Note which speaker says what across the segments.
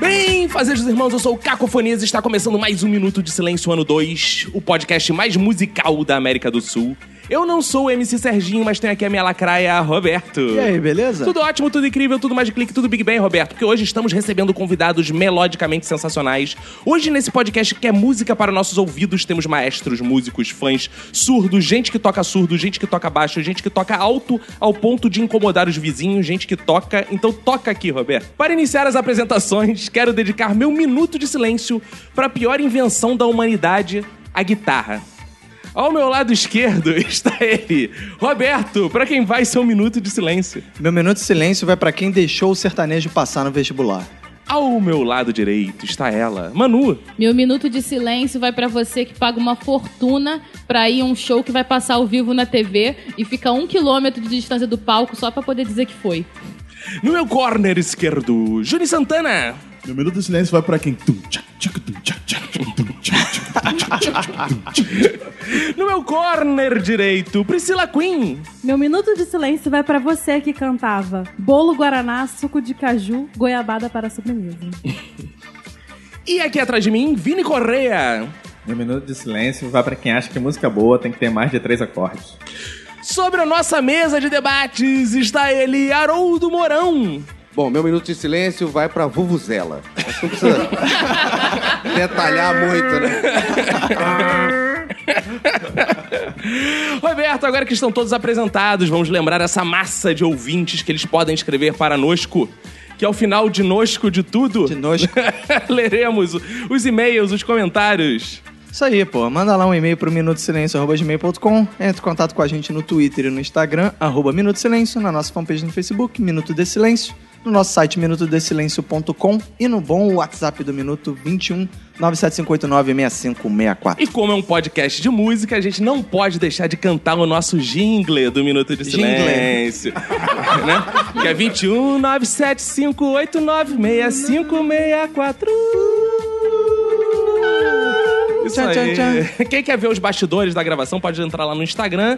Speaker 1: Bem, fazejos irmãos, eu sou o Cacofonias e está começando mais um Minuto de Silêncio Ano 2, o podcast mais musical da América do Sul. Eu não sou o MC Serginho, mas tenho aqui a minha lacraia, Roberto.
Speaker 2: E aí, beleza?
Speaker 1: Tudo ótimo, tudo incrível, tudo mais de clique, tudo Big Bang, Roberto. Porque hoje estamos recebendo convidados melodicamente sensacionais. Hoje, nesse podcast que é música para nossos ouvidos, temos maestros, músicos, fãs, surdos, gente que toca surdo, gente que toca baixo, gente que toca alto ao ponto de incomodar os vizinhos, gente que toca. Então toca aqui, Roberto. Para iniciar as apresentações, quero dedicar meu minuto de silêncio para a pior invenção da humanidade, a guitarra. Ao meu lado esquerdo está ele, Roberto, pra quem vai ser um minuto de silêncio.
Speaker 2: Meu minuto de silêncio vai pra quem deixou o sertanejo passar no vestibular.
Speaker 1: Ao meu lado direito está ela, Manu.
Speaker 3: Meu minuto de silêncio vai pra você que paga uma fortuna pra ir a um show que vai passar ao vivo na TV e fica a um quilômetro de distância do palco só pra poder dizer que foi.
Speaker 1: No meu corner esquerdo, Juni Santana.
Speaker 4: Meu minuto de silêncio vai pra quem. Tum, tchac, tchac, tum, tchac, tchac, tum, tum, tchac, tchac, tum, tchac, tchac, tum, tchac.
Speaker 1: No meu corner direito, Priscila Queen.
Speaker 5: Meu minuto de silêncio vai pra você que cantava bolo guaraná, suco de caju, goiabada para sobremesa.
Speaker 1: E aqui atrás de mim, Vini Correa.
Speaker 6: Meu minuto de silêncio vai pra quem acha que música boa tem que ter mais de três acordes.
Speaker 1: Sobre a nossa mesa de debates está ele, Haroldo Mourão.
Speaker 7: Bom, meu minuto de silêncio vai pra Vuvuzela. Acho que não precisa detalhar muito, né?
Speaker 1: Roberto, agora que estão todos apresentados, vamos lembrar essa massa de ouvintes que eles podem escrever para Nosco, que ao final de Nosco de tudo,
Speaker 2: De nojo.
Speaker 1: leremos os e-mails, os comentários.
Speaker 2: Isso aí, pô. Manda lá um e-mail pro minutosilencio.com. Entre em contato com a gente no Twitter e no Instagram, arroba Minuto Silêncio, na nossa fanpage no Facebook, Minuto de Silêncio, no nosso site minutodesilêncio.com e no bom WhatsApp do Minuto 21 97589 6564.
Speaker 1: E como é um podcast de música, a gente não pode deixar de cantar o nosso jingle do Minuto de
Speaker 2: Jingle.
Speaker 1: Silêncio. né? Que é 21 975896564. Isso
Speaker 2: Tchan, tchan,
Speaker 1: aí. Quem quer ver os bastidores da gravação pode entrar lá no Instagram,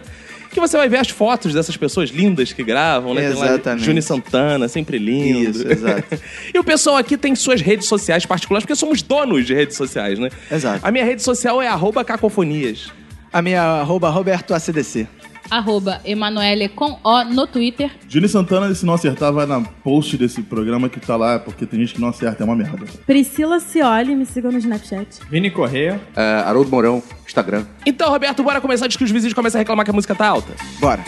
Speaker 1: que você vai ver as fotos dessas pessoas lindas que gravam, né? Tem lá
Speaker 2: Exatamente.
Speaker 1: Juni Santana, sempre lindo.
Speaker 2: Isso, exato.
Speaker 1: E o pessoal aqui tem suas redes sociais particulares, porque somos donos de redes sociais, né?
Speaker 2: Exato.
Speaker 1: A minha rede social é arroba cacofonias.
Speaker 2: A minha arroba Roberto ACDC.
Speaker 3: Arroba Emanuele com O no Twitter.
Speaker 4: Juni Santana, se não acertar, vai na post desse programa que tá lá, porque tem gente que não acerta, é uma merda.
Speaker 5: Priscila Cioli, me sigam no Snapchat.
Speaker 6: Vini Correia.
Speaker 7: Ah, Haroldo Mourão, Instagram.
Speaker 1: Então, Roberto, bora começar antes que os vizinhos comecem a reclamar que a música tá alta.
Speaker 2: Bora.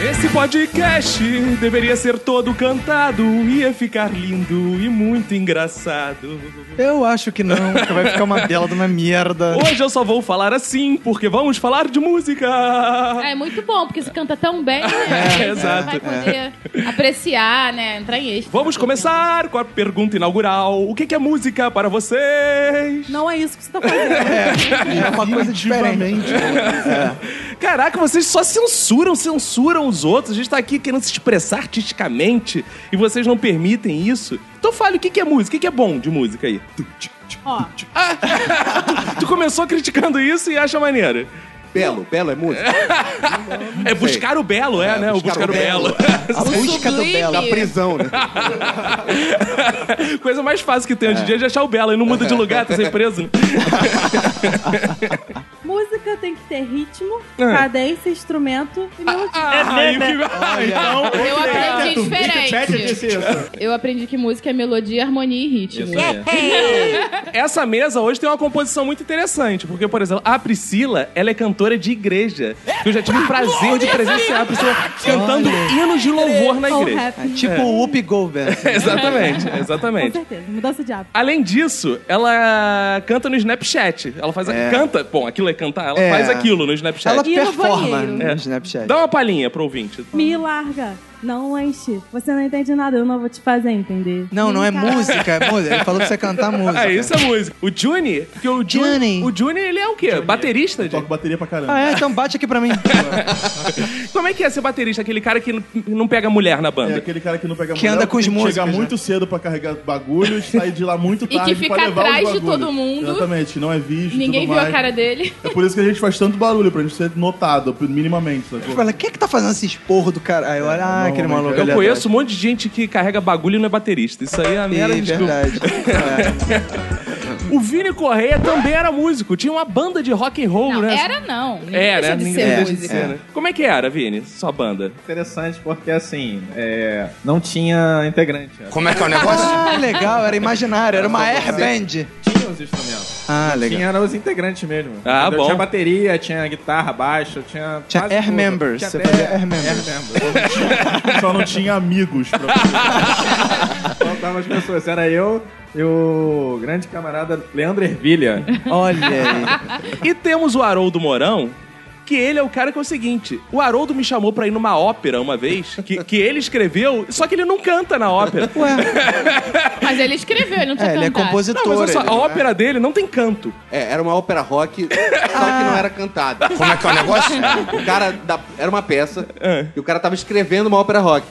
Speaker 1: Esse podcast deveria ser todo cantado, ia ficar lindo e muito engraçado.
Speaker 2: Eu acho que não, que vai ficar uma bela de uma merda.
Speaker 1: Hoje eu só vou falar assim, porque vamos falar de música.
Speaker 3: É muito bom, porque você canta tão bem, né?
Speaker 1: É, exato.
Speaker 3: Vai poder apreciar, né? Entrar em êxtase.
Speaker 1: Vamos começar com a pergunta inaugural. O que que é música para vocês?
Speaker 5: Não é isso que você tá fazendo.
Speaker 2: É uma coisa diferente.
Speaker 1: Caraca, vocês só censuram, censuram os outros. A gente tá aqui querendo se expressar artisticamente e vocês não permitem isso. Então fale o que, que é música, o que, que é bom de música aí.
Speaker 5: Ó,
Speaker 1: Ah! tu começou criticando isso e acha maneiro.
Speaker 7: Belo, Belo é música.
Speaker 1: É buscar o belo, é, né? O buscar o belo.
Speaker 2: A música do
Speaker 3: Sublime.
Speaker 2: Bela.
Speaker 7: Da prisão, né?
Speaker 1: Coisa mais fácil que tem hoje em dia é de achar o belo e não muda de lugar, tá sempre preso. né?
Speaker 5: música tem que ter
Speaker 1: É.
Speaker 5: ritmo, cadência, instrumento e melodia.
Speaker 1: Ah, e o que-
Speaker 3: Então,
Speaker 2: Olha.
Speaker 3: Eu aprendi diferente. Eu aprendi que música é melodia, harmonia e ritmo.
Speaker 6: Isso aí.
Speaker 1: Essa mesa hoje tem uma composição muito interessante, porque, por exemplo, a Priscila, ela é cantora de igreja. Que eu já tive o prazer de presenciar a Priscila cantando hinos de louvor na
Speaker 5: Ou
Speaker 1: igreja.
Speaker 5: rap.
Speaker 2: Tipo o Whoopi Goldberg.
Speaker 1: É. Exatamente,
Speaker 5: Com
Speaker 1: exatamente.
Speaker 5: certeza, mudança de hábito.
Speaker 1: Além disso, ela canta no Snapchat. Ela faz. a- Canta. Bom, aquilo é cantar, ela
Speaker 2: É.
Speaker 1: faz aquilo no Snapchat.
Speaker 2: Ela
Speaker 5: E no
Speaker 2: performa
Speaker 5: banheiro.
Speaker 2: no, Snapchat.
Speaker 1: Dá um uma palhinha pro ouvinte.
Speaker 5: Me larga, não enche. Você não entende nada, eu não vou te fazer entender.
Speaker 2: Não, não é
Speaker 5: Nunca-
Speaker 2: música, é música. Ele falou pra você cantar música.
Speaker 1: Ah, isso é música. O Juni, que o Juni,
Speaker 2: Juni.
Speaker 1: o Juni ele é o quê? Baterista?
Speaker 4: Toco
Speaker 1: gente?
Speaker 4: bateria pra caramba.
Speaker 2: Ah, é? Então bate aqui pra mim.
Speaker 1: Como é que é ser baterista, aquele cara que n- não pega mulher na
Speaker 4: É
Speaker 1: banda?
Speaker 4: aquele cara que não pega
Speaker 2: Que
Speaker 4: mulher,
Speaker 2: anda com os
Speaker 4: tem que
Speaker 2: músicos,
Speaker 4: Chegar
Speaker 2: né?
Speaker 4: muito cedo pra carregar bagulhos, sair de lá muito
Speaker 3: que
Speaker 4: tarde.
Speaker 3: fica
Speaker 4: pra levar os
Speaker 3: atrás de
Speaker 4: bagulhos.
Speaker 3: todo mundo.
Speaker 4: Exatamente, que não é visto. e
Speaker 3: Ninguém
Speaker 4: tudo
Speaker 3: viu a
Speaker 4: mais.
Speaker 3: cara dele.
Speaker 4: É por isso que a gente faz tanto barulho, pra gente ser notado, minimamente. Sacou?
Speaker 2: Fala, quem é que tá fazendo esse esporro do cara? Aí eu olho, ah, aquele maluco ali
Speaker 1: Eu
Speaker 2: atrás.
Speaker 1: conheço um monte de gente que carrega bagulho e não é baterista. Isso aí é a
Speaker 2: Ih,
Speaker 1: mera desculpa.
Speaker 2: verdade. É.
Speaker 1: O Vini Correia também era músico. Tinha uma banda de rock and roll,
Speaker 3: Não,
Speaker 1: né?
Speaker 3: era não. Ninguém
Speaker 1: É, né?
Speaker 3: deixa de
Speaker 1: Ninguém
Speaker 3: ser
Speaker 1: deixa de
Speaker 3: música.
Speaker 1: ser, né? Como é que era, Vini? Sua banda?
Speaker 6: Interessante porque, assim, é, não tinha integrante.
Speaker 7: Como é que é o negócio?
Speaker 2: Ah, legal, era imaginário, era uma air band.
Speaker 6: Tinha os instrumentos.
Speaker 2: Ah, legal.
Speaker 6: Tinha eram os integrantes mesmo.
Speaker 1: Ah, bom.
Speaker 6: Tinha bateria, tinha guitarra, baixo, tinha.
Speaker 2: Tinha
Speaker 6: quase
Speaker 2: air
Speaker 6: tudo.
Speaker 2: members,
Speaker 6: Tinha
Speaker 2: você
Speaker 6: até
Speaker 2: fazia air members.
Speaker 6: members.
Speaker 4: Só não tinha amigos pra
Speaker 6: Faltavam as pessoas. Era eu e o grande camarada Leandro Ervilha.
Speaker 2: Olha aí. É,
Speaker 1: E temos o Haroldo Mourão, que ele é o cara que é o seguinte: o Haroldo me chamou pra ir numa ópera uma vez, que, que ele escreveu, só que ele não canta na ópera.
Speaker 2: Ué,
Speaker 3: Mas ele escreveu, ele não tinha
Speaker 2: é, ele é
Speaker 3: cantado.
Speaker 2: compositor.
Speaker 1: Não, mas olha só,
Speaker 2: ele,
Speaker 1: a
Speaker 2: né?
Speaker 1: ópera dele não tem canto.
Speaker 7: É, era uma ópera rock, só que não era cantada. Como é que é o negócio? É. O cara da- era uma peça e o cara tava escrevendo uma ópera rock.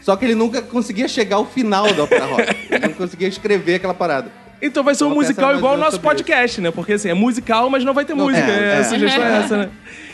Speaker 7: Só que ele nunca conseguia chegar ao final da ópera rock. Ele não conseguia escrever aquela parada.
Speaker 1: Então vai ser um
Speaker 7: Vou pensar
Speaker 1: musical
Speaker 7: mais
Speaker 1: igual o
Speaker 7: sobre
Speaker 1: nosso
Speaker 7: isso.
Speaker 1: podcast, né? Porque assim, é musical, mas não vai ter música.
Speaker 2: é,
Speaker 1: É,
Speaker 2: é.
Speaker 1: A sugestão é essa, né?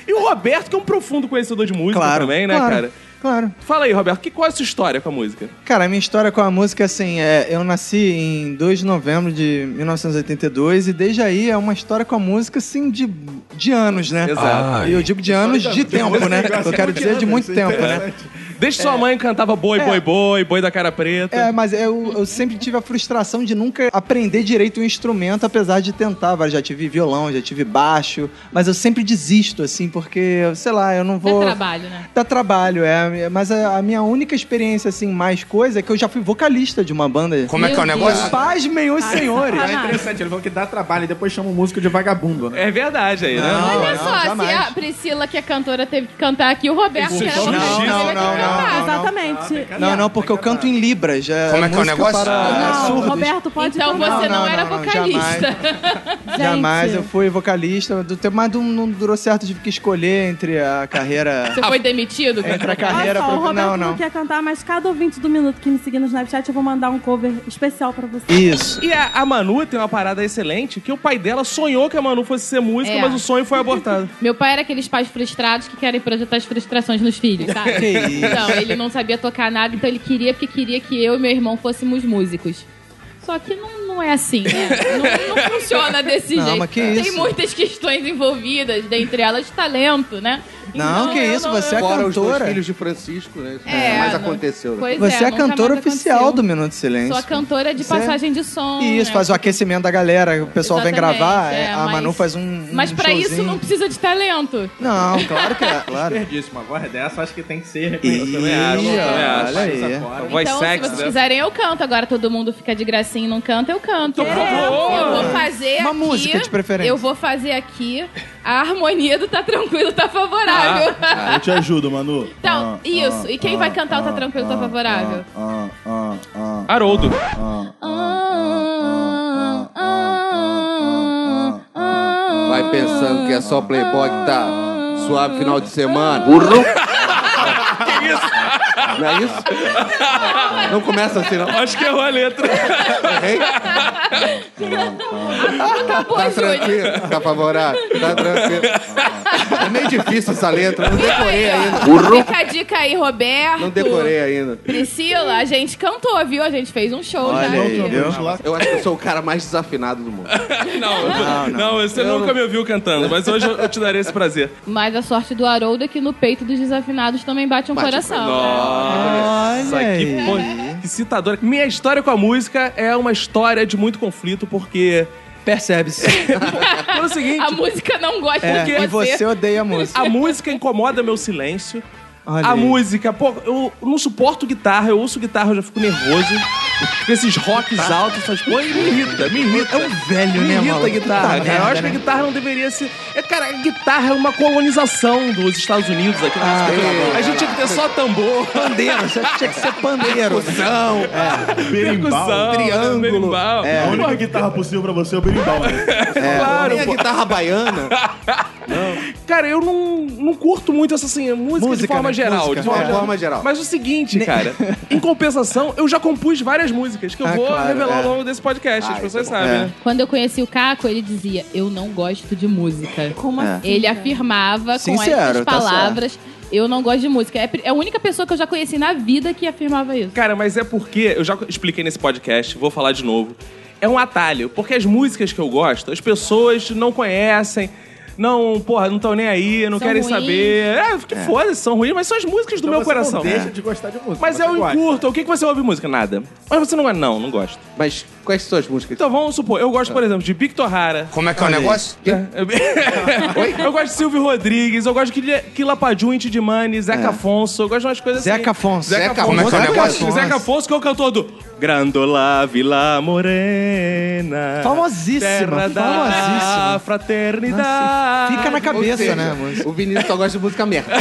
Speaker 1: E o Roberto, que é um profundo conhecedor de música
Speaker 2: Claro,
Speaker 1: também, né,
Speaker 2: claro,
Speaker 1: cara?
Speaker 2: Claro.
Speaker 1: Fala aí, Roberto, que, qual é a sua história com a música?
Speaker 2: Cara, a minha história com a música, assim, é, eu nasci em 2 de novembro de 1982 e desde aí é uma história com a música, assim, de, de anos, né?
Speaker 1: Exato.
Speaker 2: E eu digo de anos de tempo, né? Eu quero dizer de muito tempo, né?
Speaker 1: Desde sua mãe cantava boi,
Speaker 2: É.
Speaker 1: boi, boi, boi da cara preta.
Speaker 2: É, mas eu, eu sempre tive a frustração de nunca aprender direito um instrumento, apesar de tentar. vai, Já tive violão, já tive baixo, mas eu sempre desisto, assim, porque, sei lá, eu não
Speaker 3: Dá
Speaker 2: vou.
Speaker 3: trabalho, né?
Speaker 2: Dá trabalho, é. Mas a, a minha única experiência, assim, mais coisa é que eu já fui vocalista de uma banda.
Speaker 7: Como é que é o
Speaker 3: Meu
Speaker 7: negócio?
Speaker 2: Pasmem os senhores!
Speaker 6: É interessante, ele falou que dá trabalho e depois chama o músico de vagabundo, né?
Speaker 1: É verdade aí, né?
Speaker 2: Não,
Speaker 3: Olha
Speaker 2: não,
Speaker 3: só, se
Speaker 2: jamais.
Speaker 3: a Priscila, que é cantora, teve que cantar aqui, o Roberto, que era
Speaker 1: Isso,
Speaker 3: vocalista,
Speaker 1: não,
Speaker 3: teve que
Speaker 2: não, não,
Speaker 3: cantar.
Speaker 2: não,
Speaker 5: Ah, Exatamente.
Speaker 2: Não, não, porque eu canto em Libras. É
Speaker 7: Como é que é o
Speaker 2: música
Speaker 7: negócio?
Speaker 2: Para é
Speaker 5: Não,
Speaker 2: surdos.
Speaker 5: Roberto, pode
Speaker 3: Então
Speaker 5: cantar.
Speaker 3: você não,
Speaker 2: não,
Speaker 3: era
Speaker 2: não, não,
Speaker 3: vocalista.
Speaker 5: Gente,
Speaker 2: Jamais eu fui vocalista do tempo, mas não, não durou certo, tive que escolher entre a carreira.
Speaker 3: Você foi demitido?
Speaker 2: entre a
Speaker 5: Olha
Speaker 2: carreira.
Speaker 5: só, o
Speaker 2: pro-
Speaker 5: Roberto
Speaker 2: Não,
Speaker 5: não,
Speaker 2: não.
Speaker 5: quer cantar, mas cada ouvinte do Minuto que me seguir no Snapchat, eu vou mandar um cover especial pra você.
Speaker 2: Isso.
Speaker 1: E a, a Manu tem uma parada excelente, que o pai dela sonhou que a Manu fosse ser música,
Speaker 3: É.
Speaker 1: mas o sonho foi abortado.
Speaker 3: Meu pai era aqueles pais frustrados que querem projetar as frustrações nos filhos, sabe?
Speaker 2: Que isso.
Speaker 3: Então, ele não sabia tocar nada, então ele queria porque queria que eu e meu irmão fôssemos músicos. Só que não, não é assim, né? Não, não funciona desse
Speaker 2: Não,
Speaker 3: jeito.
Speaker 2: mas que
Speaker 3: Tem
Speaker 2: isso?
Speaker 3: muitas questões envolvidas, dentre elas talento, né?
Speaker 2: Não,
Speaker 3: Então,
Speaker 2: que
Speaker 3: eu
Speaker 2: isso,
Speaker 3: não-
Speaker 2: você é
Speaker 7: Fora os dois
Speaker 2: cantora.
Speaker 7: filhos de Francisco, né? Isso
Speaker 3: É,
Speaker 7: mais
Speaker 3: não-
Speaker 7: aconteceu. Né?
Speaker 3: Pois
Speaker 2: Você é a
Speaker 3: nunca
Speaker 2: cantora
Speaker 3: mais
Speaker 2: oficial
Speaker 3: aconteceu.
Speaker 2: do Minuto de
Speaker 3: Sou a
Speaker 2: Silêncio.
Speaker 3: cantora de
Speaker 2: Você é-
Speaker 3: passagem de som.
Speaker 2: E isso,
Speaker 3: né?
Speaker 2: faz o aquecimento da galera, o pessoal vem
Speaker 3: Exatamente,
Speaker 2: gravar,
Speaker 3: é,
Speaker 2: a
Speaker 3: mas-
Speaker 2: Manu faz um. um
Speaker 3: Mas pra isso
Speaker 2: showzinho.
Speaker 3: não precisa de talento.
Speaker 2: Não, claro que é, claro.
Speaker 6: Desperdício, uma voz dessa acho que tem que ser
Speaker 2: Ih,
Speaker 6: reconhecida. Eu também acho, eu também
Speaker 2: olha
Speaker 6: acho.
Speaker 2: aí.
Speaker 6: Essa fora.
Speaker 1: Voz
Speaker 3: então,
Speaker 1: sexy,
Speaker 3: se vocês
Speaker 1: né?
Speaker 3: quiserem, eu canto. Agora todo mundo fica de gracinha e não canta, eu canto. É.
Speaker 1: Então, por favor.
Speaker 3: Eu vou fazer
Speaker 2: Uma
Speaker 3: aqui-
Speaker 2: música, de preferência.
Speaker 3: Eu vou fazer aqui a harmonia do Tá Tranquilo, Tá Favorável.
Speaker 7: Ah.
Speaker 4: Eu te ajudo, Manu.
Speaker 2: Ah,
Speaker 3: Então, isso. E quem vai cantar o Tá Tranquilo, Tá Favorável?
Speaker 4: Ah, ah, ah,
Speaker 1: Haroldo.
Speaker 2: ah,
Speaker 7: Vai pensando que é só playboy que tá suave final de semana. Não é isso? Não começa assim, não.
Speaker 1: Acho que errou a letra.
Speaker 7: Errei?
Speaker 3: Acabou,
Speaker 7: Tá
Speaker 3: Júnior.
Speaker 7: tranquilo, tá favorável, tá tranquilo. É meio difícil essa letra, eu não decorei ainda.
Speaker 3: Fica a dica aí, Roberto.
Speaker 7: Não decorei ainda.
Speaker 3: Priscila, a gente cantou, viu? A gente fez um show já.
Speaker 2: Olha aí,
Speaker 3: aqui.
Speaker 2: viu?
Speaker 7: Eu acho que eu sou o cara mais desafinado do mundo.
Speaker 1: Não, não, você nunca me ouviu cantando, mas hoje eu eu te darei esse prazer.
Speaker 3: Mas a sorte do Haroldo é que no peito dos desafinados também bate um coração.
Speaker 1: Nossa, que, po- que citadora. Minha história com a música é uma história de muito conflito, porque.
Speaker 2: Percebe-se.
Speaker 1: Pelo seguinte,
Speaker 3: A música não gosta
Speaker 2: É,
Speaker 3: de
Speaker 2: e você odeia a música.
Speaker 1: a música incomoda meu silêncio.
Speaker 2: Olha
Speaker 1: a
Speaker 2: aí.
Speaker 1: música, pô, eu não suporto guitarra, eu ouço guitarra, eu já fico nervoso. Com esses rocks altos, essas coisas, me irrita, me irrita. É um
Speaker 2: velho,
Speaker 1: me
Speaker 2: né,
Speaker 1: irrita
Speaker 2: maluco?
Speaker 1: a guitarra,
Speaker 2: Puta
Speaker 1: cara.
Speaker 2: merda,
Speaker 1: eu acho
Speaker 2: né?
Speaker 1: que a guitarra não deveria ser. É, cara, a guitarra é uma colonização dos Estados Unidos aqui.
Speaker 2: Ah, eu-
Speaker 1: a gente tinha que ter só tambor,
Speaker 2: Pandeiro, você tinha que ser pandeiro.
Speaker 7: Não,
Speaker 1: percussão,
Speaker 7: triângulo.
Speaker 1: berimbau.
Speaker 4: É A única guitarra possível pra você é o berimbau, né?
Speaker 1: Claro,
Speaker 7: nem a
Speaker 1: pô.
Speaker 7: guitarra baiana.
Speaker 1: Cara, eu não, não curto muito essa assim, música, de
Speaker 2: Música,
Speaker 1: forma
Speaker 2: né?
Speaker 1: geral.
Speaker 2: Música,
Speaker 1: de forma
Speaker 7: é.
Speaker 1: geral.
Speaker 7: Forma geral.
Speaker 1: Mas o seguinte, cara, em compensação, eu já compus várias músicas que eu
Speaker 2: Ah,
Speaker 1: vou
Speaker 2: claro,
Speaker 1: revelar
Speaker 2: é.
Speaker 1: ao longo desse podcast. As
Speaker 7: Ah, isso
Speaker 1: pessoas
Speaker 7: é
Speaker 1: sabem, né?
Speaker 3: Quando eu conheci o Caco, ele dizia: Eu não gosto de música.
Speaker 5: Como assim?
Speaker 3: Ele
Speaker 5: cara?
Speaker 3: afirmava
Speaker 2: É. Sincero,
Speaker 3: com essas
Speaker 2: tá
Speaker 3: palavras: Eu não gosto de música. É a pri- é a única pessoa que eu já conheci na vida que afirmava isso.
Speaker 1: Cara, mas é porque, eu já expliquei nesse podcast, vou falar de novo. É um atalho, porque as músicas que eu gosto, as pessoas não conhecem. Não, porra, não estão nem aí, não
Speaker 3: São
Speaker 1: querem
Speaker 3: ruins.
Speaker 1: saber. É, que foda-se, são ruins, mas são as músicas do
Speaker 6: Então
Speaker 1: meu
Speaker 6: você
Speaker 1: coração. É.
Speaker 6: Não deixa de gostar de música.
Speaker 1: Mas
Speaker 6: você
Speaker 1: eu
Speaker 6: gosta.
Speaker 1: encurto. O que, que você ouve música? Nada. Mas você não gosta? Não, não gosto.
Speaker 7: Mas quais são as músicas?
Speaker 1: Então vamos supor, eu gosto, por exemplo, de Victor Hara.
Speaker 8: Como é que é o negócio?
Speaker 1: eu gosto de Silvio Rodrigues, eu gosto de Kila Pajun, Inti de Mani, Zeca Afonso, eu gosto de umas coisas assim.
Speaker 2: É. Zeca Afonso.
Speaker 8: Zeca, como é que é o
Speaker 2: Zeca
Speaker 8: negócio?
Speaker 2: Afonso.
Speaker 1: Zeca Afonso, que é o cantor do Grandola Vila Morena.
Speaker 2: Famosíssima,
Speaker 1: Terra da
Speaker 2: famosíssima.
Speaker 1: fraternidade.
Speaker 2: Fica na
Speaker 7: Ou
Speaker 2: cabeça,
Speaker 7: seja,
Speaker 2: né, a música?
Speaker 7: O Vinícius só gosta de música merda.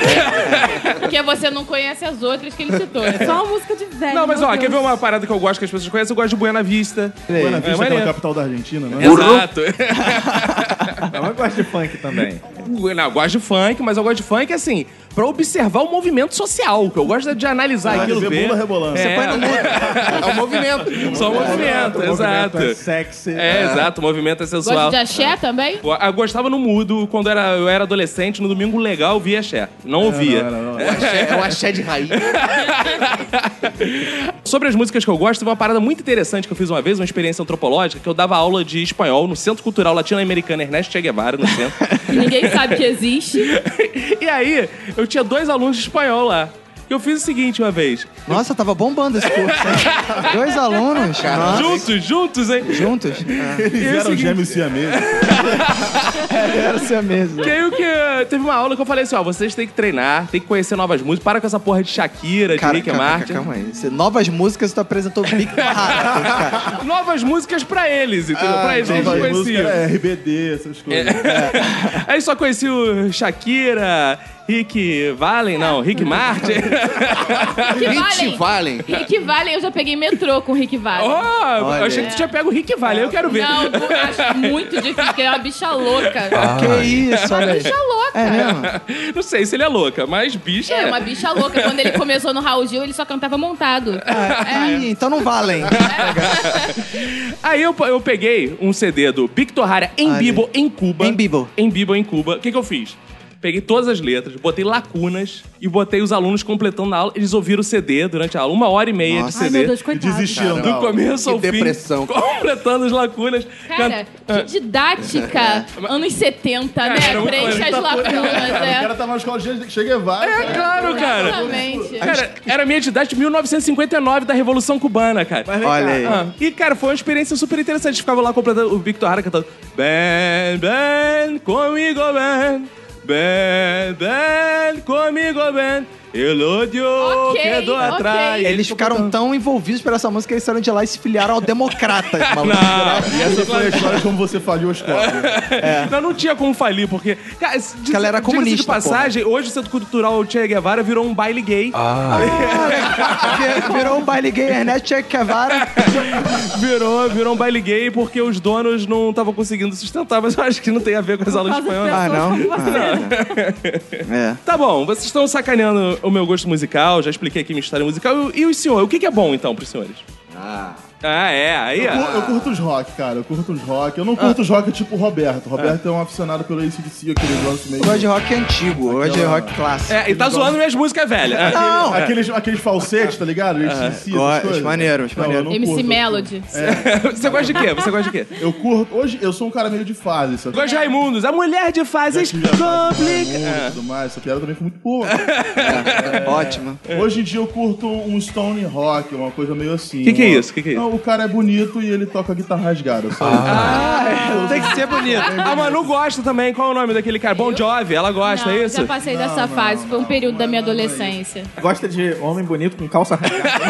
Speaker 3: Porque você não conhece as outras que ele citou. né?
Speaker 5: Só uma música de velho.
Speaker 1: Não, mas
Speaker 5: meu
Speaker 1: ó,
Speaker 5: Deus.
Speaker 1: quer ver uma parada que eu gosto que as pessoas conhecem? Eu gosto de Buena Vista.
Speaker 2: É
Speaker 4: Buena Vista, aquela
Speaker 1: maneiro.
Speaker 4: é capital da Argentina, né?
Speaker 1: Exato.
Speaker 6: Não, mas eu gosto de funk também.
Speaker 1: Não, eu gosto de funk, mas eu gosto de funk assim, pra observar o movimento social. que Eu gosto de analisar
Speaker 4: Ah,
Speaker 1: aquilo.
Speaker 4: de ver bunda rebolando.
Speaker 1: É,
Speaker 4: Você
Speaker 7: É o movimento.
Speaker 1: Só o movimento,
Speaker 6: O
Speaker 1: exato.
Speaker 6: movimento é sexy.
Speaker 1: É, exato, o movimento é
Speaker 3: Gosta
Speaker 1: sensual.
Speaker 3: de axé também?
Speaker 1: Eu eu gostava no mudo, quando era, eu era adolescente, no domingo legal eu via axé. Não ouvia.
Speaker 4: Não, não, não.
Speaker 7: É o axé- É o axé de raiz.
Speaker 1: Sobre as músicas que eu gosto, teve uma parada muito interessante que eu fiz uma vez, uma experiência antropológica, que eu dava aula de espanhol no Centro Cultural Latino-Americano Ernesto Che Guevara, no centro.
Speaker 3: Que ninguém sabe que existe.
Speaker 1: e aí, eu tinha dois alunos de espanhol lá. E eu fiz o seguinte uma vez.
Speaker 2: Nossa, tava bombando esse curso. hein? Dois alunos, nossa,
Speaker 1: Juntos, juntos, hein?
Speaker 2: juntos.
Speaker 4: Eles
Speaker 1: é o
Speaker 4: eram
Speaker 1: seguinte- é.
Speaker 4: gêmeos siameses.
Speaker 2: Era ser a mesa.
Speaker 1: Que aí o que. Teve uma aula que eu falei assim: ó, vocês têm que treinar, têm que conhecer novas músicas, para com essa porra de Shakira, de Rick Martin.
Speaker 2: calma aí. Você- novas músicas, tu apresentou Big Barra. cara.
Speaker 1: Novas músicas pra eles, entendeu? pra eles, eles não
Speaker 4: Ah, Novas músicas,
Speaker 1: conheciam. É.
Speaker 4: é, RBD, essas coisas. É.
Speaker 1: Aí só conheci o Shakira, Rick Valen, não, Rick Martin.
Speaker 7: Hit
Speaker 3: Valen.
Speaker 7: Valen.
Speaker 3: Rick Valen, eu já peguei metrô com o Rick
Speaker 1: oh,
Speaker 3: Valen.
Speaker 1: eu achei que tu tinha pego o Rick Valen, eu quero ver.
Speaker 3: Não, eu acho muito difícil, porque ele é uma bicha louca.
Speaker 2: Que isso, olha aí.
Speaker 3: Bicha louca.
Speaker 2: É mesmo?
Speaker 1: Não sei se ele é louca, mas bicha.
Speaker 3: É, uma bicha louca. Quando ele começou no Raul Gil, ele só cantava montado. É.
Speaker 2: Ih, então não valem.
Speaker 1: Aí eu, eu peguei um CD do Victor Hara em
Speaker 2: Olha.
Speaker 1: Bibo, em Cuba.
Speaker 2: Em Bibo.
Speaker 1: Em Bibo, em Cuba. O que, que eu fiz? Peguei todas as letras, botei lacunas e botei os alunos completando a aula. Eles ouviram o CD durante a aula, uma hora e meia de
Speaker 2: Nossa.
Speaker 5: Ai,
Speaker 1: CD.
Speaker 5: meu Deus,
Speaker 4: E
Speaker 5: coitado.
Speaker 4: desistiram
Speaker 1: Do começo
Speaker 7: que
Speaker 1: ao fim.
Speaker 7: depressão.
Speaker 1: Completando as lacunas.
Speaker 3: Cara, que didática. Anos 70, né?
Speaker 1: Ah. Cara, era um muito
Speaker 3: Preenche as
Speaker 1: maneiro.
Speaker 3: lacunas,
Speaker 4: O
Speaker 1: um
Speaker 3: é.
Speaker 4: cara tá tava na escola de Che Guevara.
Speaker 1: É claro, cara.
Speaker 3: Exatamente.
Speaker 1: Cara, era minha idade de 1959 da Revolução Cubana, cara.
Speaker 2: Olha aí.
Speaker 1: Ah, e, cara, foi uma experiência super interessante. Ficava lá completando o Victor Hara cantando Ben, Ben, comigo, Ben. Ben, Ben, comigo, Ben. El odio
Speaker 3: Ok,
Speaker 1: quedou
Speaker 3: ok.
Speaker 1: atrás.
Speaker 2: Eles ficaram tão envolvidos por essa música que eles saíram de lá e se filiaram ao Democratas, maluco.
Speaker 1: Não,
Speaker 4: E essa foi a história de como você falhou a escola.
Speaker 1: não, não tinha como falir, porque... Cara, diz-
Speaker 2: ela era
Speaker 1: diga-se de
Speaker 2: comunista,
Speaker 1: passagem, hoje o Centro Cultural Che Guevara virou um baile gay.
Speaker 2: Vir- Virou um baile gay, Ernesto Che Guevara.
Speaker 1: Virou, virou um baile gay porque os donos não estavam conseguindo sustentar, mas eu acho que não tem a ver com as aulas de
Speaker 5: Faz as
Speaker 1: espanhol.
Speaker 5: pessoas
Speaker 2: Ah, não?
Speaker 5: como você.
Speaker 2: É.
Speaker 1: Tá bom, vocês estão sacaneando o meu gosto musical, já expliquei aqui minha história musical. E, e o senhor, o que que é bom então pros senhores?
Speaker 7: Ah,
Speaker 1: Ah, é. Aí,
Speaker 4: Eu,
Speaker 1: ó.
Speaker 4: cur- eu curto os rock, cara. Eu curto os rock. Eu não curto os rock tipo o Roberto. O Roberto é um aficionado pelo ACDC, aquele negócio meio...
Speaker 2: Eu gosto de rock antigo, eu gosto de rock clássico.
Speaker 1: É, e tá zoando minhas músicas velhas. Ah.
Speaker 2: Não!
Speaker 4: Aqueles, aqueles falsetes, tá
Speaker 1: É.
Speaker 4: ligado? ACDC, essas
Speaker 2: Gosto,
Speaker 4: coisas.
Speaker 2: maneiros,
Speaker 4: Não, eu
Speaker 2: maneiros.
Speaker 4: não
Speaker 3: MC
Speaker 4: curto.
Speaker 3: um Melody.
Speaker 1: Você gosta de quê? Você gosta de quê?
Speaker 4: Eu curto... Hoje, eu sou um cara meio de fase, sabe?
Speaker 1: Gosto de Raimundos. A mulher de fases
Speaker 4: Muito,
Speaker 1: complica...
Speaker 4: tudo mais. Essa piada também foi muito boa.
Speaker 1: É.
Speaker 4: É.
Speaker 2: Ótima.
Speaker 4: Hoje em dia eu curto um Stone Rock, uma coisa meio assim.
Speaker 1: Que que é
Speaker 4: Uma-
Speaker 1: isso? Que que é isso? Ah.
Speaker 4: Não, o cara é bonito e ele toca guitarra rasgada. sabe?
Speaker 2: Tem que ser bonito.
Speaker 1: A Manu gosta também. Qual é o nome daquele cara? Bon Jovi. Ela gosta,
Speaker 3: Não,
Speaker 1: é isso?
Speaker 3: Já passei dessa fase, foi um período da minha adolescência.
Speaker 6: Gosta de homem bonito com calça rasgada.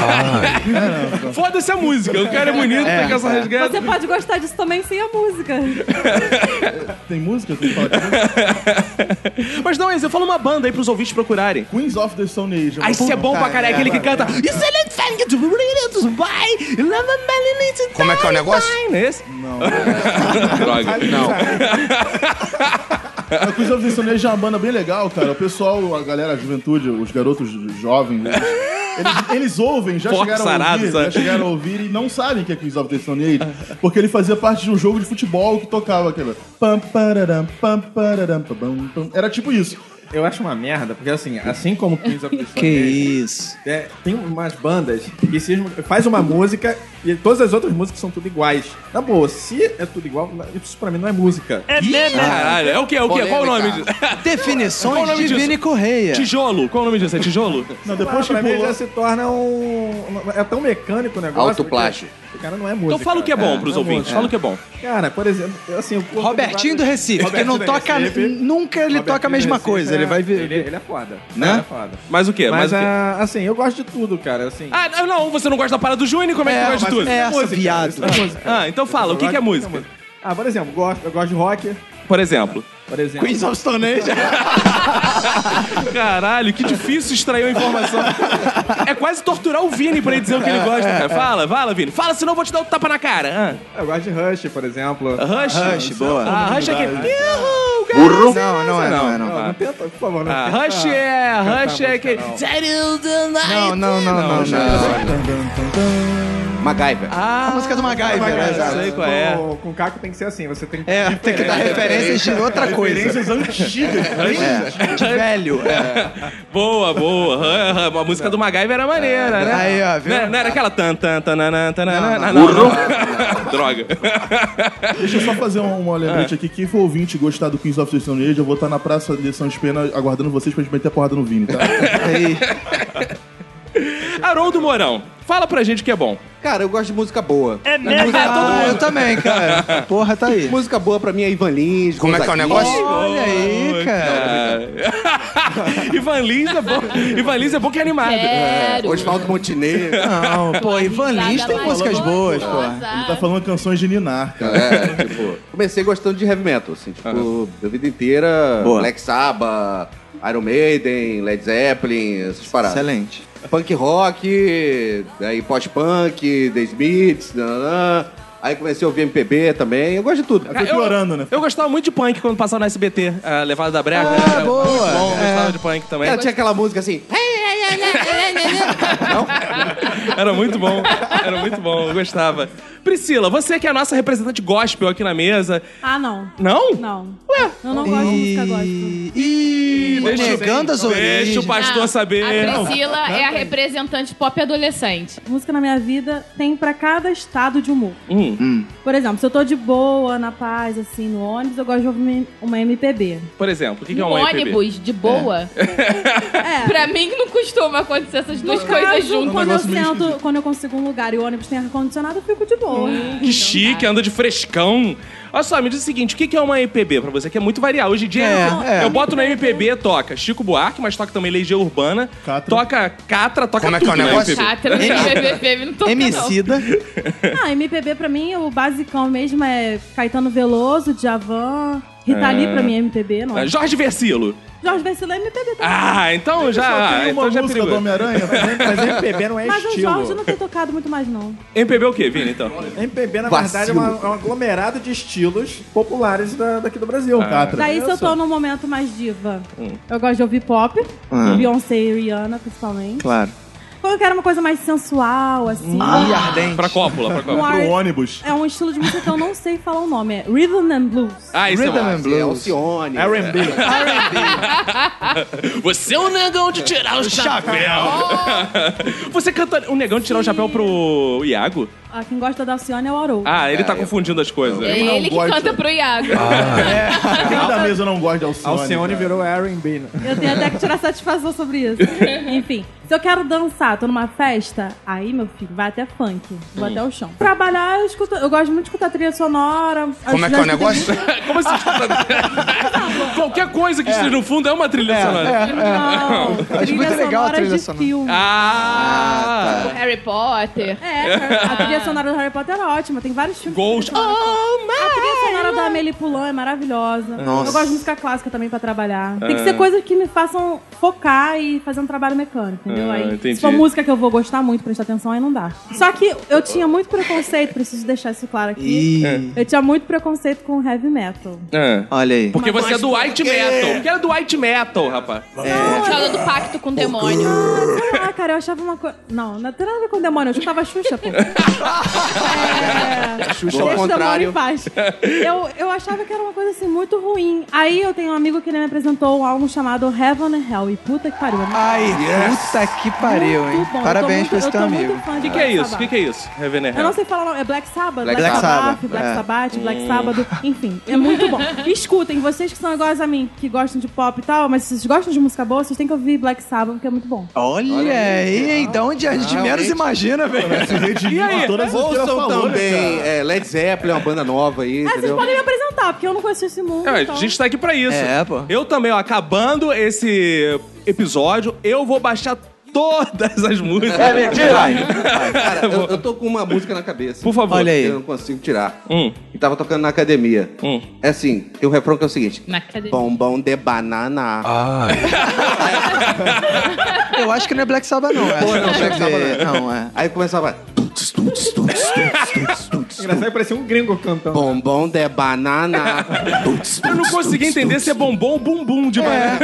Speaker 1: Foda-se a música. O cara é bonito, tem que essa rasgada.
Speaker 5: Você pode gostar disso também sem a música.
Speaker 4: Tem música? Tem que falar de música?
Speaker 1: Mas não, Enzo, fala uma banda aí pros ouvintes procurarem.
Speaker 4: Queens of the Stone Age.
Speaker 1: Aí isso é bom pra caralho, aquele que canta. Isso é lindo, thank you, really, it's why, love and belly, it's
Speaker 8: Como é que é o negócio?
Speaker 1: fine. É esse? Não. Droga.
Speaker 4: A Queens of the Stone Age é uma banda bem legal, cara. O pessoal, a galera, a juventude, os garotos jovens, eles, eles- eles ouvem, já
Speaker 1: Porco
Speaker 4: chegaram, a
Speaker 1: sarado,
Speaker 4: ouvir,
Speaker 1: sabe?
Speaker 4: já chegaram a ouvir e não sabem que é Queens of the Stone Age, porque ele fazia parte de um jogo de futebol que tocava aquela... pam, pararam, pam, pararam, pam, pam, pam. Era tipo isso.
Speaker 6: Eu acho uma merda, porque assim, assim como Queens of the Stone
Speaker 2: Que
Speaker 6: Age,
Speaker 2: isso.
Speaker 6: é, tem umas bandas que se, faz uma música e todas as outras músicas são tudo iguais. Na boa, se é tudo igual, isso pra mim não é né? música.
Speaker 1: Caralho, é o quê? É o quê? Qual o nome disso?
Speaker 7: Polêmica.
Speaker 1: Qual o
Speaker 2: Definições
Speaker 1: nome
Speaker 2: de
Speaker 1: disso?
Speaker 2: Vini Correia.
Speaker 1: Tijolo. Qual o nome disso? É tijolo?
Speaker 4: Não, depois que
Speaker 6: pra mim
Speaker 4: pulou...
Speaker 6: já se torna um. É tão mecânico o negócio.
Speaker 7: Autoplágio.
Speaker 6: porque O cara não é música.
Speaker 1: Então fala o que é bom
Speaker 6: É, não
Speaker 1: pros
Speaker 6: é
Speaker 1: ouvintes.
Speaker 6: música.
Speaker 1: Fala o que é bom.
Speaker 6: Cara, por exemplo, assim, o corpo
Speaker 2: Robertinho do
Speaker 6: de vários-
Speaker 2: Recife, que
Speaker 6: Robertinho
Speaker 2: não
Speaker 6: do
Speaker 2: toca.
Speaker 6: Recife.
Speaker 2: Nunca ele
Speaker 6: Robertinho
Speaker 2: toca a mesma
Speaker 6: do Recife
Speaker 2: coisa.
Speaker 6: é-
Speaker 2: Ele vai ver.
Speaker 6: Ele, ele é foda.
Speaker 2: Né?
Speaker 6: Ele é foda.
Speaker 1: Mas o quê?
Speaker 6: Mas,
Speaker 1: o quê?
Speaker 7: é-
Speaker 6: ah, assim, eu gosto de tudo, cara. Assim,
Speaker 1: Ah, não, não, você não gosta da parada do Juni? Como é que
Speaker 2: É,
Speaker 1: tu gosta de tudo?
Speaker 2: mas- é, essa, viado.
Speaker 6: isso não é música.
Speaker 1: Ah, então fala, o que, que é música?
Speaker 6: Ah, por exemplo, gosto, eu gosto de rock,
Speaker 1: Por exemplo.
Speaker 6: por exemplo.
Speaker 2: of Stone Age.
Speaker 1: Caralho, que difícil extrair a informação. É quase torturar o Vini pra ele dizer o que ele gosta, cara. Fala, fala, Vini. Fala, senão eu vou te dar um tapa na cara.
Speaker 6: Eu gosto de Rush, por exemplo.
Speaker 1: Ah, Rush?
Speaker 2: Rush, boa.
Speaker 1: Ah, Rush é aquele. Yuhu, cara.
Speaker 2: Burro? Não, não é, não é, não.
Speaker 6: Não, não tenta, por favor, não
Speaker 1: Ah,
Speaker 6: tenta.
Speaker 1: Rush é. Rush é aquele.
Speaker 2: Não, não, não, não, não.
Speaker 7: MacGyver.
Speaker 2: A música do MacGyver,
Speaker 6: Cara,
Speaker 2: é,
Speaker 1: Exato.
Speaker 2: exato.
Speaker 1: sei qual é.
Speaker 6: Com, com o Caco tem que ser assim, você tem que...
Speaker 2: É, tem que dar referências de outra coisa.
Speaker 4: Referências antigas.
Speaker 2: É, de velho. É.
Speaker 1: Boa, boa. Ah, ah, A música do MacGyver era maneira, né?
Speaker 2: Aí, ó,
Speaker 1: Não,
Speaker 2: viu?
Speaker 1: era- não era aquela tan tan tananã, tananã, não, não, não. Droga.
Speaker 4: Deixa eu só fazer um- uma
Speaker 1: É.
Speaker 4: lembrete aqui. Quem for ouvinte e gostar do Kings of the Stone Age, eu vou estar na Praça de São Espena aguardando vocês pra gente meter a porrada no Vini, tá?
Speaker 2: Aí.
Speaker 1: Haroldo Mourão, fala pra gente o que é bom.
Speaker 7: Cara, eu gosto de música boa. É
Speaker 2: Ah, eu também, cara. Porra, tá aí.
Speaker 7: Música boa pra mim é Ivan Lins.
Speaker 8: Como é que é o
Speaker 7: Gonzaguinha.
Speaker 8: negócio?
Speaker 2: Olha aí, cara.
Speaker 1: Ivan Lins é bom. Ivan Lins é bom que é animado.
Speaker 3: Quero.
Speaker 7: Oswaldo Montenegro.
Speaker 2: Não, pô, Ivan Lins tem músicas boas, pô.
Speaker 4: Ele tá falando canções de Ninar, cara.
Speaker 7: É, tipo, comecei gostando de heavy metal, assim, tipo, minha vida inteira,
Speaker 2: Boa.
Speaker 7: Black Sabbath, Iron Maiden, Led Zeppelin, essas paradas.
Speaker 2: Excelente.
Speaker 7: Punk rock, aí pós-punk, The Smiths, nananã. aí comecei a ouvir MPB também, eu gosto de tudo.
Speaker 4: Foi piorando, né?
Speaker 1: Eu gostava muito de punk quando passava no SBT, a eh, levada da breca.
Speaker 2: Ah,
Speaker 1: Era
Speaker 2: boa. É.
Speaker 1: Muito bom, gostava de punk também.
Speaker 7: Cara, tinha aquela música assim,
Speaker 1: Era muito bom, era muito bom, eu gostava. Priscila, você que é a nossa representante gospel aqui na mesa.
Speaker 5: Ah, não.
Speaker 1: Não?
Speaker 5: Não.
Speaker 1: Ué?
Speaker 5: Eu não gosto de música gospel.
Speaker 2: E
Speaker 1: Deixa-
Speaker 2: negando as origens.
Speaker 1: Deixa o pastor saber.
Speaker 3: Ah, A Priscila é a representante pop adolescente.
Speaker 5: Música na minha vida tem pra cada estado de humor.
Speaker 1: Hum.
Speaker 5: Por exemplo, se eu tô de boa, na paz, assim, no ônibus, eu gosto de ouvir uma MPB.
Speaker 1: Por exemplo, o que, que é
Speaker 3: Um
Speaker 1: um MPB?
Speaker 3: ônibus, de boa.
Speaker 5: É.
Speaker 3: Pra mim não costuma acontecer essas duas coisas
Speaker 5: caso,
Speaker 3: juntas.
Speaker 5: quando eu
Speaker 4: negócio meio
Speaker 5: sento, quando eu consigo um lugar e o ônibus tem ar-condicionado, eu fico de boa.
Speaker 1: Que chique, anda de frescão. Olha só, me diz o seguinte, o que que é uma MPB pra você? Que é muito variado. Hoje em dia,
Speaker 2: É,
Speaker 1: eu,
Speaker 2: é.
Speaker 1: eu boto na MPB, toca Chico Buarque, mas toca também Legião Urbana,
Speaker 4: Catra.
Speaker 1: toca Catra, toca
Speaker 8: Como é que
Speaker 1: tudo
Speaker 8: é o
Speaker 1: na
Speaker 8: negócio?
Speaker 1: MPB.
Speaker 3: Chata, não MPB, não toca não.
Speaker 2: Emicida.
Speaker 5: Ah, MPB pra mim, o basicão mesmo é Caetano Veloso, Djavan, Rita Lee pra mim é MPB, não é?
Speaker 1: Jorge Versilo.
Speaker 5: Jorge Versilo é MPB também.
Speaker 1: Ah, então já,
Speaker 4: Só tem uma
Speaker 1: então já é
Speaker 4: música do
Speaker 1: perigoso.
Speaker 4: Homem-Aranha.
Speaker 6: Mas MPB
Speaker 4: Ah,
Speaker 6: não é
Speaker 5: Mas o
Speaker 6: estilo.
Speaker 5: Jorge não tem tocado muito mais, não.
Speaker 1: MPB é o quê, Vini, então?
Speaker 6: MPB, na verdade, é, uma- é um aglomerado de estilos populares da- daqui do Brasil. Catra.
Speaker 5: Daí, se eu tô num momento mais diva, eu gosto de ouvir pop, Beyoncé e Rihanna, principalmente.
Speaker 2: Claro.
Speaker 5: Quando eu quero uma coisa mais sensual, assim.
Speaker 2: E ardente.
Speaker 1: Pra cópula, pra
Speaker 5: um
Speaker 1: cópula.
Speaker 5: ar-
Speaker 4: Pro ônibus.
Speaker 5: É um estilo de música que eu não sei falar o nome. É Rhythm and Blues.
Speaker 1: Ah, isso é
Speaker 2: Rhythm
Speaker 1: bom.
Speaker 2: and Blues.
Speaker 7: Alcione.
Speaker 1: Você é um negão de tirar o chapéu. Você canta um negão de tirar o chapéu pro Iago?
Speaker 5: Ah, quem gosta da Alcione é o Haroldo.
Speaker 1: Ah, ele tá confundindo as coisas.
Speaker 3: É
Speaker 4: não
Speaker 3: ele que
Speaker 4: gosta.
Speaker 3: canta pro Iago.
Speaker 4: Quem da mesa não gosta de Alcione?
Speaker 6: Alcione
Speaker 4: cara?
Speaker 6: virou Aaron B. né?
Speaker 5: Eu tenho até que tirar satisfação sobre isso. Enfim, se eu quero dançar, tô numa festa, aí, meu filho, vai até funk. Vou
Speaker 8: Hum.
Speaker 5: até o chão. Trabalhar, eu escuto. Eu gosto muito de escutar trilha sonora.
Speaker 8: Como é que é o negócio?
Speaker 1: Como assim? Qualquer coisa que esteja no fundo é uma trilha sonora.
Speaker 5: Não,
Speaker 2: Acho É muito
Speaker 5: trilha
Speaker 2: legal a
Speaker 5: sonora
Speaker 2: trilha
Speaker 5: de
Speaker 2: sonora.
Speaker 5: filme.
Speaker 1: Ah!
Speaker 3: O Harry Potter.
Speaker 5: É, a trilha sonora do Harry Potter é ótima. Tem vários filmes.
Speaker 1: Ghost. Oh, man.
Speaker 5: A trilha sonora da Amélie Poulain é maravilhosa.
Speaker 2: Nossa.
Speaker 5: Eu gosto de música clássica também pra trabalhar. Tem
Speaker 1: É.
Speaker 5: que ser coisas que me façam focar e fazer um trabalho mecânico, entendeu?
Speaker 1: Ah,
Speaker 5: aí,
Speaker 1: entendi.
Speaker 5: se for música que eu vou gostar muito, prestar atenção, aí não dá. Só que eu tinha muito preconceito, preciso deixar isso claro aqui.
Speaker 2: Ih,
Speaker 5: Eu tinha muito preconceito com heavy metal.
Speaker 1: Ah.
Speaker 2: olha aí.
Speaker 1: Porque você é do white metal. Porque era do white metal, rapaz.
Speaker 3: Fala do pacto com o demônio.
Speaker 5: Sei lá, Ah, cara, eu achava uma coisa. Não, não tem nada a ver com o demônio, eu chutava a Xuxa, pô. é...
Speaker 7: Xuxa ao
Speaker 5: Deixa o demônio em
Speaker 7: contrário.
Speaker 5: paz. Eu, eu achava que era uma coisa assim muito ruim. Aí eu tenho um amigo que ele me apresentou um álbum chamado Heaven and Hell. E puta que pariu. é muito
Speaker 2: Ai, puta que pariu, hein?
Speaker 5: bom. Eu tô
Speaker 2: Parabéns
Speaker 5: muito-
Speaker 2: pra esse
Speaker 5: eu
Speaker 2: teu
Speaker 5: tô
Speaker 2: amigo.
Speaker 5: muito fã
Speaker 1: O
Speaker 5: de
Speaker 1: que, que é
Speaker 5: Black
Speaker 1: isso? O que,
Speaker 5: Sabbath.
Speaker 1: que é isso? Revener
Speaker 5: Eu não sei falar o nome. É Black Sabbath?
Speaker 7: Black
Speaker 2: Sabbath,
Speaker 5: Black
Speaker 2: é.
Speaker 5: Sabbath,
Speaker 1: Hum.
Speaker 5: Black Sabbath, enfim. É muito bom. Escutem, vocês que são iguais a mim, que gostam de pop e tal, mas se vocês gostam de música boa, vocês têm que ouvir Black Sabbath, porque é muito bom.
Speaker 2: Olha, aí, hein? Da onde a gente menos imagina, velho.
Speaker 4: Se redimiu de todas as que ela
Speaker 7: Ouçam
Speaker 4: falou, né,
Speaker 7: também
Speaker 4: cara?
Speaker 7: é, Led Zeppelin, uma banda nova aí,
Speaker 5: Ah, vocês
Speaker 7: entendeu?
Speaker 5: podem me apresentar, porque eu não conheço esse mundo.
Speaker 1: É,
Speaker 5: então.
Speaker 1: a gente tá aqui pra isso.
Speaker 2: É, pô.
Speaker 1: Eu também, ó, acabando esse episódio, eu vou baixar todas as músicas. É
Speaker 7: Cara, eu, eu tô com uma música na cabeça.
Speaker 1: Por favor.
Speaker 2: Olha aí.
Speaker 7: Eu não consigo tirar.
Speaker 1: Hum.
Speaker 7: E tava tocando na academia.
Speaker 1: Hum.
Speaker 7: É assim, tem um refrão que é o seguinte.
Speaker 3: Na academia.
Speaker 7: Bombom de banana.
Speaker 2: Eu acho que não é Black Sabbath, não. Acho
Speaker 7: Pô,
Speaker 2: que
Speaker 7: não,
Speaker 2: deixa eu
Speaker 7: Black Sabbath
Speaker 2: ver. Não, é.
Speaker 7: Aí começava... tuts, tuts, tuts, tuts, tuts, tuts.
Speaker 6: Engraçado que parecia um gringo cantando.
Speaker 7: Bombom de banana.
Speaker 1: Eu não consegui entender se é bombom ou bumbum de banana.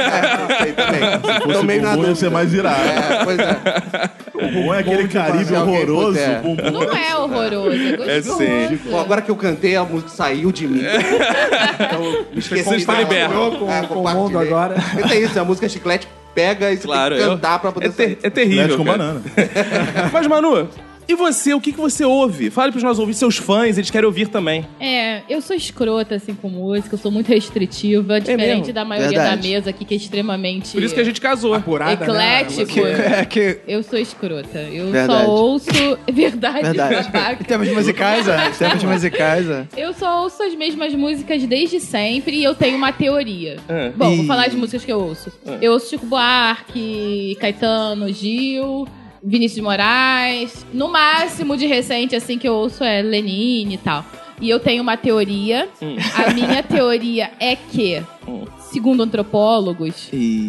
Speaker 7: Sei também.
Speaker 4: Se
Speaker 7: Tô meio na
Speaker 4: bumbum ia ser
Speaker 7: dúvida.
Speaker 4: mais irado.
Speaker 7: É, pois é.
Speaker 4: O bumbum é aquele Caribe
Speaker 7: banana.
Speaker 4: horroroso.
Speaker 7: É.
Speaker 4: o bumbum.
Speaker 3: Não é horroroso, é gostoso.
Speaker 1: É sim.
Speaker 7: Bom, agora que eu cantei, a música saiu de mim. Então, me esqueci É,
Speaker 1: Você está
Speaker 7: dela.
Speaker 1: liberto.
Speaker 6: Com- com o mundo agora.
Speaker 7: Então é isso, a música chiclete pega e você
Speaker 1: Claro,
Speaker 7: tem que cantar
Speaker 1: eu-
Speaker 7: pra poder
Speaker 1: é, ter-
Speaker 7: sair.
Speaker 1: é terrível.
Speaker 4: Mexe com
Speaker 1: cara.
Speaker 4: banana.
Speaker 1: Mas, Manu, e você? O que, que você ouve? Fale pros nossos ouvintes, seus fãs, eles querem ouvir também.
Speaker 3: É, eu sou escrota, assim, com música, eu sou muito restritiva, diferente
Speaker 1: mesmo?
Speaker 3: da maioria
Speaker 2: Verdade.
Speaker 3: da mesa aqui, que é extremamente
Speaker 1: Por isso que a gente casou.
Speaker 6: Apurada, né?
Speaker 3: eclético.
Speaker 2: É que.
Speaker 3: Eu sou escrota. Eu
Speaker 2: Verdade.
Speaker 3: só ouço. Verdade,
Speaker 2: Verdade.
Speaker 3: babaca.
Speaker 2: Em termos musicais, é. Em termos musicais, é.
Speaker 3: Eu só ouço as mesmas músicas desde sempre e eu tenho uma teoria. Bom, vou
Speaker 2: Ih.
Speaker 3: falar de músicas que eu ouço. Eu ouço Chico Buarque, Caetano, Gil, Vinícius de Moraes. No máximo de recente, assim, que eu ouço é Lenine e tal. E eu tenho uma teoria. A minha teoria é que, segundo antropólogos...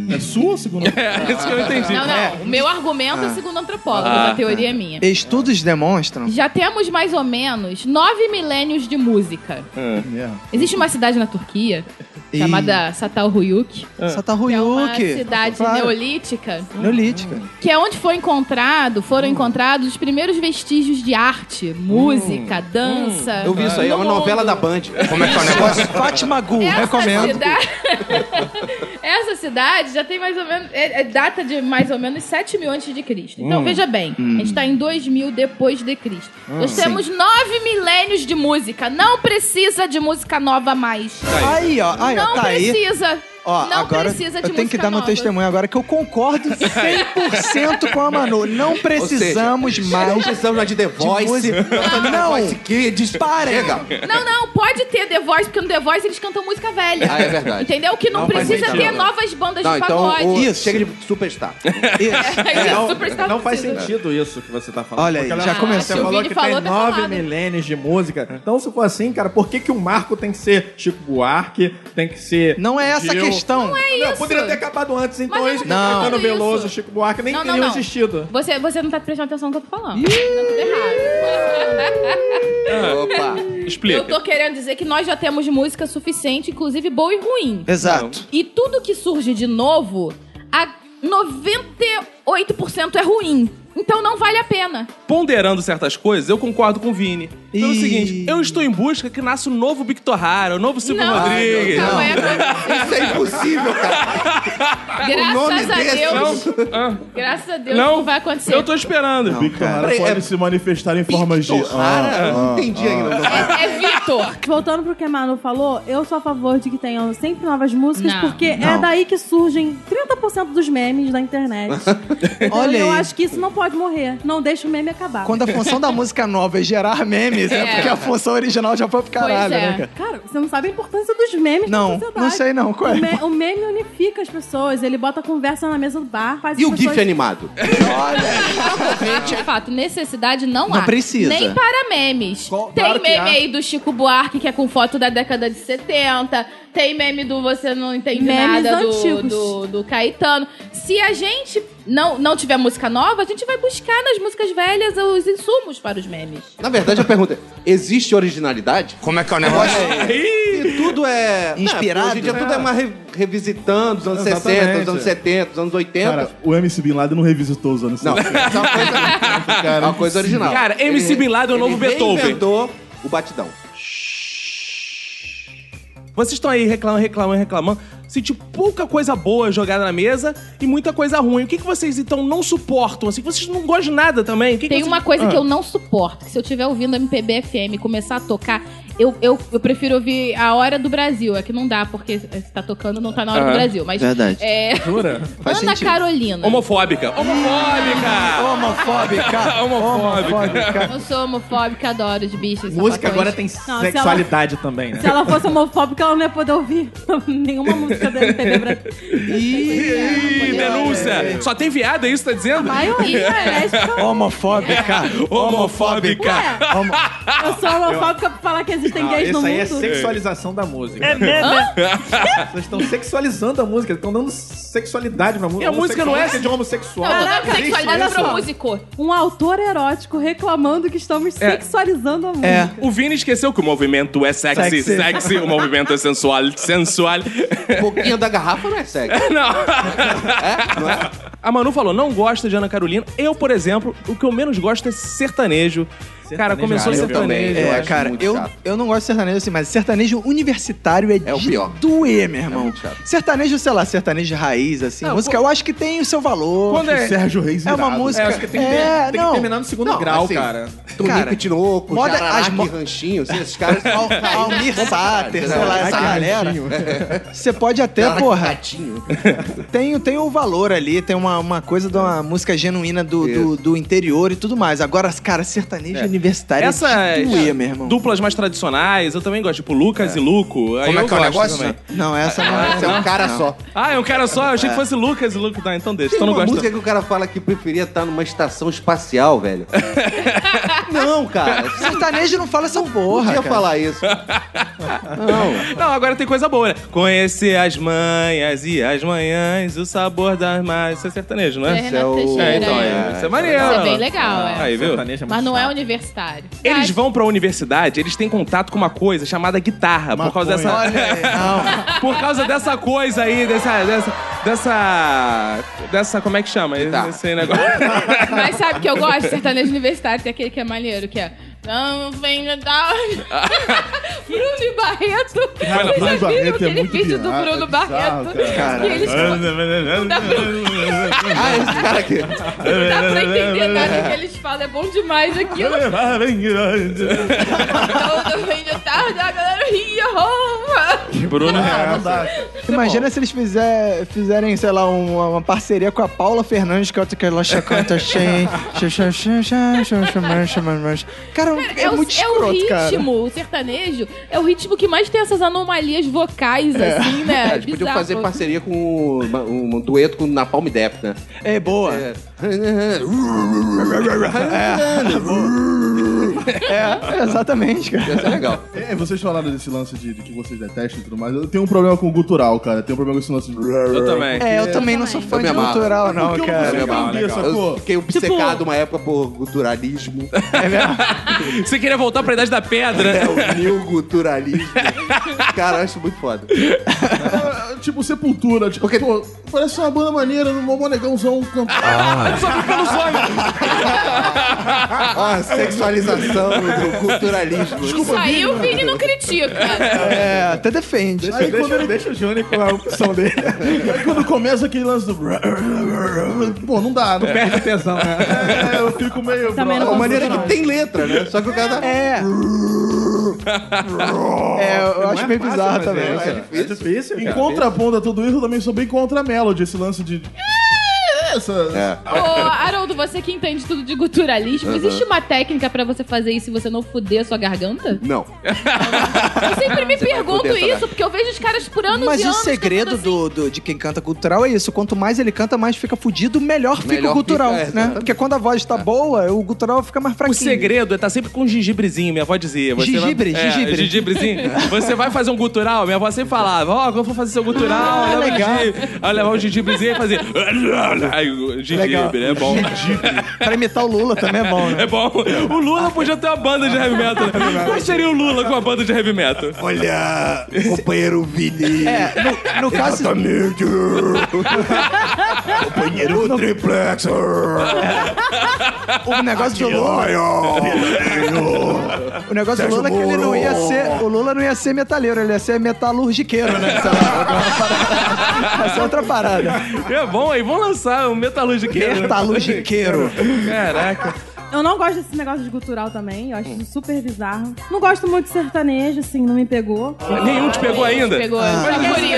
Speaker 4: É sua, segunda?
Speaker 1: É isso que eu entendi.
Speaker 3: Não, não. O meu argumento é segundo antropólogos. A teoria é minha.
Speaker 2: Estudos demonstram.
Speaker 3: Já temos mais ou menos nove milênios de música.
Speaker 4: Merda.
Speaker 3: Existe uma cidade na Turquia
Speaker 2: Ih.
Speaker 3: chamada Satalhuyuk, que é uma
Speaker 2: Sataruyuki.
Speaker 3: cidade
Speaker 2: tá Claro.
Speaker 3: neolítica,
Speaker 2: Neolítica.
Speaker 3: que é onde foi encontrado,
Speaker 7: Hum.
Speaker 3: foram encontrados os primeiros vestígios de arte, música, dança.
Speaker 7: Hum. Eu vi isso aí, é
Speaker 3: no
Speaker 7: uma
Speaker 3: mundo.
Speaker 7: novela da Band.
Speaker 8: Como é que é o negócio?
Speaker 2: Fátima Gu,
Speaker 3: É Essa
Speaker 2: recomendo.
Speaker 3: Cidade... Essa cidade já tem mais ou menos. É, é data de mais ou menos 7 mil antes de Cristo.
Speaker 7: Hum.
Speaker 3: Então, veja bem, a gente tá em 2 mil depois de Cristo. Nós temos nove milênios de música. Não precisa de música nova mais.
Speaker 2: Aí, ó. Aí, ó.
Speaker 3: não
Speaker 2: Tá aí.
Speaker 3: precisa.
Speaker 2: Ó,
Speaker 3: não
Speaker 2: agora
Speaker 3: precisa de
Speaker 2: eu tenho que
Speaker 3: música
Speaker 2: dar meu
Speaker 3: nova.
Speaker 2: testemunho agora que eu concordo 100% com a Manu. Não precisamos
Speaker 7: Não
Speaker 2: mais
Speaker 7: precisamos mais de The
Speaker 2: de
Speaker 7: Voice.
Speaker 2: música. Não,
Speaker 7: Voice Kids.
Speaker 2: parem.
Speaker 3: Não, não, pode ter The Voice, porque no The Voice eles cantam música velha.
Speaker 7: Ah, é verdade.
Speaker 3: Entendeu? Que não, precisa
Speaker 7: sentido.
Speaker 3: ter novas bandas
Speaker 7: Não,
Speaker 3: de
Speaker 7: então
Speaker 3: pagode. É
Speaker 7: o-
Speaker 2: Isso.
Speaker 7: chega de superstar.
Speaker 2: É. Isso.
Speaker 3: Isso, Ah,
Speaker 6: não,
Speaker 3: superstar
Speaker 6: não faz
Speaker 3: precisa.
Speaker 6: sentido isso que você tá falando.
Speaker 2: Olha aí,
Speaker 6: Porque ela- Você
Speaker 2: já
Speaker 3: Se o
Speaker 2: começou.
Speaker 6: falou
Speaker 3: Vini
Speaker 6: que
Speaker 3: falou,
Speaker 6: tem
Speaker 3: tá
Speaker 6: nove
Speaker 3: falado.
Speaker 6: milênios de música. Então, se for assim, cara, por que, que o marco tem que ser Chico Buarque, tem que ser...
Speaker 2: Não é essa a
Speaker 6: Gil?
Speaker 2: questão.
Speaker 6: Não,
Speaker 3: isso.
Speaker 6: poderia ter acabado antes, então
Speaker 3: Mas eu
Speaker 6: eles
Speaker 3: não tô
Speaker 2: falando
Speaker 6: Caetano Veloso,
Speaker 3: isso.
Speaker 6: Chico Buarque nem
Speaker 3: Não, não,
Speaker 6: teriam
Speaker 3: não.
Speaker 6: existido.
Speaker 3: Você, você não tá prestando atenção no que eu tô falando. Tá tudo errado.
Speaker 7: Opa.
Speaker 1: Explica.
Speaker 3: Eu tô querendo dizer que nós já temos música suficiente, inclusive boa e ruim.
Speaker 2: Exato.
Speaker 3: E tudo que surge de novo, a 98% é ruim. Então não vale a pena.
Speaker 1: Ponderando certas coisas, eu concordo com o Vini. Pelo
Speaker 2: Ih.
Speaker 1: seguinte, eu estou em busca que nasça o novo Victor Hara, o novo Silvio
Speaker 3: não,
Speaker 1: Rodrigues.
Speaker 3: não vai acontecer.
Speaker 7: Isso é impossível, cara. nome
Speaker 3: Graças a
Speaker 7: desse-
Speaker 3: Deus.
Speaker 1: Ah,
Speaker 3: Graças a Deus
Speaker 1: não,
Speaker 3: não vai acontecer.
Speaker 1: Eu tô esperando.
Speaker 4: Victor Hara
Speaker 7: Peraí,
Speaker 4: pode
Speaker 7: é-
Speaker 4: se manifestar em formas de. Ah,
Speaker 7: Cara, não entendi ainda.
Speaker 3: É, é Vitor.
Speaker 5: Voltando pro que a Manu falou, eu sou a favor de que tenham sempre novas músicas,
Speaker 3: Não.
Speaker 5: porque é daí que surgem 30% dos memes da internet. Então,
Speaker 2: Olha
Speaker 5: eu
Speaker 2: aí.
Speaker 5: acho que isso não pode morrer. Não deixa o meme acabar.
Speaker 2: Quando a função da música nova é gerar memes, é,
Speaker 3: É.
Speaker 2: porque a função original já foi pro caralho,
Speaker 3: Pois é.
Speaker 2: né, cara?
Speaker 5: Cara, você não sabe a importância dos memes
Speaker 2: Não,
Speaker 5: pra sociedade.
Speaker 2: não sei não, qual é?
Speaker 5: O, me- o meme unifica as pessoas, ele bota a conversa na mesa do bar, faz
Speaker 7: E
Speaker 5: as
Speaker 7: o GIF é
Speaker 5: pessoas...
Speaker 7: animado?
Speaker 3: é. De é fato, necessidade não,
Speaker 2: Não
Speaker 3: há.
Speaker 2: precisa.
Speaker 3: Nem para memes.
Speaker 7: Qual-
Speaker 3: tem
Speaker 7: claro que
Speaker 3: meme
Speaker 7: há.
Speaker 3: aí do Chico Buarque, que é com foto da década de 70. Tem meme do Você Não Entende
Speaker 5: Memes
Speaker 3: Nada, do,
Speaker 5: antigos.
Speaker 3: do, do Caetano. Se a gente não, não tiver música nova, a gente vai buscar nas músicas velhas os insumos para os memes.
Speaker 7: Na verdade, a pergunta é: existe originalidade?
Speaker 8: Como é que é o negócio?
Speaker 7: E tudo é.
Speaker 2: Inspirado.
Speaker 7: Não, hoje em dia tudo é uma re- revisitando os anos
Speaker 4: Exatamente.
Speaker 7: 60, os anos 70, os anos 80.
Speaker 4: Cara, o MC Bin Laden não revisitou os
Speaker 7: é
Speaker 4: anos
Speaker 7: não,
Speaker 4: 60.
Speaker 7: isso é uma coisa, é uma coisa original.
Speaker 1: Cara, MC Bin Laden é o novo
Speaker 7: ele
Speaker 1: Beethoven.
Speaker 7: inventou o batidão.
Speaker 1: Vocês estão aí reclamando, reclamando, reclamando. Senti pouca coisa boa jogada na mesa e muita coisa ruim. O que, que vocês então não suportam? Assim, que vocês não gostam de nada também? O que que
Speaker 3: Tem
Speaker 1: vocês-
Speaker 3: uma coisa
Speaker 1: Ah.
Speaker 3: que eu não suporto, que se eu estiver ouvindo MPB FM e começar a tocar, eu, eu, eu prefiro ouvir a hora do Brasil. É que não dá, porque se tá tocando, não tá na hora do
Speaker 1: Aham.
Speaker 3: Brasil. Mas
Speaker 2: Verdade.
Speaker 3: é,
Speaker 1: Jura?
Speaker 2: Faz
Speaker 3: Ana
Speaker 2: sentido.
Speaker 3: Carolina.
Speaker 1: Homofóbica. Homofóbica!
Speaker 2: Homofóbica!
Speaker 1: Homofóbica.
Speaker 3: Eu sou homofóbica, adoro os bichos.
Speaker 6: Música
Speaker 3: sapatões.
Speaker 6: agora tem
Speaker 5: ela-
Speaker 6: sexualidade também, né?
Speaker 5: Se ela fosse homofóbica, ela não ia poder ouvir nenhuma música do MPB brasileiro.
Speaker 1: Ih, denúncia! Só tem viada, é isso que tá dizendo?
Speaker 5: maioria é lésbica.
Speaker 2: Homofóbica!
Speaker 1: Homofóbica!
Speaker 5: Ué, eu sou homofóbica por falar que existem
Speaker 6: Não,
Speaker 5: gays
Speaker 6: isso
Speaker 5: no
Speaker 6: aí é
Speaker 5: mundo.
Speaker 6: sexualização da música. É mesmo? Vocês estão sexualizando a música, estão dando sexualidade pra música.
Speaker 1: E a música não é-
Speaker 6: Homossexual de
Speaker 3: Não,
Speaker 6: homossexual.
Speaker 3: eu tô
Speaker 5: Caraca,
Speaker 3: dando
Speaker 5: olha
Speaker 3: sexualidade pro
Speaker 5: só.
Speaker 3: músico.
Speaker 5: Um autor erótico reclamando que estamos
Speaker 1: É.
Speaker 5: sexualizando a música.
Speaker 2: É.
Speaker 1: O Vini esqueceu que o movimento é sexy, sexy,
Speaker 2: Sexy.
Speaker 1: o movimento é sensual, sensual.
Speaker 7: Um pouquinho da garrafa não é sexo.
Speaker 1: Não.
Speaker 7: É? Não é?
Speaker 1: A Manu falou, não gosta de Ana Carolina. Eu, por exemplo, o que eu menos gosto é sertanejo. cara, começou
Speaker 7: cara, eu
Speaker 1: sertanejo.
Speaker 7: também.
Speaker 2: É,
Speaker 7: acho
Speaker 2: cara,
Speaker 7: muito
Speaker 2: eu,
Speaker 7: chato.
Speaker 2: eu não gosto de sertanejo assim, mas sertanejo universitário é,
Speaker 7: É o
Speaker 2: de
Speaker 7: pior. É
Speaker 2: doer, meu irmão.
Speaker 7: muito chato.
Speaker 2: sertanejo, sei lá, sertanejo de raiz, assim,
Speaker 1: Não,
Speaker 2: música, eu acho que tem o seu valor.
Speaker 1: Quando é-
Speaker 4: Sérgio Reis
Speaker 2: É uma
Speaker 7: né?
Speaker 4: irado.
Speaker 2: música.
Speaker 6: É, acho que tem, que,
Speaker 2: É,
Speaker 6: tem que
Speaker 2: não.
Speaker 6: terminar no segundo
Speaker 7: Não,
Speaker 6: grau,
Speaker 7: assim,
Speaker 6: cara.
Speaker 2: Cara,
Speaker 7: Tunico e Tinoco,
Speaker 2: moda- as
Speaker 7: Jararaca
Speaker 2: mo-
Speaker 7: e Ranchinho, assim, esses caras...
Speaker 2: Al- é Almir Sater, sei lá, essa galera. Você pode até,
Speaker 7: né? Jararaca e
Speaker 2: porra,
Speaker 7: Ratinho.
Speaker 2: tem, tem o valor ali, tem uma, uma coisa de uma música genuína do, do,
Speaker 7: Isso.
Speaker 2: do interior e tudo mais. Agora, cara, sertanejo universitário
Speaker 1: Essas
Speaker 2: é de doer, meu irmão.
Speaker 1: duplas mais tradicionais, eu também gosto, tipo Lucas e Luco. Como
Speaker 8: é que é o negócio?
Speaker 2: Não, essa não é.
Speaker 7: Esse é um cara só.
Speaker 1: Ah, é um cara só, eu achei que fosse Lucas e Luco. Não, então deixa,
Speaker 7: Tem
Speaker 1: então não
Speaker 7: uma
Speaker 1: gosto.
Speaker 7: música que o cara fala que preferia estar numa estação espacial, velho. não, cara. Você
Speaker 2: Sertanejo não fala essa
Speaker 7: não
Speaker 2: porra.
Speaker 7: podia
Speaker 2: cara.
Speaker 7: falar isso.
Speaker 1: Não, agora tem coisa boa, né? Conhecer as manhas e as manhãs, o sabor das mais. Isso é sertanejo, não é?
Speaker 3: É, Renata
Speaker 7: é o-
Speaker 3: Teixeira,
Speaker 1: É, então,
Speaker 3: é.
Speaker 1: é, isso é maneiro.
Speaker 3: Isso é bem legal, é.
Speaker 1: Aí, viu?
Speaker 6: Sertanejo é muito
Speaker 3: Mas não é
Speaker 6: chato.
Speaker 3: universitário.
Speaker 1: Eles
Speaker 3: Mas-
Speaker 1: vão pra universidade, eles têm contato com uma coisa chamada guitarra. Por causa
Speaker 4: Maconha.
Speaker 1: dessa.
Speaker 2: Olha aí, não.
Speaker 1: Por causa dessa coisa aí, dessa. dessa. dessa. dessa como é que chama?
Speaker 7: Guitarra.
Speaker 1: Esse negócio.
Speaker 3: Mas sabe que eu gosto de sertanejo universitário? Tem aquele que é maneiro, que é... Não vem de dar... Bruno e Barreto. Vocês já
Speaker 4: Cara, Bruno
Speaker 3: viram
Speaker 4: Barreto é
Speaker 3: aquele
Speaker 4: muito
Speaker 3: vídeo do
Speaker 4: bizarro,
Speaker 3: Bruno
Speaker 4: é
Speaker 3: Barreto?
Speaker 4: bizarro, cara.
Speaker 3: Que eles... Dá pra-
Speaker 7: Ah, esse cara aqui.
Speaker 3: Não dá pra entender nada que eles falam. É bom demais aquilo. Não vem de tarde, a galera ria, rouba.
Speaker 1: Bruno.
Speaker 4: Ah, não dá.
Speaker 2: Imagina se eles fizer- fizerem, sei lá, um, uma, uma parceria com a Paula Fernandes, que é outra que ela chacanta cheia. Cara, é,
Speaker 3: o-
Speaker 2: muito
Speaker 3: é o
Speaker 2: escroto,
Speaker 3: ritmo,
Speaker 2: cara.
Speaker 3: o sertanejo é o ritmo que mais tem essas anomalias vocais,
Speaker 4: É.
Speaker 3: assim, né?
Speaker 7: É, Eles podiam
Speaker 3: Bizarro.
Speaker 7: fazer parceria com uma- um, dueto com o Napalm Death, né?
Speaker 2: É boa.
Speaker 7: É.
Speaker 2: É, exatamente, cara.
Speaker 7: Ia ser legal.
Speaker 4: É, vocês falaram desse lance de, de que vocês detestam e tudo mais. Eu tenho um problema com o gutural, cara. Eu tenho um problema com esse lance de.
Speaker 1: Eu também.
Speaker 2: É, eu também não sou fã
Speaker 7: Eu me
Speaker 2: de
Speaker 7: amarro.
Speaker 2: cultural, não,
Speaker 4: Porque eu não
Speaker 2: cara.
Speaker 4: consigo
Speaker 7: é Legal,
Speaker 4: entender,
Speaker 7: legal.
Speaker 4: sacou?
Speaker 7: Eu fiquei obcecado uma época por guturalismo.
Speaker 1: Você queria voltar pra Idade da Pedra?
Speaker 7: É o neoguturalismo. Cara, eu acho muito foda.
Speaker 4: É, tipo, Sepultura. Tipo,
Speaker 7: Porque-
Speaker 4: pô, parece uma banda maneira, um monegãozão cantando.
Speaker 1: Ah,
Speaker 7: Ó, a É sexualização
Speaker 2: É,
Speaker 7: do culturalismo. né?
Speaker 3: Isso aí o Vini não critica.
Speaker 2: É, até defende.
Speaker 4: Aí quando, ele-
Speaker 6: Deixa o Johnny com a opção dele.
Speaker 4: aí quando começa aquele lance do. Pô, não dá, não
Speaker 6: Perde tesão, né?
Speaker 4: É, eu fico meio.
Speaker 1: Tá
Speaker 5: Também não
Speaker 7: Uma
Speaker 5: consigo,
Speaker 7: maneira
Speaker 5: não.
Speaker 7: que tem letra, né? Só que o cara tá...
Speaker 2: É. É, eu acho meio bizarro também.
Speaker 6: É,
Speaker 2: cara.
Speaker 6: difícil. É difícil,
Speaker 4: Em
Speaker 6: cara.
Speaker 4: contraponto a tudo isso, eu também sou bem contra a Melody, esse lance de. É, Essa.
Speaker 6: É.
Speaker 3: Ô, Haroldo, você que entende tudo de guturalismo, existe uma técnica pra você fazer isso se você não fuder a sua garganta?
Speaker 7: Não.
Speaker 3: Eu sempre me pergunto
Speaker 7: fuder essa
Speaker 3: isso, porque eu vejo os caras por anos
Speaker 2: Mas
Speaker 3: e
Speaker 2: o
Speaker 3: anos
Speaker 2: segredo
Speaker 5: assim.
Speaker 3: cantando
Speaker 2: do, do- de quem canta cultural é isso. Quanto mais ele canta, mais fica fudido, melhor fica
Speaker 7: Melhor
Speaker 2: o cultural,
Speaker 7: fica, é,
Speaker 2: né?
Speaker 7: exatamente. É.
Speaker 2: Porque quando a voz tá boa, o cultural fica mais
Speaker 1: O
Speaker 2: fraquinho.
Speaker 1: segredo é estar sempre com um gengibrezinho, minha avó dizia. Você
Speaker 2: Gengibre,
Speaker 1: vai... é,
Speaker 2: gengibre.
Speaker 1: gengibrezinho. Você vai fazer um gutural, minha avó sempre falava, ó, quando eu vou fazer seu gutural, leva
Speaker 2: Ah,
Speaker 1: o
Speaker 2: legal.
Speaker 1: gengibre. Aí eu levava o gengibrezinho e fazia... Aí, o gengibre, é bom.
Speaker 2: Pra imitar o Lula também é bom, né?
Speaker 1: É bom. O Lula podia ter uma banda de heavy metal. Qual seria o Lula com uma banda de heavy metal?
Speaker 8: Olha, companheiro Vini.
Speaker 2: É, no, no caso...
Speaker 8: Exatamente. companheiro Triplex.
Speaker 2: O negócio do Lula, o negócio do Lula é que ele não ia ser, o Lula não ia ser metaleiro, ele ia ser metalurgiqueiro, né? Sei lá, alguma parada. Essa é outra parada.
Speaker 1: É bom, aí vamos lançar um metalurgiqueiro.
Speaker 2: Metalurgiqueiro.
Speaker 1: Caraca.
Speaker 5: Eu não gosto desse negócio de gutural também, eu acho isso super bizarro. Não gosto muito de sertanejo, assim, não me pegou.
Speaker 1: Nenhum te pegou ainda?
Speaker 3: Pegou.
Speaker 2: Ah.
Speaker 3: Mas
Speaker 2: é
Speaker 3: por isso.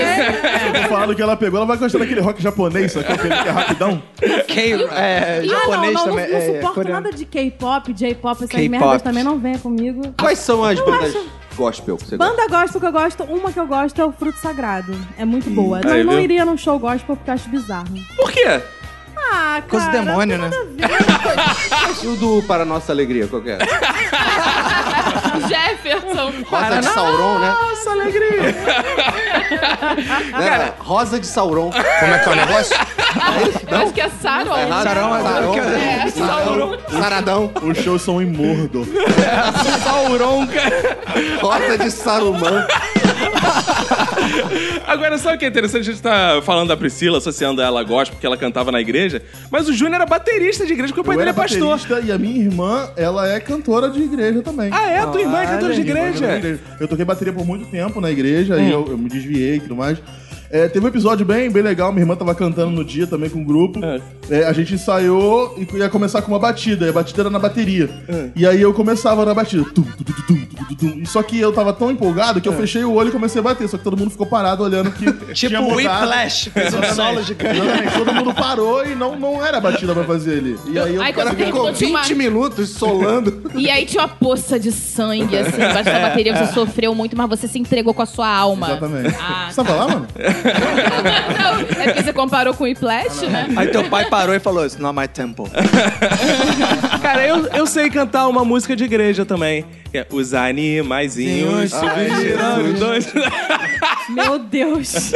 Speaker 4: Eu falo que ela pegou, ela vai gostar daquele rock japonês, só que aquele que é rapidão.
Speaker 2: Keiro, é, japonês
Speaker 5: ah, não, não,
Speaker 2: também.
Speaker 5: não, não
Speaker 2: é,
Speaker 5: suporto
Speaker 2: coreano.
Speaker 5: nada de K-pop, J-pop, essas
Speaker 2: K-pop.
Speaker 5: merdas também não venha comigo.
Speaker 7: Quais são as bandas gospel que você gosta?
Speaker 5: Banda gospel que eu gosto, uma que eu gosto é o Fruto Sagrado. É muito boa.
Speaker 1: Aí,
Speaker 5: eu não
Speaker 1: viu?
Speaker 5: iria num show gospel porque eu acho bizarro.
Speaker 1: Por quê?
Speaker 5: Ah, cara.
Speaker 2: Coisa do demônio, né?
Speaker 7: E o do Para Nossa Alegria, qual que é?
Speaker 3: Jefferson.
Speaker 7: Rosa de Sauron, né? Nossa, alegria! Rosa de Sauron.
Speaker 8: Como é que é o negócio?
Speaker 3: Eu acho que é Saron.
Speaker 7: Tá errado?
Speaker 2: Sauron,
Speaker 7: Sauron.
Speaker 2: é.
Speaker 7: Sauron. Saradão.
Speaker 4: Os shows são um em Mordor.
Speaker 1: Sauron, cara.
Speaker 7: Rosa de Saruman.
Speaker 1: Agora, sabe o que é interessante? A gente tá falando da Priscila, associando ela a gospel, porque ela cantava na igreja. Mas o Júnior era baterista de igreja, porque o pai
Speaker 4: Eu
Speaker 1: dele
Speaker 4: era
Speaker 1: é pastor.
Speaker 4: baterista E a minha irmã, ela é cantora de igreja também.
Speaker 1: Ah, é? Tua irmã é cantora de igreja?
Speaker 4: Eu toquei bateria por muito tempo na igreja, aí eu, eu me desviei e tudo mais. É, teve um episódio bem, bem legal, minha irmã tava cantando no dia também com o grupo. É, a gente ensaiou e ia começar com uma batida, e a batida era na bateria. E aí eu começava na batida. Tum, tum, tum, tum, tum, tum, tum. E Só que eu tava tão empolgado que eu fechei o olho e comecei a bater, só que todo mundo ficou parado olhando que. tinha
Speaker 2: Tipo o
Speaker 4: mudado.
Speaker 2: Whiplash, fez um solo gigante.
Speaker 4: Exatamente, Todo mundo parou e não, não era a batida pra fazer ali. E aí eu
Speaker 3: Aí
Speaker 7: Ela
Speaker 3: quando tem
Speaker 7: ficou
Speaker 3: tinha uma...
Speaker 7: 20 minutos solando. É.
Speaker 3: E aí tinha uma poça de sangue, assim, embaixo da bateria. Você sofreu muito, mas você se entregou com a sua alma.
Speaker 4: Exatamente.
Speaker 3: Ah,
Speaker 4: Você tava lá, mano?
Speaker 3: não, é porque você comparou com o Iplash, né?
Speaker 2: Aí teu pai parou e falou, it's not my temple.
Speaker 1: Cara, eu, eu sei cantar uma música de igreja também. que é Os animaizinhos subgirando dois...
Speaker 5: Meu Deus.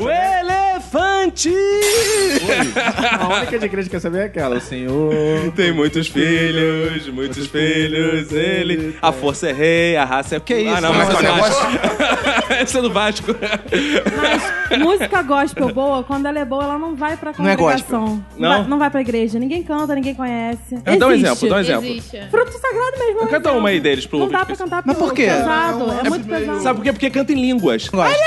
Speaker 1: O elefante!
Speaker 6: A única de igreja que eu sabia é aquela. O senhor...
Speaker 1: Tem muitos filhos, muitos filhos, ele... A força é rei, a raça é... Que
Speaker 2: isso?
Speaker 1: Ah, não,
Speaker 8: Como é
Speaker 1: mas
Speaker 8: que é o
Speaker 1: negócio? Essa é do Vasco.
Speaker 5: Mas música gospel boa, quando ela é boa, ela não vai pra
Speaker 2: Não é gospel.
Speaker 5: congregação.
Speaker 1: Não?
Speaker 5: vai, não vai pra igreja. Ninguém canta, ninguém conhece.
Speaker 1: É, Dá um
Speaker 5: Existe.
Speaker 1: exemplo, dá um exemplo.
Speaker 3: Existe.
Speaker 5: Fruto Sagrado mesmo. é um
Speaker 1: Canta
Speaker 5: exemplo.
Speaker 1: uma aí deles pro
Speaker 5: Não dá pra
Speaker 1: público.
Speaker 5: cantar
Speaker 2: Mas por quê?
Speaker 5: É pesado, é
Speaker 4: Nossa,
Speaker 5: muito
Speaker 4: meio-
Speaker 5: pesado.
Speaker 1: Sabe por quê? Porque canta em línguas.
Speaker 2: Não gosto.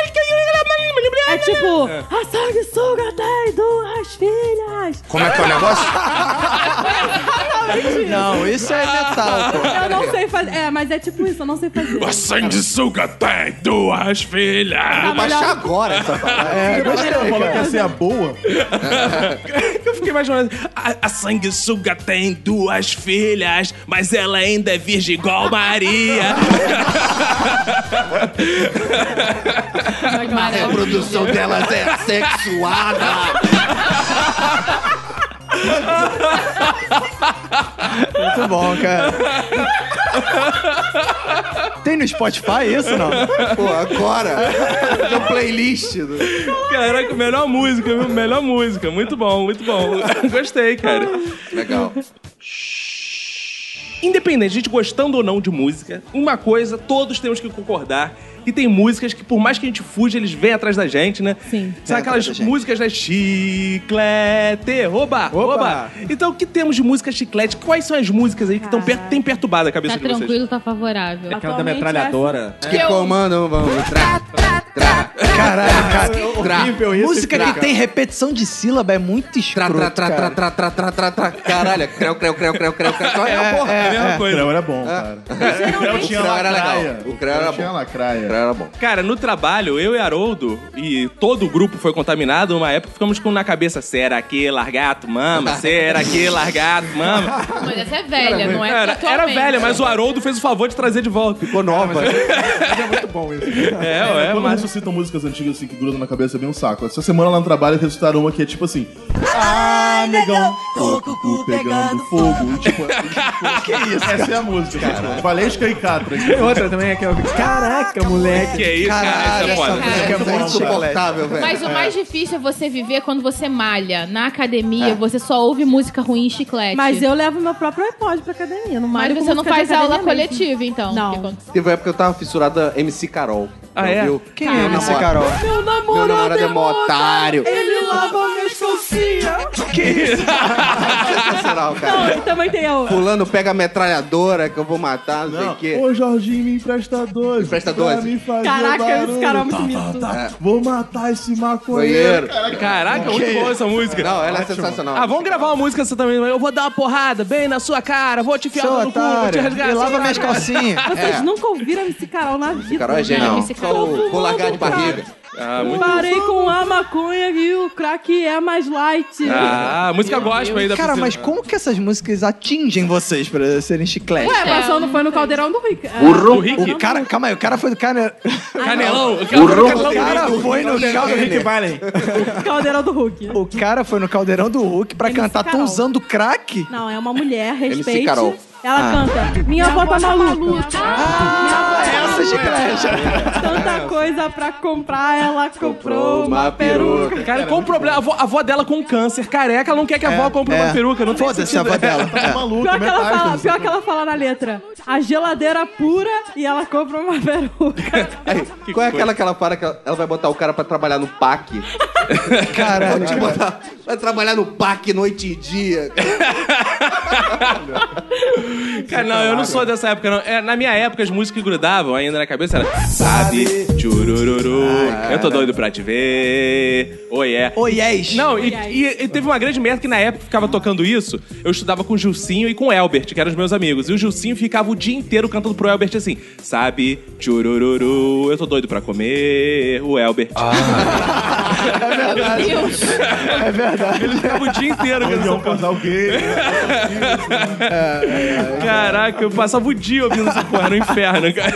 Speaker 5: É tipo, a sangue suga tem duas filhas.
Speaker 8: Como é que é o negócio?
Speaker 2: Não, isso é metal, pô.
Speaker 5: Eu não sei fazer. É, mas é tipo isso, eu não sei fazer.
Speaker 9: A sanguessuga tem duas filhas.
Speaker 7: Vou baixar agora essa parada.
Speaker 2: É, gostei,
Speaker 4: Ela falou que
Speaker 2: cara.
Speaker 4: ia ser a boa.
Speaker 1: Eu fiquei imaginando. A, a sanguessuga tem duas filhas, mas ela ainda é virgem igual Maria.
Speaker 5: é
Speaker 2: é
Speaker 7: A
Speaker 3: Maravilha.
Speaker 7: produção delas é sexuada.
Speaker 2: Muito bom, cara. Tem no Spotify isso, não?
Speaker 7: Pô, agora. Tem uma playlist. do-
Speaker 1: Caraca, melhor música, viu? Melhor música. Muito bom, muito bom. Gostei, cara.
Speaker 7: Legal.
Speaker 1: Independente, a gente gostando ou não de música, uma coisa todos temos que concordar. que tem músicas que, por mais que a gente fuja, eles vêm atrás da gente, né?
Speaker 5: Sim.
Speaker 1: São
Speaker 2: Vem atrás
Speaker 1: aquelas
Speaker 2: da gente.
Speaker 1: músicas, né? Chiclete, oba, oba, Então, o que temos de música chiclete? Quais são as músicas aí que estão per têm perturbado a cabeça
Speaker 3: Tá
Speaker 1: de vocês?
Speaker 3: tranquilo, tá favorável.
Speaker 6: Aquela da
Speaker 5: Atualmente
Speaker 6: metralhadora.
Speaker 7: Que
Speaker 3: Eu-
Speaker 7: comandam, vamos. Tra, tra, tra,
Speaker 2: Caraca,
Speaker 7: tra.
Speaker 6: Horrível isso,
Speaker 2: música
Speaker 6: cara.
Speaker 2: que tem repetição de sílaba é muito
Speaker 7: Tra,
Speaker 2: escroto,
Speaker 7: tra, tra, tra,
Speaker 2: cara.
Speaker 7: tra, tra, tra, tra, tra. Caralho, é creu, creu, creu, creu, creu, creu. Qual é a porra?
Speaker 2: É, é.
Speaker 4: O Creu era bom, cara. O Creu
Speaker 7: O
Speaker 4: tinha
Speaker 7: Creu era
Speaker 4: lacraia.
Speaker 7: legal. O Creu era
Speaker 4: tinha
Speaker 7: bom. O
Speaker 4: lacraia.
Speaker 7: Creu era bom.
Speaker 1: Cara, no trabalho, eu e Haroldo, e todo o grupo foi contaminado, uma época ficamos com na cabeça, será que largato mama? Será que largato mama?
Speaker 3: Mas essa é velha, não é?
Speaker 1: Cara, era
Speaker 3: atualmente. né?
Speaker 1: velha, mas o Haroldo fez o favor de trazer de volta.
Speaker 7: Ficou nova.
Speaker 1: É, ué,
Speaker 4: Quando
Speaker 1: mas...
Speaker 4: ressuscitam músicas antigas assim que grudam na cabeça é bem um saco. Essa semana lá no trabalho ressuscitaram uma que é tipo assim. Ah, negão, tô com o cu pegando fogo. E, Tipo, que isso? Essa é a música, cara. Valesca e Catra. tipo, aqui.
Speaker 6: Tem outra também, aquela. Caraca, moleque.
Speaker 1: Que isso,
Speaker 5: Ah,
Speaker 1: cara, isso é
Speaker 3: Caralho,
Speaker 1: foda.
Speaker 3: cara.
Speaker 2: Música é
Speaker 7: É
Speaker 2: muito chiclete.
Speaker 7: insuportável, velho.
Speaker 3: Mas o mais difícil é você viver quando você malha. Na academia, você só ouve música ruim e chiclete.
Speaker 5: é. Mas eu levo meu próprio iPod pra academia. Não
Speaker 3: Mas
Speaker 5: malho com
Speaker 3: você não
Speaker 5: música de
Speaker 3: faz aula
Speaker 5: academia mesmo.
Speaker 3: coletiva, então.
Speaker 5: Não.
Speaker 3: Porque quando-
Speaker 7: Teve uma época que Tipo, é eu tava fissurada MC Carol.
Speaker 1: Ah, é?
Speaker 7: Viu?
Speaker 2: Quem é MC
Speaker 7: namorado.
Speaker 2: Carol?
Speaker 5: Meu
Speaker 7: Meu
Speaker 5: namorado,
Speaker 7: namorado é mó otário.
Speaker 5: Ele lava minhas calcinhas.
Speaker 7: Sensacional,
Speaker 5: Não,
Speaker 7: cara.
Speaker 5: ele também tem a outra.
Speaker 7: Fulano pega a metralhadora que eu vou matar, não, sei o quê.
Speaker 4: Ô, Jorginho, me empresta dois.
Speaker 7: Empresta
Speaker 4: pra
Speaker 7: doze.
Speaker 4: me fazer
Speaker 5: Caraca,
Speaker 4: barulho.
Speaker 5: esse cara é muito mito.
Speaker 4: Vou matar esse maconheiro.
Speaker 7: Banheiro.
Speaker 1: Caraca, muito boa essa música.
Speaker 7: Não, ela é sensacional.
Speaker 1: Ah, vamos gravar uma música você também. Eu vou dar uma porrada bem na sua cara, vou te enfiar
Speaker 2: Seu
Speaker 1: no cu, vou te
Speaker 2: otário.
Speaker 1: rasgar.
Speaker 2: E lava minhas calcinhas.
Speaker 5: Vocês nunca ouviram esse Carol na vida.
Speaker 7: Carol é
Speaker 5: gente.
Speaker 7: gênio.
Speaker 3: Esse cara-
Speaker 1: um
Speaker 7: Só o- Vou largar de
Speaker 5: Cara.
Speaker 7: barriga.
Speaker 1: Ah, muito
Speaker 5: Parei com a maconha e o crack é mais light.
Speaker 1: Ah, música gospel ainda.
Speaker 2: Cara, mas como que essas músicas atingem vocês pra serem chiclete?
Speaker 5: Ué,
Speaker 3: É,
Speaker 5: passou,
Speaker 3: eu
Speaker 5: não foi no caldeirão do Ah, Rick.
Speaker 1: O
Speaker 5: Burro.
Speaker 1: Rick?
Speaker 2: O cara, calma aí, o cara foi do cara.
Speaker 1: Canelão. é
Speaker 2: O cara foi no caldeirão.
Speaker 6: Valen.
Speaker 5: Caldeirão do Hulk.
Speaker 2: O cara foi no caldeirão do Hulk pra
Speaker 5: MC
Speaker 2: cantar, tô
Speaker 5: Carol.
Speaker 2: usando crack?
Speaker 5: Não, é uma mulher, respeite.
Speaker 7: Carol.
Speaker 5: Ela canta, minha avó tá maluca.
Speaker 2: Ah, essa é chiclete.
Speaker 5: Tanta coisa pra comprar, ela comprou uma peruca.
Speaker 1: Cara, qual o problema? A avó, a avó dela com câncer, careca, ela não quer que a avó compre uma
Speaker 2: É.
Speaker 1: peruca, não tem
Speaker 2: Foda-se a
Speaker 1: sentido.
Speaker 2: avó dela.
Speaker 4: Tá maluco,
Speaker 5: Pior que, ela
Speaker 4: metade
Speaker 5: fala,
Speaker 4: dessa
Speaker 5: pior que ela fala na letra. A geladeira pura e ela compra uma peruca.
Speaker 7: Aí, qual é aquela que ela para que ela, ela vai botar o cara pra trabalhar no PAC?
Speaker 2: Caralho.
Speaker 7: Vai botar- vai trabalhar no PAC noite e dia.
Speaker 1: Cara, não, eu não sou dessa época, não. É, na minha época, as músicas que grudavam ainda na cabeça era Sabe, tchurururu, eu tô doido pra te ver, oh yeah.
Speaker 2: Ah, é. Oi, é. yes.
Speaker 1: Não, e, e- e teve uma grande merda que na época que ficava tocando isso. Eu estudava com o Gilcinho e com o Elbert, que eram os meus amigos. E o Gilcinho ficava o dia inteiro cantando pro Elbert assim: Sabe, tchurururu, eu tô doido pra comer, o Elbert.
Speaker 2: É verdade.
Speaker 1: Ele ficava o dia inteiro
Speaker 4: Ele é um
Speaker 1: cantando.
Speaker 4: casal gay. né?
Speaker 1: Caraca, eu passava o dia ouvindo essa porra, era um inferno, cara.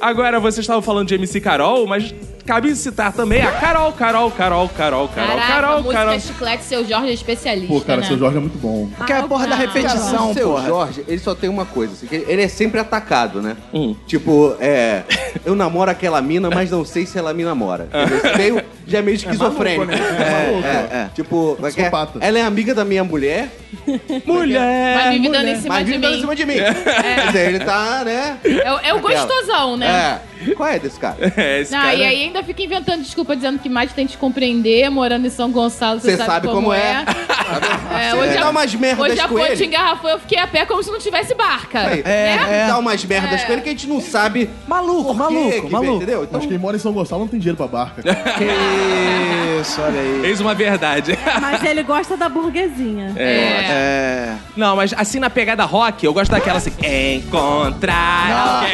Speaker 1: Agora, vocês estavam falando de MC Carol, mas cabe citar também a Carol, Carol, Carol, Carol, Carol,
Speaker 3: Caraca,
Speaker 1: Carol,
Speaker 3: música é
Speaker 1: Carol.
Speaker 3: chiclete, seu Jorge é especialista.
Speaker 4: Pô, cara,
Speaker 3: né?
Speaker 4: seu Jorge é muito bom.
Speaker 2: Porque é a porra da repetição,
Speaker 7: o seu
Speaker 2: um porra.
Speaker 7: Jorge, ele só tem uma coisa, assim, que ele é sempre atacado, né?
Speaker 1: Hum.
Speaker 7: Tipo, é. Eu namoro aquela mina, mas não sei se ela me namora.
Speaker 1: Ah.
Speaker 7: Entendeu? Isso é meio, já é meio esquizofrênico. É, é, é. Tipo, como é que é?
Speaker 4: Psicopata.
Speaker 7: ela é amiga da minha mulher,
Speaker 3: Mas
Speaker 5: É,
Speaker 1: Mulher!
Speaker 3: vive dando em cima
Speaker 7: mas
Speaker 3: de
Speaker 7: vive dando em
Speaker 3: mim.
Speaker 7: cima de mim. Quer dizer, ele tá, né?
Speaker 3: É, é o gostosão, né?
Speaker 7: É. Qual é desse cara?
Speaker 1: É, esse
Speaker 3: Não,
Speaker 1: cara-
Speaker 3: e aí ainda fica inventando desculpa dizendo que mais tem que te compreender, morando em São Gonçalo, você sabe, como é. É, hoje
Speaker 7: Ele Tá dá
Speaker 3: a-
Speaker 7: umas merdas
Speaker 3: Hoje a
Speaker 7: com ele.
Speaker 3: ponte engarrafou, eu fiquei a pé como se não tivesse barca.
Speaker 7: É,
Speaker 3: né?
Speaker 7: dá umas merdas com ele que a gente não sabe.
Speaker 2: Maluco,
Speaker 7: por quê
Speaker 2: maluco,
Speaker 7: que vem,
Speaker 2: maluco.
Speaker 7: Entendeu? Então,
Speaker 4: Mas quem mora em São Gonçalo não tem dinheiro pra barca. cara.
Speaker 2: Isso, olha aí.
Speaker 1: Eis uma verdade.
Speaker 5: Mas ele gosta da burguesinha.
Speaker 2: É.
Speaker 1: Não, mas assim na pegada rock, eu gosto daquela assim. Encontrar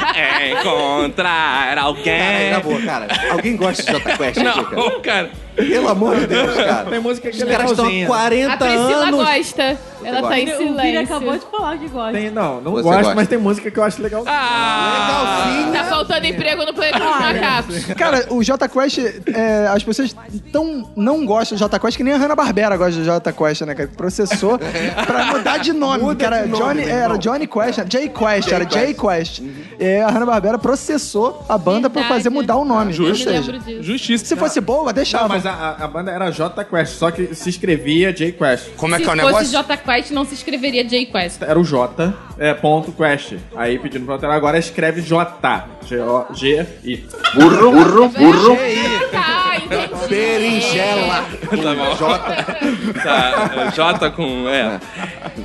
Speaker 1: alguém. Encontrar alguém.
Speaker 6: É.
Speaker 7: Cara, na boa, cara. Alguém gosta de Jota Quest aqui, cara?
Speaker 1: Não, cara.
Speaker 7: Pelo amor de Deus, cara.
Speaker 6: Tem música que
Speaker 7: Os
Speaker 6: é
Speaker 7: caras estão há
Speaker 6: legalzinha.
Speaker 7: 40
Speaker 3: A Priscila
Speaker 7: anos.
Speaker 3: gosta. Ela tá em
Speaker 5: O Vini
Speaker 3: silêncio.
Speaker 5: acabou de falar que gosta.
Speaker 6: Tem, não, não
Speaker 7: Você
Speaker 6: gosto,
Speaker 7: gosta.
Speaker 6: mas tem música que eu acho legal.
Speaker 1: Ah!
Speaker 3: Tá faltando emprego no Planeta dos Macacos.
Speaker 2: Cara, o Jota Quest, é, as pessoas tão não gostam do Jota Quest que nem a Hanna-Barbera gosta do Jota Quest, né, cara? Processou pra mudar de nome. que era, Johnny, era Johnny Quest, né? Jay Quest, era Jay Quest.
Speaker 6: Uhum.
Speaker 2: E a Hanna-Barbera processou a banda por
Speaker 3: Verdade.
Speaker 2: fazer mudar o nome. Ou
Speaker 3: Eu me
Speaker 2: seja,
Speaker 3: lembro disso.
Speaker 1: Justiça.
Speaker 2: se fosse boa, deixava.
Speaker 6: Não,
Speaker 7: Tá,
Speaker 6: mas a- a, a banda era J Quest, só que se escrevia J Quest.
Speaker 8: Como é
Speaker 3: Se
Speaker 8: que é o
Speaker 3: fosse
Speaker 8: negócio?
Speaker 3: J Quest, não se escreveria J Quest.
Speaker 7: Tá.
Speaker 6: Era o J, é, ponto Quest. Aí pedindo pra alterar, agora escreve J. G-O-G-I.
Speaker 8: Burro, burro, burro.
Speaker 3: Tá, entendi.
Speaker 8: Berinjela.
Speaker 1: Tá bom. Tá, é, J com. É.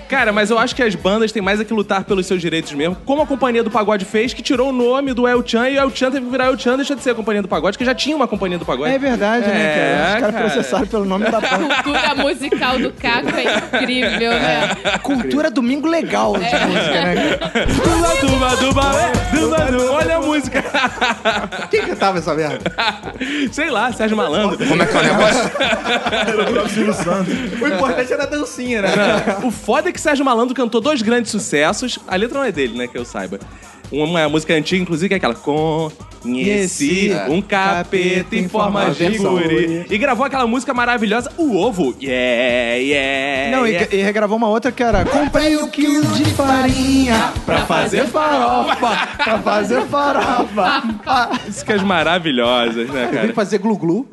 Speaker 1: Cara, mas eu acho que as bandas têm mais é que lutar pelos seus direitos mesmo. Como a Companhia do Pagode fez, que tirou o nome do El Chan e o El Chan teve que virar El Chan, deixa de ser a Companhia do Pagode, que já tinha uma Companhia do Pagode.
Speaker 2: É verdade, né,
Speaker 1: É,
Speaker 2: cara? Os caras
Speaker 1: cara.
Speaker 2: processaram pelo nome da banda.
Speaker 3: A cultura musical do Caco é incrível, né?
Speaker 2: Cultura Domingo Legal de música, né, cara?
Speaker 1: Duba, duba, duba, é, duba, duba. Olha a música.
Speaker 7: Quem cantava essa merda?
Speaker 1: Sei lá, Sérgio Malandro.
Speaker 8: Como é que é o negócio?
Speaker 6: O importante era a dancinha, né?
Speaker 1: O foda é que Sérgio Malandro cantou dois grandes sucessos. A letra não é dele, né? Que eu saiba. Uma música antiga, inclusive, que é aquela. Conheci um capeta em forma de guri. E gravou aquela música maravilhosa, O Ovo. Yeah, yeah.
Speaker 2: Não, e,
Speaker 1: yeah.
Speaker 2: e regravou uma outra que era Comprei o quilo de farinha pra fazer farofa, pra fazer farofa.
Speaker 3: Tá
Speaker 1: Músicas maravilhosas, né,
Speaker 7: Vem
Speaker 1: cara?
Speaker 7: fazer glu-glu.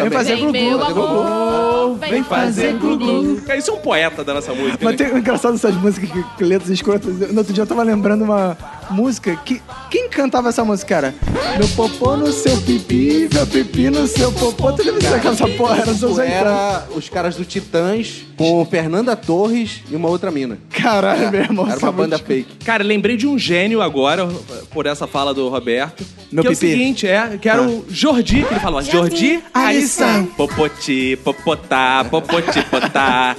Speaker 2: Vem fazer
Speaker 3: Vem,
Speaker 2: glu-glu.
Speaker 3: meu amor, vem fazer glu-glu.
Speaker 1: Cara, isso é um poeta da nossa música.
Speaker 2: Mas
Speaker 1: Né?
Speaker 2: tem engraçado essas músicas que com letras escrotas. No outro dia eu tava lembrando uma música que. Quem cantava essa música, cara? Meu popô no seu pipi, meu pipi no seu popô. Tu lembra dessa essa porra? Era os anos 80.
Speaker 7: Era os caras do Titãs com Fernanda Torres e uma outra mina.
Speaker 2: Caralho, meu irmão.
Speaker 7: Era
Speaker 2: essa
Speaker 7: uma
Speaker 6: é
Speaker 7: banda
Speaker 2: música.
Speaker 7: fake.
Speaker 1: Cara, lembrei de um gênio agora, por essa fala do Roberto.
Speaker 2: Meu
Speaker 1: que é o
Speaker 2: pipi. Ah.
Speaker 1: seguinte, é, que era o Jordi, que ele falava, Jordi,
Speaker 2: Alisson.
Speaker 1: Popoti, popotá, popoti, potá.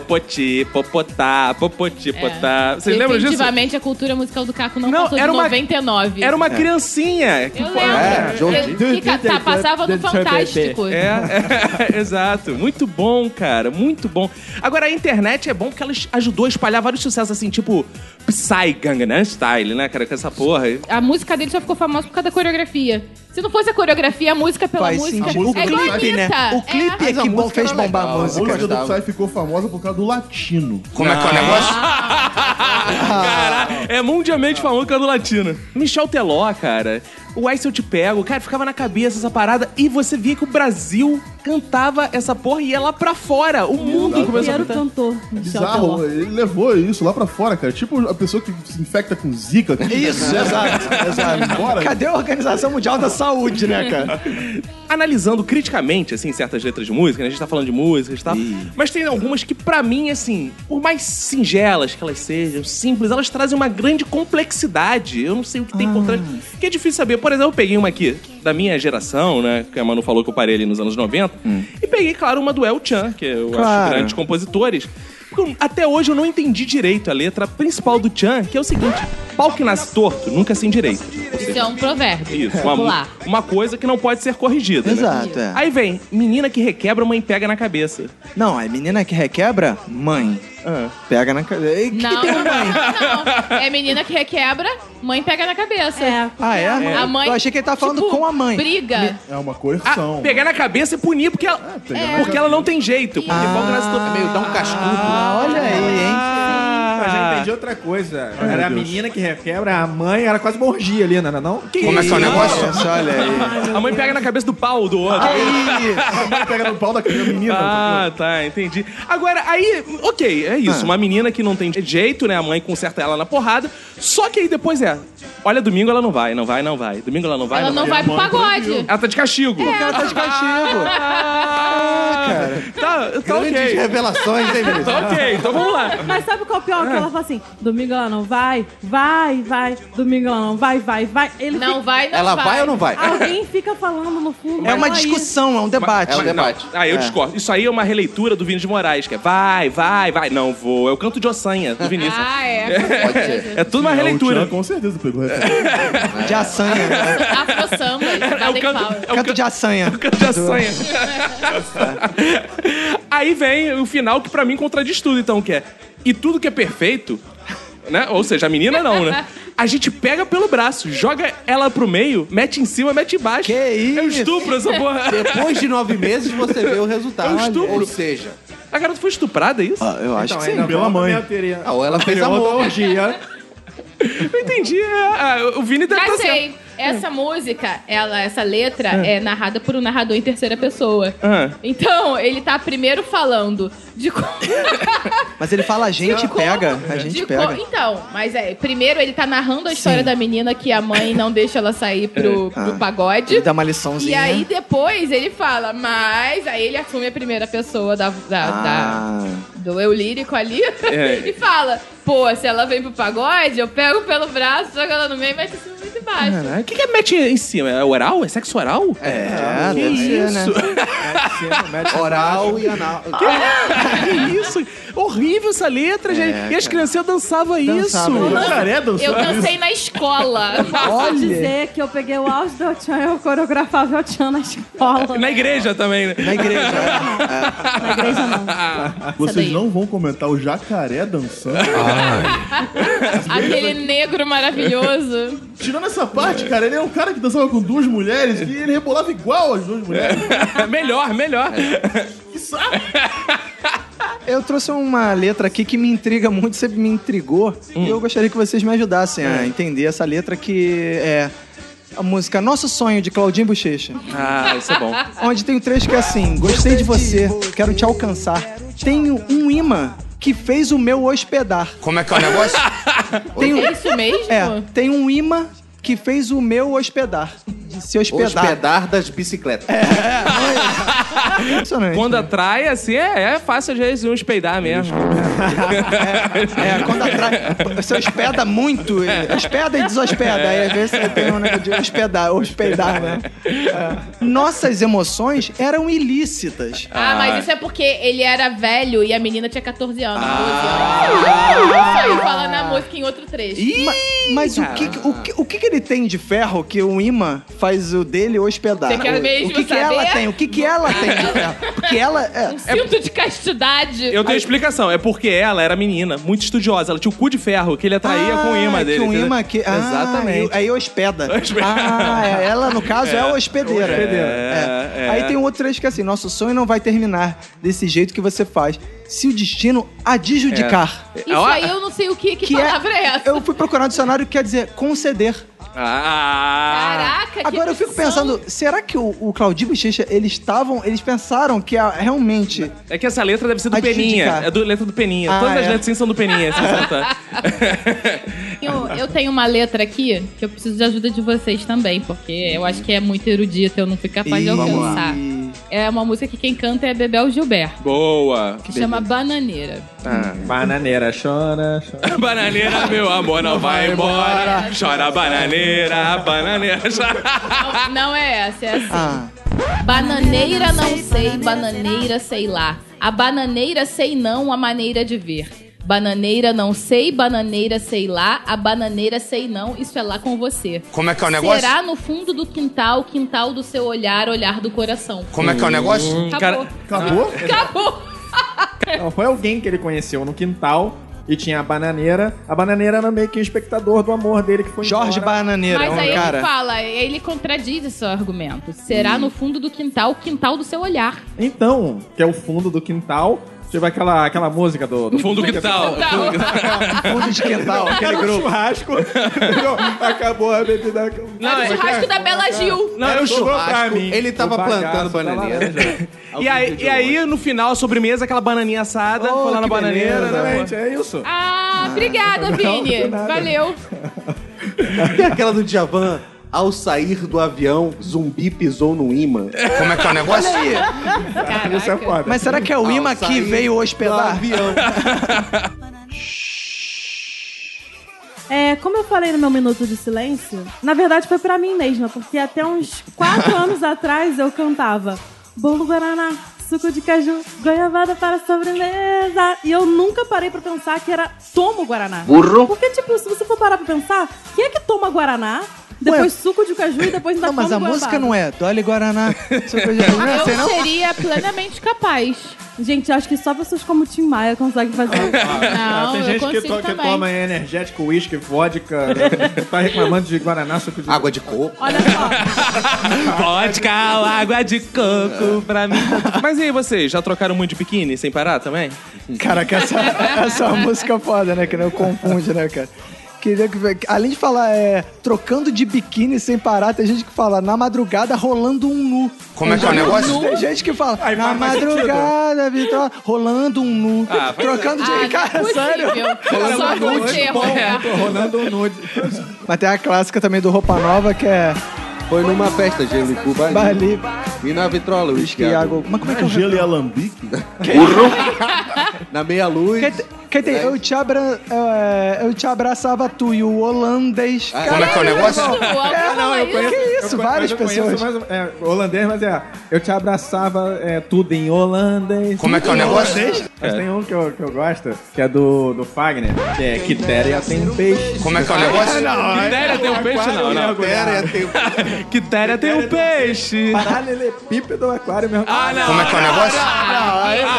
Speaker 1: Popoti, popotá,
Speaker 3: É.
Speaker 1: popoti, potá. Vocês lembram disso?
Speaker 3: Definitivamente a cultura musical do Caco não,
Speaker 1: Não,
Speaker 3: passou
Speaker 1: era
Speaker 3: de
Speaker 1: uma-
Speaker 3: 99.
Speaker 1: Era
Speaker 2: É.
Speaker 1: uma criancinha. que-
Speaker 3: Eu lembro.
Speaker 7: É, Jordi.
Speaker 3: Eu- que ca- tá, passava no Fantástico.
Speaker 1: É, é, exato. Muito bom, cara. Muito bom. Agora, a internet é bom porque ela ajudou a espalhar vários sucessos, assim, tipo Psy Gangnam Style, né, cara? Com essa porra.
Speaker 3: A música dele só ficou famosa por causa da coreografia. Se não fosse a coreografia, a música pela
Speaker 2: Faz
Speaker 3: música.
Speaker 2: sentido.
Speaker 3: É
Speaker 2: O
Speaker 3: igual a
Speaker 2: clipe, né?
Speaker 3: Anitta.
Speaker 2: O clipe é,
Speaker 7: Mas a
Speaker 2: que bom,
Speaker 7: música
Speaker 2: fez
Speaker 7: era
Speaker 2: bombar a
Speaker 7: legal.
Speaker 4: A
Speaker 2: música.
Speaker 4: música do
Speaker 7: gostava.
Speaker 4: Psy ficou famosa por causa do latino.
Speaker 8: Como é que é o negócio?
Speaker 1: Caralho, é mundialmente famoso que é do latino. Michel Teló, cara. O Ice Eu Te Pego. Cara, ficava na cabeça essa parada. E você via que o Brasil cantava essa porra e ia lá pra fora. O mundo começou a
Speaker 5: Primeiro
Speaker 1: cantar.
Speaker 5: cantor, Michel Teló.
Speaker 4: Bizarro, ele levou isso lá pra fora, cara. Tipo a pessoa que se infecta com zika.
Speaker 2: Isso, exato, exato.
Speaker 4: Bora.
Speaker 2: Cadê a Organização Mundial da Saúde, né, cara?
Speaker 1: Analisando criticamente, assim, certas letras de música, né? A gente tá falando de músicas e tal. Mas tem algumas que, pra mim, assim, por mais singelas que elas sejam, simples, elas trazem uma grande complexidade. Eu não sei o que tem por trás.
Speaker 2: Ah.
Speaker 1: Que é difícil saber. Por exemplo, eu peguei uma aqui da minha geração, né? Que a Manu falou que eu parei ali nos anos 90. E peguei, claro, uma do El Chan, que eu acho
Speaker 2: Hum. Claro.
Speaker 1: grandes compositores. Porque eu- Até hoje eu não entendi direito a letra principal do Chan, que é o seguinte: pau que nasce torto, nunca se endireita.
Speaker 3: Isso é um provérbio.
Speaker 1: Isso, uma,
Speaker 3: Popular.
Speaker 1: uma coisa que não pode ser corrigida. né?
Speaker 2: Exato, é.
Speaker 1: Aí vem, menina que requebra, mãe pega na cabeça.
Speaker 2: Não, a menina que requebra, mãe. Ah, Pega na cabeça. E que
Speaker 3: Não,
Speaker 2: tem mãe?
Speaker 3: não, não. É menina que requebra, mãe pega na cabeça.
Speaker 5: É.
Speaker 2: Ah, é?
Speaker 3: A mãe.
Speaker 2: Eu achei que ele tava falando
Speaker 3: tipo,
Speaker 2: com a mãe.
Speaker 3: Briga.
Speaker 4: É uma
Speaker 1: Ah,
Speaker 4: coerção.
Speaker 1: pegar na cabeça e punir porque ela, porque ela não tem jeito. Porque pau graça do-
Speaker 7: Meio dá um cascudo.
Speaker 2: Ah, Olha aí, hein?
Speaker 6: Mas eu
Speaker 1: Ah,
Speaker 6: entendi outra coisa. era a menina que requebra, a mãe era quase uma orgia ali, não era não? Que
Speaker 8: Como é que é o negócio?
Speaker 2: Nossa, olha aí.
Speaker 1: a mãe pega na cabeça do pau do outro.
Speaker 4: A mãe pega no pau da criança, menina.
Speaker 1: Ah, tá, entendi. Agora, aí, ok, é isso. Uma menina que não tem jeito, né? A mãe conserta ela na porrada. Só que aí depois é. Olha, domingo ela não vai, não vai, não vai. Domingo ela não vai,
Speaker 3: Ela
Speaker 1: não
Speaker 3: não vai pro pagode.
Speaker 1: Ela tá de castigo.
Speaker 2: Ela tá de castigo.
Speaker 1: Ah, cara. Tá, tá ok.
Speaker 7: Grandes revelações, hein, menino?
Speaker 1: Tá ok, então vamos lá.
Speaker 7: um
Speaker 5: Mas sabe qual é o pior? Que ela fala assim: domingo ela não vai, vai, vai, domingo ela não vai, vai, vai. Ele
Speaker 3: Não
Speaker 5: fica-
Speaker 3: vai, não
Speaker 7: Ela vai ou não vai?
Speaker 5: Alguém fica falando no fundo.
Speaker 2: É uma
Speaker 5: "Ela aí".
Speaker 2: discussão, é um debate.
Speaker 7: É um debate.
Speaker 1: Ah, eu
Speaker 7: É.
Speaker 1: discordo. Isso aí é uma releitura do Vinícius de Moraes, que é vai, vai, vai. Não vou. É o canto de ossanha do Vinícius.
Speaker 3: Ah, é. com certeza.
Speaker 1: É tudo uma
Speaker 4: O
Speaker 1: releitura.
Speaker 4: Tchan, com certeza pegou referência.
Speaker 2: De
Speaker 7: É.
Speaker 2: assanha.
Speaker 3: Afro-samba,
Speaker 1: É o
Speaker 3: Baden
Speaker 1: canto,
Speaker 3: Powell.
Speaker 1: é o
Speaker 2: Canto
Speaker 1: canto
Speaker 2: de assanha.
Speaker 1: Canto de assanha. Aí vem o final que pra mim contradiz tudo, então, que é. E tudo que é perfeito, né? Ou seja, a menina não, né? A gente pega pelo braço, joga ela pro meio, mete em cima, mete embaixo.
Speaker 2: Que
Speaker 1: É um
Speaker 2: isso?
Speaker 1: estupro essa porra.
Speaker 7: Depois de nove meses você vê o resultado.
Speaker 1: É um estupro.
Speaker 7: Ou seja,
Speaker 1: A garota foi estuprada, é isso?
Speaker 2: Eu
Speaker 7: Então,
Speaker 2: acho que sim.
Speaker 4: Pela mãe.
Speaker 7: ah, ou ela fez amor.
Speaker 1: Eu entendi. é, é, o Vini deve
Speaker 3: Já
Speaker 1: estar certo.
Speaker 3: sei. Essa música, ela, essa letra é narrada por um narrador em terceira pessoa.
Speaker 1: Ah.
Speaker 3: Então, ele tá primeiro falando de como.
Speaker 2: Mas ele fala, a gente pega, a
Speaker 3: de
Speaker 2: gente
Speaker 3: co-
Speaker 2: pega.
Speaker 3: Então, mas é, primeiro ele tá narrando a história da menina que a mãe não deixa ela sair pro, pro pagode.
Speaker 2: É. Ah. Ele dá uma
Speaker 3: E
Speaker 2: liçãozinha.
Speaker 3: aí depois ele fala, mas aí ele assume a primeira pessoa da, da- da-
Speaker 2: Ah.
Speaker 3: do eu lírico ali
Speaker 1: É.
Speaker 3: e fala: pô, se ela vem pro pagode, eu pego pelo braço, jogo ela no meio e mete em cima muito baixo.
Speaker 1: Caralho, O que, que é mete em cima? É oral? É sexo oral?
Speaker 2: É, deve ser, né?
Speaker 7: Oral e anal.
Speaker 2: né?
Speaker 1: Que isso? Horrível essa letra, gente. E as crianças dançavam isso.
Speaker 2: É, Dançavam. né?
Speaker 4: Caré
Speaker 3: Eu
Speaker 4: dançou isso.
Speaker 3: dancei na escola.
Speaker 5: Posso
Speaker 2: Olha.
Speaker 5: dizer que eu peguei o áudio do Tchan e eu coreografava o Tchan na escola.
Speaker 1: Na igreja também, né?
Speaker 2: Na igreja. né?
Speaker 5: Na igreja não.
Speaker 4: Vocês
Speaker 6: É.
Speaker 3: daí.
Speaker 4: não vão comentar o jacaré dançando?
Speaker 3: Aquele negro maravilhoso.
Speaker 4: Tirando essa parte, cara, ele é um cara que dançava com duas mulheres e ele rebolava igual as duas mulheres.
Speaker 6: É.
Speaker 1: melhor, melhor.
Speaker 2: É,
Speaker 4: Que saco!
Speaker 2: Eu trouxe uma letra aqui que me intriga muito, sempre me intrigou. E eu gostaria que vocês me ajudassem a entender essa letra que é a música Nosso Sonho, de Claudinho Bochecha.
Speaker 1: Ah, isso é bom.
Speaker 2: Onde tem o trecho que é assim: Gostei de você, quero te alcançar. Tenho um imã que fez o meu hospedar.
Speaker 8: Como é que é o negócio?
Speaker 2: Tenho,
Speaker 3: É isso mesmo?
Speaker 2: é, tem um imã que fez o meu hospedar. De se hospedar.
Speaker 7: Hospedar das bicicletas.
Speaker 6: É,
Speaker 2: Impressionante.
Speaker 1: Quando atrai, assim, é, é fácil às vezes uns peidar mesmo.
Speaker 2: É, quando atrai. Você hospeda muito, e- hospeda e desospeda. Aí às vezes você tem um negócio de hospedar, hospedar, né? É. Nossas emoções eram ilícitas.
Speaker 3: Ah, mas isso é porque ele era velho e a menina tinha 14 anos. 12 anos. Isso aí fala na música em outro trecho.
Speaker 2: Ma- mas o, que, o, que, o que que ele tem de ferro que o imã faz o dele hospedar?
Speaker 3: Você quer
Speaker 2: O-
Speaker 3: mesmo
Speaker 2: o que, que
Speaker 3: saber?
Speaker 2: ela tem? O que, que ela tem de ferro? Porque ela. É,
Speaker 3: Um cinto de castidade.
Speaker 1: Eu tenho explicação. É porque ela era menina, muito estudiosa. Ela tinha o cu de ferro que ele atraía com o imã
Speaker 2: Ah,
Speaker 1: dele.
Speaker 2: Que um
Speaker 1: entendeu?
Speaker 2: imã que... Ah,
Speaker 1: Exatamente.
Speaker 2: Aí aí hospeda.
Speaker 1: Hospeda.
Speaker 2: Ah, é, ela, no caso, é, a hospedeira.
Speaker 1: É,
Speaker 2: É.
Speaker 1: é.
Speaker 2: Aí tem um outro trecho que é assim, nosso sonho não vai terminar desse jeito que você faz, se o destino adjudicar.
Speaker 1: É.
Speaker 3: Isso aí eu não sei o que, que,
Speaker 2: Que
Speaker 3: palavra é, essa.
Speaker 2: Eu fui procurar um dicionário que quer dizer conceder.
Speaker 1: Ah,
Speaker 3: Caraca, que
Speaker 2: Agora eu fico
Speaker 3: opção.
Speaker 2: pensando, será que o, o Claudinho Bochecha, eles estavam, eles pensaram que a- realmente...
Speaker 1: é que essa letra deve ser do
Speaker 2: Adjudicar.
Speaker 1: Peninha. É do letra do Peninha.
Speaker 2: Ah,
Speaker 1: Todas
Speaker 2: é.
Speaker 1: as letras sim são tá. do Peninha. se você notar.
Speaker 3: Eu, eu tenho uma letra aqui que eu preciso de ajuda de vocês também, porque eu acho que é muito erudita, eu não fui capaz de
Speaker 2: Ih, vamos lá.
Speaker 3: alcançar. É uma música que quem canta é Bebel Gilberto,
Speaker 1: Boa.
Speaker 3: que chama Bananeira.
Speaker 6: Bananeira chora, chora.
Speaker 1: Bananeira, meu amor, não vai embora. Chora bananeira, bananeira, chora.
Speaker 3: Não, não é essa, é assim.
Speaker 2: Ah,
Speaker 3: Bananeira não sei, bananeira sei lá. A bananeira sei não a maneira de ver. Bananeira não sei, bananeira sei lá. A bananeira sei não, isso é lá com você.
Speaker 8: Como é que é o negócio?
Speaker 3: Será no fundo do quintal, quintal do seu olhar, olhar do coração.
Speaker 8: Como é que é o negócio?
Speaker 1: Hum,
Speaker 3: Acabou.
Speaker 4: Acabou?
Speaker 3: Acabou.
Speaker 6: Não, foi alguém que ele conheceu no quintal e tinha a bananeira. A bananeira era meio que um espectador do amor dele que foi
Speaker 2: Jorge
Speaker 6: embora.
Speaker 2: Bananeira, um
Speaker 3: Mas aí
Speaker 2: cara.
Speaker 3: ele fala, ele contradiz esse argumento.
Speaker 8: Hum.
Speaker 3: Será no fundo do quintal, quintal do seu olhar.
Speaker 6: Então, que é o fundo do quintal. Teve aquela, aquela música do... do
Speaker 1: Fundo quintal.
Speaker 2: Fundo de quintal, aquele
Speaker 6: Era um
Speaker 2: grupo.
Speaker 6: churrasco. Acabou a bebida.
Speaker 1: Não,
Speaker 3: O
Speaker 1: é-
Speaker 3: churrasco da Bela Gil.
Speaker 1: Não, eu
Speaker 6: Sobrou pra
Speaker 7: churrasco,
Speaker 6: mim.
Speaker 7: ele tava
Speaker 6: O bagaço
Speaker 7: plantando
Speaker 6: da
Speaker 7: bananeira.
Speaker 6: laranja.
Speaker 1: E aí, e aí, no final, a sobremesa, aquela bananinha assada,
Speaker 2: Oh,
Speaker 1: foi lá na bananeira. né?
Speaker 6: Exatamente, é isso.
Speaker 3: Ah, obrigada, Vini. Valeu.
Speaker 7: E aquela do Djavan? Ao sair do avião, zumbi pisou no imã.
Speaker 8: Como é que é o negócio?
Speaker 6: Isso é foda.
Speaker 2: Mas será que é o
Speaker 7: Ao
Speaker 2: Ima que
Speaker 7: sair
Speaker 2: veio hospedar?
Speaker 7: do avião.
Speaker 5: É, como eu falei no meu minuto de silêncio, na verdade foi pra mim mesma, porque até uns quatro anos atrás eu cantava Bolo Guaraná, suco de caju, goiabada para sobremesa. E eu nunca parei pra pensar que era tomo Guaraná. Burro. Porque, tipo, se você for parar pra pensar, quem é que toma Guaraná, depois suco de caju e depois ainda
Speaker 2: Não, mas
Speaker 5: toma
Speaker 2: a música
Speaker 5: goiabada?
Speaker 2: não é Dolly Guaraná. Isso é coisa de- não é assim,
Speaker 3: Ah, Eu
Speaker 2: não?
Speaker 3: seria plenamente capaz.
Speaker 5: Gente, acho que só pessoas como o Tim Maia conseguem fazer isso.
Speaker 3: Não,
Speaker 6: tem
Speaker 3: eu
Speaker 6: gente que,
Speaker 3: consigo
Speaker 6: to- que
Speaker 3: também.
Speaker 6: toma energético, uísque, vodka, tá reclamando de guaraná, suco de
Speaker 7: Água de coco.
Speaker 5: Olha só,
Speaker 1: Vodka, água de coco pra mim. Mas e aí, vocês? Já trocaram muito de biquíni sem parar também?
Speaker 2: Caraca, essa, essa é uma música foda, né? Que não confunde, né, cara? Queria que- além de falar, é, trocando de biquíni sem parar, tem gente que fala na madrugada rolando um nu.
Speaker 8: Como é que é o negócio?
Speaker 2: Tem gente que fala
Speaker 6: Aí
Speaker 2: na
Speaker 6: faz mais
Speaker 2: madrugada, Vitor, rolando um nu.
Speaker 1: Ah, faz-
Speaker 2: trocando de.
Speaker 3: Ah,
Speaker 2: cara,
Speaker 3: não é
Speaker 2: sério?
Speaker 3: possível. Só você, Roberto.
Speaker 6: rolando um nude.
Speaker 2: Mas tem a clássica também do Roupa Nova que é
Speaker 7: Foi numa festa, gelo e cuba.
Speaker 2: Bali,
Speaker 7: E na vitrola, o
Speaker 2: Whisky e
Speaker 7: esquiago.
Speaker 2: água. Mas como é que é o refrão?
Speaker 4: Gelo e alambique?
Speaker 7: Na meia-luz.
Speaker 2: Quem tem- Quem tem? Eu te, abra... é, eu te abraçava tu e o holandês.
Speaker 8: Como é que é o negócio?
Speaker 3: Ah, não, eu
Speaker 2: Que isso,
Speaker 6: Eu conhe- mas
Speaker 2: várias
Speaker 6: eu conheço
Speaker 2: pessoas.
Speaker 6: mais um- é, holandês, mas é. Eu te abraçava é, tudo em holandês.
Speaker 8: Como é que é o negócio?
Speaker 6: Mas tem um que eu, que eu gosto, que é do, do Fagner, que é Quitéria tem peixe.
Speaker 8: Como é que é o negócio?
Speaker 1: Quitéria
Speaker 4: É
Speaker 1: tem um peixe? Não, não.
Speaker 7: Pera, tem
Speaker 1: Quitéria tem um peixe.
Speaker 6: Paralelepípedo, aquário mesmo.
Speaker 1: Ah, não.
Speaker 8: Como é que é o negócio?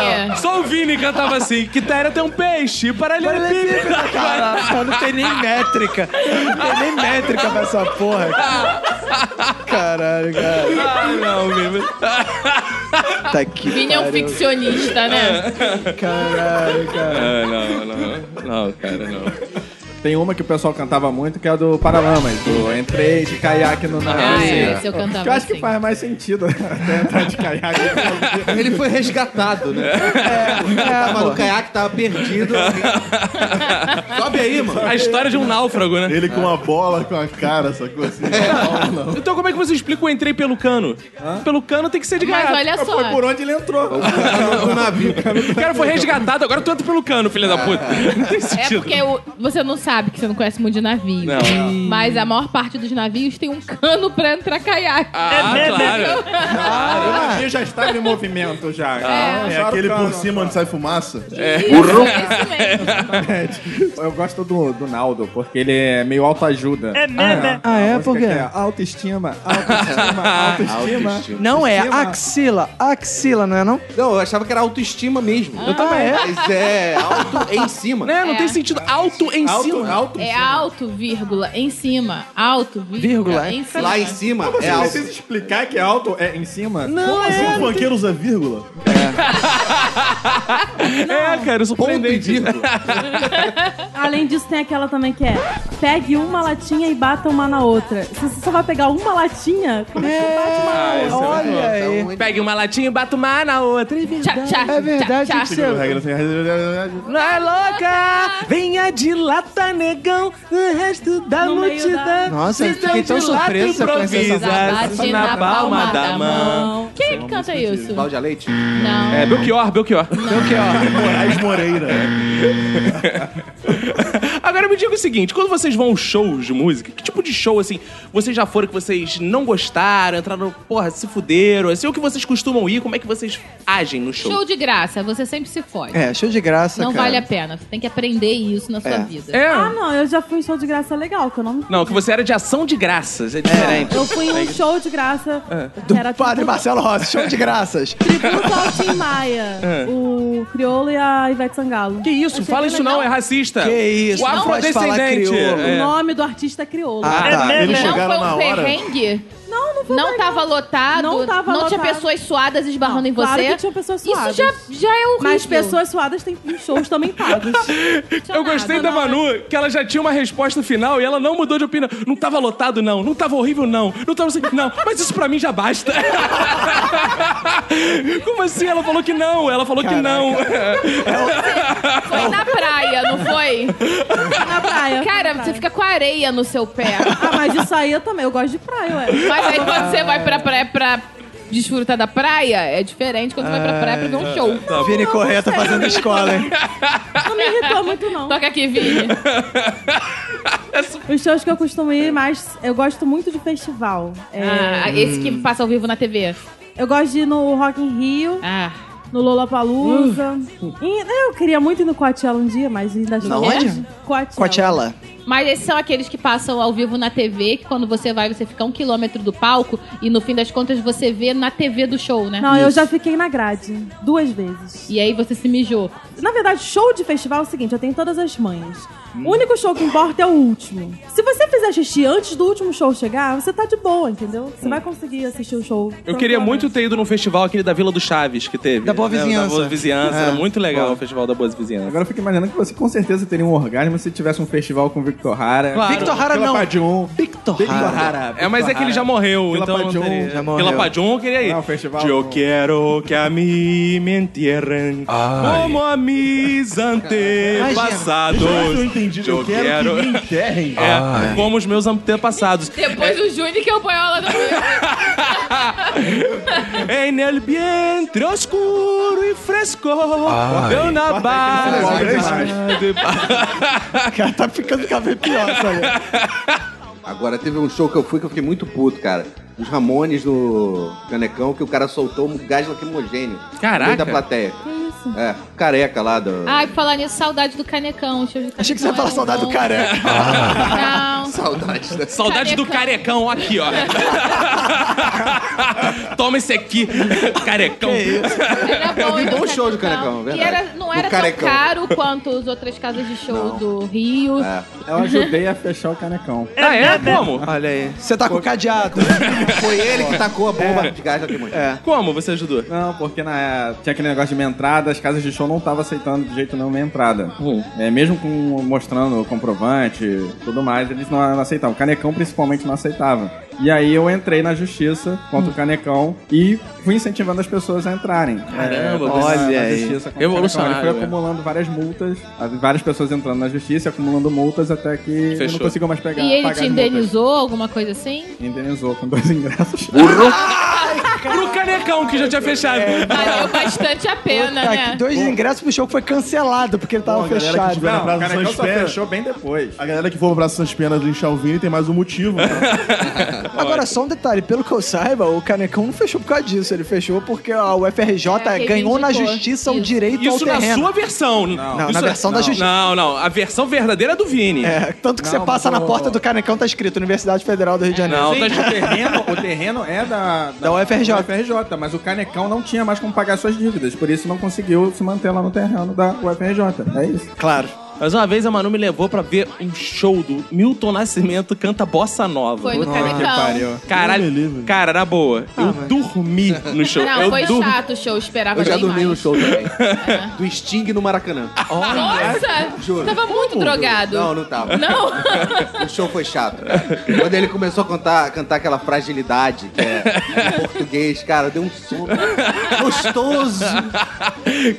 Speaker 3: É.
Speaker 1: Só o Vini cantava assim. Quitéria tem um peixe. Paralelepípedo.
Speaker 2: Caraca, não tem nem métrica. Não tem nem métrica pra essa porra. cara. Caralho, cara.
Speaker 1: Ah, não, Vini.
Speaker 2: Tá aqui.
Speaker 3: Vini é um ficcionista, né?
Speaker 2: Caralho, cara.
Speaker 1: Ah, não, não. Não, cara, não.
Speaker 6: Tem uma que o pessoal cantava muito, que é a do Paralamas, do Entrei de caiaque no navio.
Speaker 3: Ah, é, se eu cantava
Speaker 6: Que eu acho que
Speaker 3: assim.
Speaker 6: faz mais sentido até entrar de caiaque.
Speaker 7: Ele foi resgatado, né?
Speaker 6: É,
Speaker 7: Ele tava no caiaque, tava perdido. alguém- Sobe aí, mano.
Speaker 1: A história de um náufrago, né?
Speaker 4: Ele com a bola, com a cara, sacou assim?
Speaker 1: Então como é que você explica o entrei pelo cano? Pelo cano tem que ser de
Speaker 3: Mas
Speaker 1: gaiato.
Speaker 3: olha só.
Speaker 6: Foi Ah, por onde ele entrou.
Speaker 7: No navio.
Speaker 1: O cara foi resgatado, agora tu entra pelo cano, filha da puta. Não tem
Speaker 3: É
Speaker 1: sentido.
Speaker 3: porque o- você não sabe que você não conhece muito de navio.
Speaker 1: Não.
Speaker 3: Mas a maior parte dos navios tem um cano pra entrar caiaque.
Speaker 1: Ah,
Speaker 3: É,
Speaker 1: claro.
Speaker 6: O navio já estava em movimento já.
Speaker 3: É.
Speaker 4: É aquele por cima onde sai fumaça.
Speaker 3: Burro. É isso mesmo.
Speaker 6: Eu gosto do, do Naldo, porque ele é meio autoajuda. É mesmo? Ah,
Speaker 2: Ah,
Speaker 6: a
Speaker 2: é?
Speaker 6: música
Speaker 2: Por quê?
Speaker 6: que é autoestima, autoestima, autoestima.
Speaker 2: Não é
Speaker 6: Autoestima.
Speaker 2: axila. Axila, não é não?
Speaker 7: Não, eu achava que era autoestima mesmo. Eu
Speaker 2: também.
Speaker 7: Mas é alto em cima.
Speaker 1: Né? Não tem sentido. Alto em
Speaker 6: Auto,
Speaker 1: cima.
Speaker 6: auto.
Speaker 3: É alto, vírgula, em cima. Alto,
Speaker 2: Vírgula,
Speaker 3: vírgula,
Speaker 2: é.
Speaker 3: em cima.
Speaker 7: Lá em cima é
Speaker 6: Você
Speaker 7: alto.
Speaker 6: precisa explicar que alto é em cima?
Speaker 4: Como assim o funkeiro usa vírgula?
Speaker 1: É, cara,
Speaker 7: Ponto e
Speaker 1: surpreendente.
Speaker 7: vírgula.
Speaker 5: Além disso, tem aquela também que é pegue uma latinha e bata uma na outra. Se você só vai pegar uma latinha, como é que você bate uma na outra?
Speaker 2: Olha aí.
Speaker 7: Então,
Speaker 1: Pega uma latinha e bata uma na outra.
Speaker 3: Tchá, tchá,
Speaker 2: É verdade
Speaker 3: tchá,
Speaker 2: que
Speaker 3: tchá.
Speaker 2: você
Speaker 4: Regra sem regra.
Speaker 1: Não é louca? Venha de lata, negão. O resto da
Speaker 5: No meio
Speaker 1: multidão.
Speaker 5: da-
Speaker 2: Nossa, eu
Speaker 1: Então,
Speaker 2: fiquei tão
Speaker 1: de lata,
Speaker 2: surpresa com essa-
Speaker 1: improvisa,
Speaker 3: Bate na palma da mão. Quem é que canta isso?
Speaker 7: Cláudia Leite?
Speaker 3: Não.
Speaker 1: É, Belchior, Belchior.
Speaker 4: Moraes Moreira.
Speaker 1: Agora me diga o seguinte, quando vocês vão aos shows de música, que tipo de show, assim, vocês já foram que vocês não gostaram, entraram, porra, se fuderam, assim, o que vocês costumam ir, como é que vocês agem no show?
Speaker 3: Show de graça, você sempre se fode.
Speaker 2: É, show de graça,
Speaker 3: Não
Speaker 2: cara.
Speaker 3: vale a pena. Você tem que aprender isso na sua vida.
Speaker 1: É?
Speaker 5: Ah, não, eu já fui em show de graça legal, que eu não me
Speaker 1: Não, que você era de ação de graças, é diferente.
Speaker 5: Eu fui em um show de graça
Speaker 2: Do
Speaker 1: É.
Speaker 5: que era
Speaker 2: Padre
Speaker 5: tributo-
Speaker 2: Marcelo Rossi, show de graças.
Speaker 5: tributo ao Tim Maia, o Criolo e a Ivete Sangalo.
Speaker 1: É. Que isso,
Speaker 5: Achei
Speaker 1: fala
Speaker 5: bem
Speaker 1: isso
Speaker 5: legal.
Speaker 1: não, é racista.
Speaker 2: Que isso,
Speaker 1: o
Speaker 2: não pode falar
Speaker 1: afrodescendente.
Speaker 2: crioulo.
Speaker 5: O
Speaker 1: é.
Speaker 5: nome do artista é Criolo.
Speaker 2: Ah, tá.
Speaker 4: Eles
Speaker 3: Não foi
Speaker 4: chegaram na
Speaker 3: um
Speaker 4: hora.
Speaker 3: perrengue?
Speaker 5: Não, não foi
Speaker 3: Não
Speaker 5: legal.
Speaker 3: tava lotado?
Speaker 5: Não tava
Speaker 3: Não tinha
Speaker 5: lotado.
Speaker 3: pessoas suadas esbarrando
Speaker 5: Não,
Speaker 3: em
Speaker 5: claro
Speaker 3: você?
Speaker 5: que tinha pessoas suadas.
Speaker 3: Isso já, já é horrível.
Speaker 5: Mas pessoas suadas têm shows também pagos.
Speaker 1: Eu gostei
Speaker 3: Nada,
Speaker 1: da Manu, que ela já tinha uma resposta final e ela não mudou de opinião. Não tava lotado, não. Não tava horrível, não. Não tava assim, não. Mas isso pra mim já basta. Como assim? Ela falou que não. Ela falou que não.
Speaker 3: Foi na praia, não foi?
Speaker 5: Na praia.
Speaker 3: Cara, Cara, você fica com areia no seu pé.
Speaker 5: Ah, mas isso aí eu também. Eu gosto de praia, ué.
Speaker 3: Mas aí quando você vai pra praia pra desfrutar da praia, é diferente quando você vai pra praia pra ver um show.
Speaker 2: Vini correta fazendo escola, hein?
Speaker 5: Não me irritou muito, não.
Speaker 3: Toca aqui, Vini.
Speaker 5: Os shows que eu costumo ir, mas eu gosto muito de festival. É,
Speaker 3: Ah, esse que passa ao vivo na TV.
Speaker 5: Eu gosto de ir no Rock in Rio,
Speaker 3: Ah,
Speaker 5: no Lollapalooza. E né, eu queria muito ir no Coachella um dia, mas ainda estou
Speaker 2: onde?
Speaker 5: longe. Coachella.
Speaker 2: Coachella.
Speaker 3: mas esses são aqueles que passam ao vivo na TV, que quando você vai, você fica a um quilômetro do palco e no fim das contas você vê na TV do show, né?
Speaker 5: Não, eu já fiquei na grade duas vezes.
Speaker 3: E aí você se mijou.
Speaker 5: Na verdade, show de festival é o seguinte, eu tenho todas as manhas.
Speaker 2: Hum.
Speaker 5: O único show que importa é o último. Se você fizer xixi antes do último show chegar, você tá de boa, entendeu?
Speaker 2: Hum.
Speaker 5: Você vai conseguir assistir o show.
Speaker 1: Eu queria muito ter ido num festival aquele da Vila do Chaves que teve.
Speaker 2: Da Boa
Speaker 1: né?
Speaker 2: Vizinhança.
Speaker 1: Da Boa Vizinhança.
Speaker 2: É.
Speaker 1: Era muito legal o festival da Boa Vizinhança.
Speaker 6: Agora eu fico imaginando que você com certeza teria um orgasmo se tivesse um festival com Victor Hara.
Speaker 1: Claro.
Speaker 2: Victor Hara não.
Speaker 6: Padion.
Speaker 2: Victor
Speaker 6: Victor
Speaker 2: Hara.
Speaker 6: Hara.
Speaker 1: É, mas é que ele já morreu,
Speaker 6: Vila
Speaker 1: então.
Speaker 6: Padion,
Speaker 1: não teria.
Speaker 2: já morreu.
Speaker 1: Vila Padion eu queria ir.
Speaker 7: É um
Speaker 6: Não, o festival-
Speaker 1: Eu quero que a mim me enterrem
Speaker 10: Ai.
Speaker 1: como a mis antepassados.
Speaker 4: Eu entendi. Eu quero, que me enterrem.
Speaker 1: É, como os meus antepassados.
Speaker 3: Depois o Júnior que é o boiola da
Speaker 1: En el vientre oscuro e fresco, eu na barra. de-
Speaker 2: Cara, tá ficando cada vez pior, sabe?
Speaker 7: Agora, teve um show que eu fui que eu fiquei muito puto, cara. Os Ramones no Canecão, que o cara soltou um gás lacrimogênio.
Speaker 1: Caraca.
Speaker 7: Dentro da plateia. Que isso? É, careca lá do...
Speaker 3: Ai, por falar nisso, saudade do canecão. Show de canecão
Speaker 2: Achei que você ia falar
Speaker 3: é um
Speaker 2: saudade do
Speaker 3: bom.
Speaker 2: careca.
Speaker 3: Não,
Speaker 7: Saudades, né?
Speaker 1: Saudade do carecão aqui, ó. Toma esse aqui, carecão.
Speaker 3: Era bom,
Speaker 7: vi
Speaker 3: ir no
Speaker 7: um bom show do Canecão,
Speaker 3: E
Speaker 7: verdade.
Speaker 3: era, não
Speaker 7: Do
Speaker 3: era tão
Speaker 7: Canecão.
Speaker 3: caro quanto as outras casas de show
Speaker 7: Não.
Speaker 3: do Rio.
Speaker 7: É.
Speaker 6: Eu ajudei a fechar o canecão.
Speaker 1: Ah, é? Como?
Speaker 2: Olha aí. Você tá com o cadeado.
Speaker 7: Foi ele que tacou a bomba de gás lacrimogênio.
Speaker 2: É.
Speaker 1: Como você ajudou?
Speaker 6: Não, porque na, tinha aquele negócio de minha entrada, as casas de show não estavam aceitando de jeito nenhum minha entrada.
Speaker 1: Hum.
Speaker 6: É, mesmo com, mostrando o comprovante e tudo mais, eles não, não aceitavam. O Canecão principalmente não aceitava. E aí eu entrei na justiça contra o Canecão e fui incentivando as pessoas a entrarem.
Speaker 1: Caramba,
Speaker 6: eu fui
Speaker 2: olha aí.
Speaker 6: justiça contra o
Speaker 1: Revolucionário,
Speaker 6: Canecão. Ele
Speaker 1: é.
Speaker 6: foi acumulando várias multas, várias pessoas entrando na justiça, e acumulando multas até que eu
Speaker 1: Fechou.
Speaker 6: não conseguiu mais pegar.
Speaker 3: E ele
Speaker 6: pagar
Speaker 3: te
Speaker 6: as multas.
Speaker 3: indenizou, alguma coisa assim?
Speaker 6: Indenizou com dois ingressos.
Speaker 1: Pro canecão que já tinha fechado.
Speaker 3: Valeu bastante a pena,
Speaker 2: Tá,
Speaker 3: né?
Speaker 2: que dois ingressos pro show que foi cancelado, porque ele tava
Speaker 4: Bom, a galera que
Speaker 2: fechado.
Speaker 4: tiver- Não,
Speaker 6: o
Speaker 4: Canecão
Speaker 6: Canecão só
Speaker 4: só
Speaker 6: fechou bem depois.
Speaker 4: A galera que for pra São Penas linchar o Vini tem mais um motivo.
Speaker 6: É
Speaker 4: né?
Speaker 2: Agora, só um detalhe. Pelo que eu saiba, o Canecão não fechou por causa disso. Ele fechou porque a UFRJ
Speaker 3: É, que
Speaker 2: ganhou na
Speaker 3: reivindicou.
Speaker 2: justiça um o
Speaker 3: Isso.
Speaker 2: direito
Speaker 1: Isso
Speaker 2: ao
Speaker 1: na
Speaker 2: terreno.
Speaker 1: sua versão.
Speaker 2: Então Não, na
Speaker 1: Isso- é-
Speaker 2: versão da justiça.
Speaker 1: Não, não. A versão verdadeira é do Vini.
Speaker 2: É, tanto que
Speaker 6: Não,
Speaker 2: você passa
Speaker 6: mas
Speaker 2: na
Speaker 6: o-
Speaker 2: porta do Canecão, tá escrito Universidade Federal do Rio de Janeiro.
Speaker 1: Não,
Speaker 6: Sim,
Speaker 1: tá
Speaker 6: o, terreno, o terreno é da,
Speaker 2: Da UFRJ.
Speaker 6: UFRJ, mas o Canecão não tinha mais como pagar suas dívidas, por isso não conseguiu se manter lá no terreno da UFRJ. É isso.
Speaker 2: Claro.
Speaker 1: Mas uma vez a Manu me levou pra ver um show do Milton Nascimento canta Bossa Nova.
Speaker 3: Foi no
Speaker 6: que
Speaker 3: canecão.
Speaker 6: pariu.
Speaker 1: Caralho, cara, na boa,
Speaker 2: Ah,
Speaker 1: eu dormi no show.
Speaker 3: Não,
Speaker 1: eu
Speaker 3: foi
Speaker 1: dormi.
Speaker 3: chato o show, esperava
Speaker 7: Eu já
Speaker 3: bem
Speaker 7: dormi no
Speaker 3: mais.
Speaker 7: show também. Do Sting no Maracanã.
Speaker 3: Nossa, tava muito drogado.
Speaker 7: Não, não tava.
Speaker 3: Não?
Speaker 7: O show foi chato. cara. Quando ele começou a cantar, cantar aquela fragilidade, que é em português, cara, deu um sono gostoso.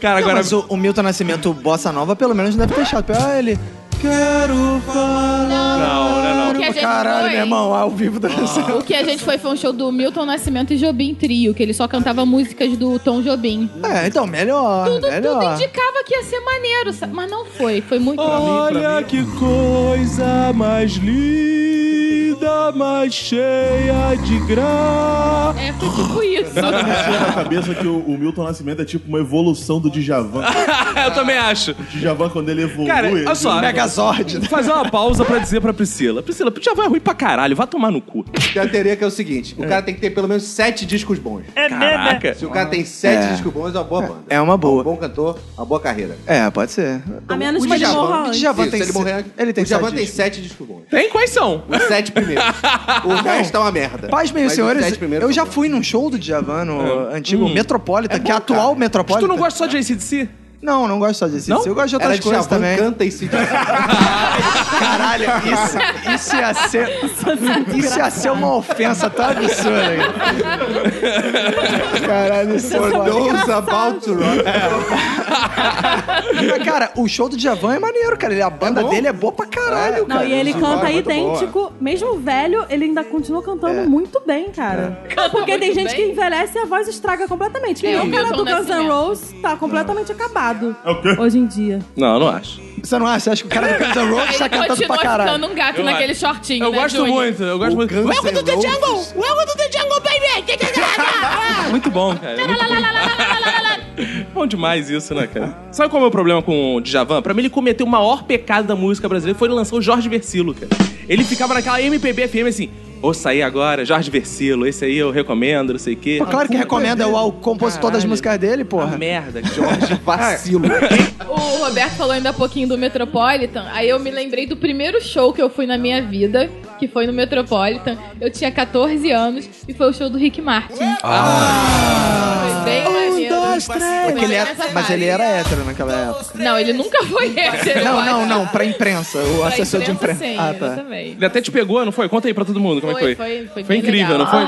Speaker 1: Cara,
Speaker 2: Não,
Speaker 1: agora.
Speaker 2: Mas o, o Milton Nascimento, o Bossa Nova, pelo menos não deve ter fechado. Ah, ele... Quero falar...
Speaker 1: Não,
Speaker 7: é
Speaker 1: não, não.
Speaker 3: Que a gente
Speaker 2: Caralho,
Speaker 3: foi.
Speaker 2: meu irmão, ao vivo da
Speaker 3: O que a gente foi foi um show do Milton Nascimento e Jobim Trio, que ele só cantava músicas do Tom Jobim.
Speaker 2: É, então, melhor,
Speaker 3: Tudo, tudo
Speaker 2: melhor.
Speaker 3: indicava que ia ser maneiro, sabe? mas não foi. Foi muito.
Speaker 1: Olha que coisa mais linda, mais cheia de graça.
Speaker 3: É, foi tipo isso.
Speaker 4: Tinha na cabeça que o, o Milton Nascimento é tipo uma evolução do Djavan.
Speaker 1: eu também acho.
Speaker 4: O Djavan, quando ele evolui...
Speaker 1: Cara, olha só.
Speaker 2: Megazord.
Speaker 1: Vou fazer uma pausa pra dizer pra Priscila. Priscila, já vai ruim pra caralho, vai tomar no cu.
Speaker 7: Tem a teoria que é o seguinte: o cara tem que ter pelo menos sete discos bons.
Speaker 1: É, Caraca.
Speaker 7: Se o cara tem sete
Speaker 2: É.
Speaker 7: discos bons, é uma boa banda.
Speaker 2: É uma
Speaker 7: Um
Speaker 2: boa.
Speaker 7: bom cantor, uma boa carreira.
Speaker 2: É, pode ser.
Speaker 5: A menos
Speaker 7: O
Speaker 5: que ele
Speaker 7: Djavan-
Speaker 5: morra
Speaker 2: O
Speaker 5: antes.
Speaker 2: Djavan
Speaker 7: Isso,
Speaker 2: tem...
Speaker 7: ele morrer.
Speaker 2: Ele tem
Speaker 7: o Djavan
Speaker 2: sete
Speaker 7: tem
Speaker 2: discos.
Speaker 7: sete discos bons.
Speaker 1: Tem? Quais são?
Speaker 7: Os sete primeiros. O resto é uma merda.
Speaker 2: Paz, meus
Speaker 7: Mas os
Speaker 2: senhores,
Speaker 7: sete primeiros
Speaker 2: eu já
Speaker 7: são
Speaker 2: fui num show do Djavan no antigo Metropolitan, que é a atual
Speaker 1: Mas
Speaker 2: Metropolitan.
Speaker 1: tu não gosta só de ACDC?
Speaker 2: Não, não gosto só disso.
Speaker 1: Não?
Speaker 2: Eu gosto de
Speaker 7: bons. Era
Speaker 2: outras
Speaker 7: de
Speaker 2: coisas também.
Speaker 7: canta e se
Speaker 2: Caralho, isso, isso ia ser. Isso ia ser uma ofensa tá? tão absurda. cara. Caralho, isso é foda.
Speaker 7: about to rock.
Speaker 2: Mas, cara, o show do Djavan é maneiro, cara. Ele, a banda dele é boa pra caralho,
Speaker 5: Não,
Speaker 2: cara.
Speaker 5: e ele
Speaker 7: sim,
Speaker 5: canta
Speaker 7: é muito
Speaker 5: idêntico, mesmo velho, ele ainda continua cantando muito bem, cara. Porque tem gente que envelhece e a voz estraga completamente. Quem
Speaker 3: Eu
Speaker 5: o cara
Speaker 3: mesmo
Speaker 5: do Guns N'
Speaker 3: nascimento.
Speaker 5: Roses tá completamente acabado
Speaker 4: É o quê?
Speaker 5: hoje em dia.
Speaker 1: Não, não acho.
Speaker 2: Você não acha? Você acha que o cara do Guns N' Roses tá cantando
Speaker 3: Ele
Speaker 2: pra
Speaker 3: continua
Speaker 2: caralho?
Speaker 3: ficando um gato
Speaker 1: Eu
Speaker 3: naquele
Speaker 1: acho.
Speaker 3: shortinho,
Speaker 1: Eu
Speaker 3: né,
Speaker 1: gosto
Speaker 3: Júnior?
Speaker 1: muito, eu gosto muito.
Speaker 7: Guns
Speaker 1: Welcome
Speaker 7: N'
Speaker 1: to the
Speaker 7: Roses.
Speaker 1: jungle! Welcome to the jungle, baby! muito bom, é, cara. Ah! muito bom. Bom demais isso, né, cara? Sabe qual é o meu problema com o Djavan? Pra mim, ele cometeu o maior pecado da música brasileira. Foi ele lançar o Jorge Versilo, cara. Ele ficava naquela MPB FM assim... Vou sair agora, Jorge Versilo, esse aí eu recomendo, não sei o quê.
Speaker 2: Pô, claro que recomenda, é o compositor das
Speaker 1: Caralho.
Speaker 2: músicas dele,
Speaker 1: Ah,
Speaker 2: porra.
Speaker 1: merda, Jorge.
Speaker 7: Vacilo.
Speaker 3: O Roberto falou ainda há pouquinho do Metropolitan. Aí eu me lembrei do primeiro show que eu fui na minha vida, que foi no Metropolitan. Eu tinha 14 anos e foi o show do Rick Martin. Foi bem
Speaker 2: Um,
Speaker 3: maneiro.
Speaker 2: dois, três. Porque ele era- mas ele era hétero naquela época.
Speaker 3: Não, ele nunca foi hétero. eu
Speaker 2: Não,
Speaker 3: acho.
Speaker 2: não, não, pra imprensa, o
Speaker 3: Pra
Speaker 2: assessor de imprensa.
Speaker 3: Sim,
Speaker 2: Ah,
Speaker 3: eu
Speaker 2: tá.
Speaker 3: também.
Speaker 1: Ele até te pegou, não foi? Conta aí pra todo mundo como é
Speaker 3: Foi,
Speaker 1: que foi.
Speaker 3: foi- foi bem
Speaker 1: incrível,
Speaker 3: legal.
Speaker 1: não foi?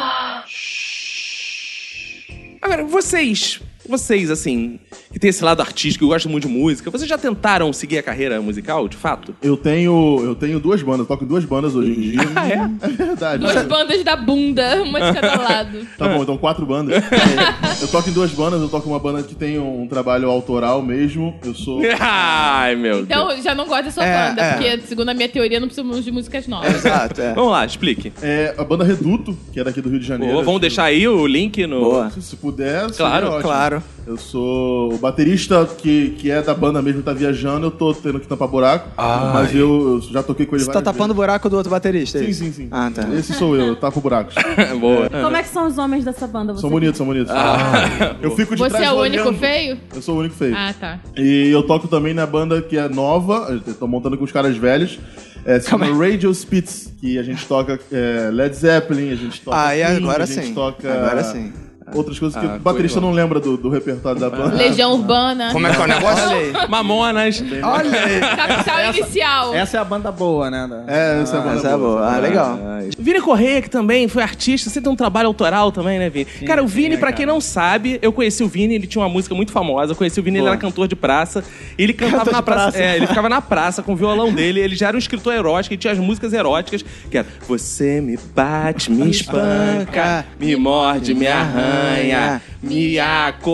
Speaker 1: Agora, vocês, vocês, assim, que tem esse lado artístico, eu gosto muito de música, vocês já tentaram seguir a carreira musical, de fato?
Speaker 4: Eu tenho, eu tenho duas bandas, toco em duas bandas hoje em dia.
Speaker 1: Ah, é?
Speaker 4: É verdade.
Speaker 3: Duas bandas da bunda, uma de cada lado.
Speaker 4: Tá bom, então quatro bandas. É, eu toco em duas bandas, eu toco uma banda que tem um trabalho autoral mesmo. Eu sou.
Speaker 1: Ai, meu Deus.
Speaker 3: Então, já não gosto da sua
Speaker 2: É,
Speaker 3: banda,
Speaker 2: é.
Speaker 3: porque, segundo a minha teoria, não precisamos de músicas novas.
Speaker 2: Exato, é.
Speaker 1: Vamos lá, explique.
Speaker 4: É a banda Reduto, que é daqui do Rio de Janeiro.
Speaker 1: Boa, vamos deixar aí o link no.
Speaker 2: Boa.
Speaker 4: Se, se puder, seria
Speaker 1: Claro,
Speaker 4: ótimo.
Speaker 2: Claro.
Speaker 4: Eu sou o baterista que, que é da banda mesmo, tá viajando, eu tô tendo que tampar buraco.
Speaker 1: Ah,
Speaker 4: Mas eu, eu já toquei com ele
Speaker 2: Você tá
Speaker 4: várias
Speaker 2: tapando o buraco do outro baterista? é
Speaker 4: vezes.
Speaker 2: isso?
Speaker 4: Sim, sim, sim.
Speaker 2: Ah, tá.
Speaker 4: Esse sou eu, eu tapo buracos.
Speaker 1: Boa.
Speaker 5: Como é que são os homens dessa banda? Você
Speaker 4: são bonitos, são bonitos.
Speaker 1: Ah.
Speaker 4: eu fico de
Speaker 3: Você
Speaker 4: trás
Speaker 3: é o único
Speaker 4: olhando.
Speaker 3: feio?
Speaker 4: Eu sou o único feio.
Speaker 3: Ah, tá.
Speaker 4: E eu toco também na banda que é nova, eu tô montando com os caras velhos. É, se chama Radio Spitz, que a gente toca é, Led Zeppelin, a gente toca.
Speaker 2: Ah, e
Speaker 4: Queen,
Speaker 2: agora
Speaker 4: a gente
Speaker 2: sim.
Speaker 4: Toca
Speaker 2: Agora sim.
Speaker 4: Outras coisas que
Speaker 1: Ah,
Speaker 4: o baterista
Speaker 1: coisa.
Speaker 4: não lembra do, do repertório da banda.
Speaker 3: Legião Urbana.
Speaker 8: Como é que é o negócio?
Speaker 1: Mamonas.
Speaker 2: Olha aí.
Speaker 3: Capital Inicial.
Speaker 6: Essa é a banda boa, né? da-
Speaker 4: É, essa é a banda.
Speaker 2: Essa é boa. Ah, legal.
Speaker 1: Vini Correia, que também foi artista, você tem um trabalho autoral também, né, Vini? cara, o Vini, pra quem não sabe, eu conheci o Vini, ele tinha uma música muito famosa. Eu conheci o Vini, ele era cantor de praça. Ele cantava na praça. É, ele ficava na praça com o violão dele, ele já era um escritor erótico, ele tinha as músicas eróticas, que era Você me bate, me espanca, me morde, me arranha, me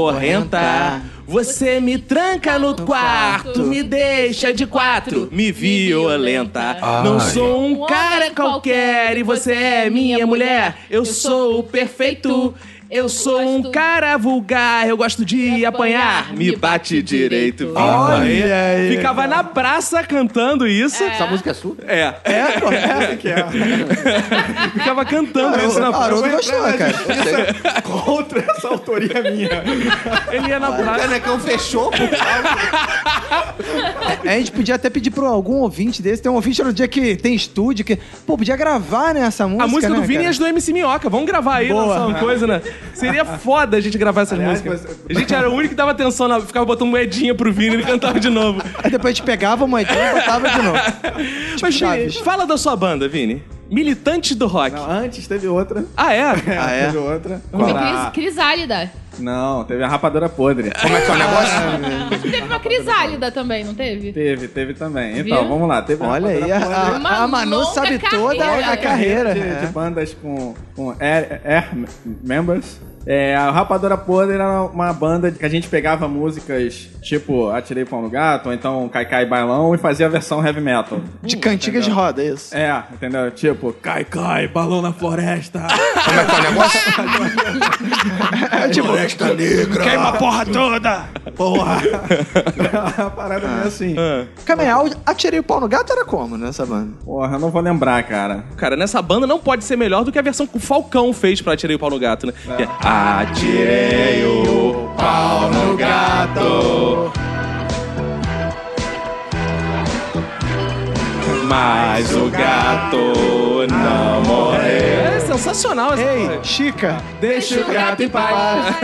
Speaker 1: acorrenta. Você me tranca no quarto, me deixa de quatro, me violenta. Não sou um cara qualquer e você é minha mulher. Eu sou o perfeito. Eu sou um cara vulgar, eu gosto de apanhar. Me bate direito. Vini
Speaker 2: Ah, Olha
Speaker 1: Correia.
Speaker 2: aí,
Speaker 1: Ficava na praça cantando isso.
Speaker 7: Essa música é sua?
Speaker 1: É.
Speaker 2: É, pô, é. que é.
Speaker 1: Ficava cantando isso na
Speaker 2: Haroldo gostou, cara.
Speaker 6: Contra essa autoria minha.
Speaker 1: Ele ia na praça.
Speaker 7: Canecão fechou, pô.
Speaker 2: A gente podia até pedir pra algum ouvinte desse. Tem um ouvinte no dia que tem estúdio que. Pô, podia gravar, né? Essa música.
Speaker 1: A música
Speaker 2: né,
Speaker 1: do Vini e
Speaker 2: cara?
Speaker 1: as do MC Minhoca. Vamos gravar aí,
Speaker 2: Boa.
Speaker 1: lançar uma coisa, né? Seria foda a gente gravar essas músicas. A gente era o único que dava atenção, na... ficava botando moedinha pro Vini e ele cantava de novo.
Speaker 2: Aí depois a gente pegava a moedinha e botava de novo.
Speaker 1: Mas, Vini,
Speaker 2: Chaves.
Speaker 1: fala da sua banda, Vini. Militante do rock.
Speaker 6: Não, antes teve outra.
Speaker 1: Ah, é?
Speaker 2: Ah, é?
Speaker 6: Teve outra.
Speaker 3: Teve
Speaker 6: Qual?
Speaker 3: cris- Crisálida.
Speaker 6: Não, teve a rapadura podre.
Speaker 8: Como é que é o negócio?
Speaker 3: Acho que teve uma crisálida também, não teve?
Speaker 6: Teve, teve também. Então,
Speaker 3: Viu?
Speaker 6: vamos lá. Teve a
Speaker 2: Olha aí,
Speaker 6: rapadura
Speaker 2: a,
Speaker 6: podre.
Speaker 2: a-
Speaker 3: Uma
Speaker 2: a Manu
Speaker 3: longa
Speaker 2: sabe toda a
Speaker 3: carreira.
Speaker 2: carreira. é.
Speaker 6: de, de bandas com, com air, air me- members. É, a Rapadora Podre era uma banda que a gente pegava músicas tipo Atirei Pão no Gato, ou então Cai Cai Bailão e fazia a versão heavy metal.
Speaker 2: é. De cantiga de roda, é isso.
Speaker 6: É, entendeu? Tipo, cai cai, balão na floresta.
Speaker 8: Como é que é o negócio?
Speaker 9: Queima a porra toda!
Speaker 6: a parada meio assim.
Speaker 2: Caminhal, atirei o pau no gato era como nessa banda?
Speaker 6: Porra, eu não vou lembrar, cara.
Speaker 1: Cara, nessa banda não pode ser melhor do que a versão que o Falcão fez pra Atirei o Pau no Gato, né?
Speaker 6: Ah.
Speaker 1: Que é, Atirei o Pau no Gato. Mas o gato não morreu. É sensacional essa
Speaker 2: Ei,
Speaker 1: porra.
Speaker 2: Chica,
Speaker 1: Deixa o gato em paz.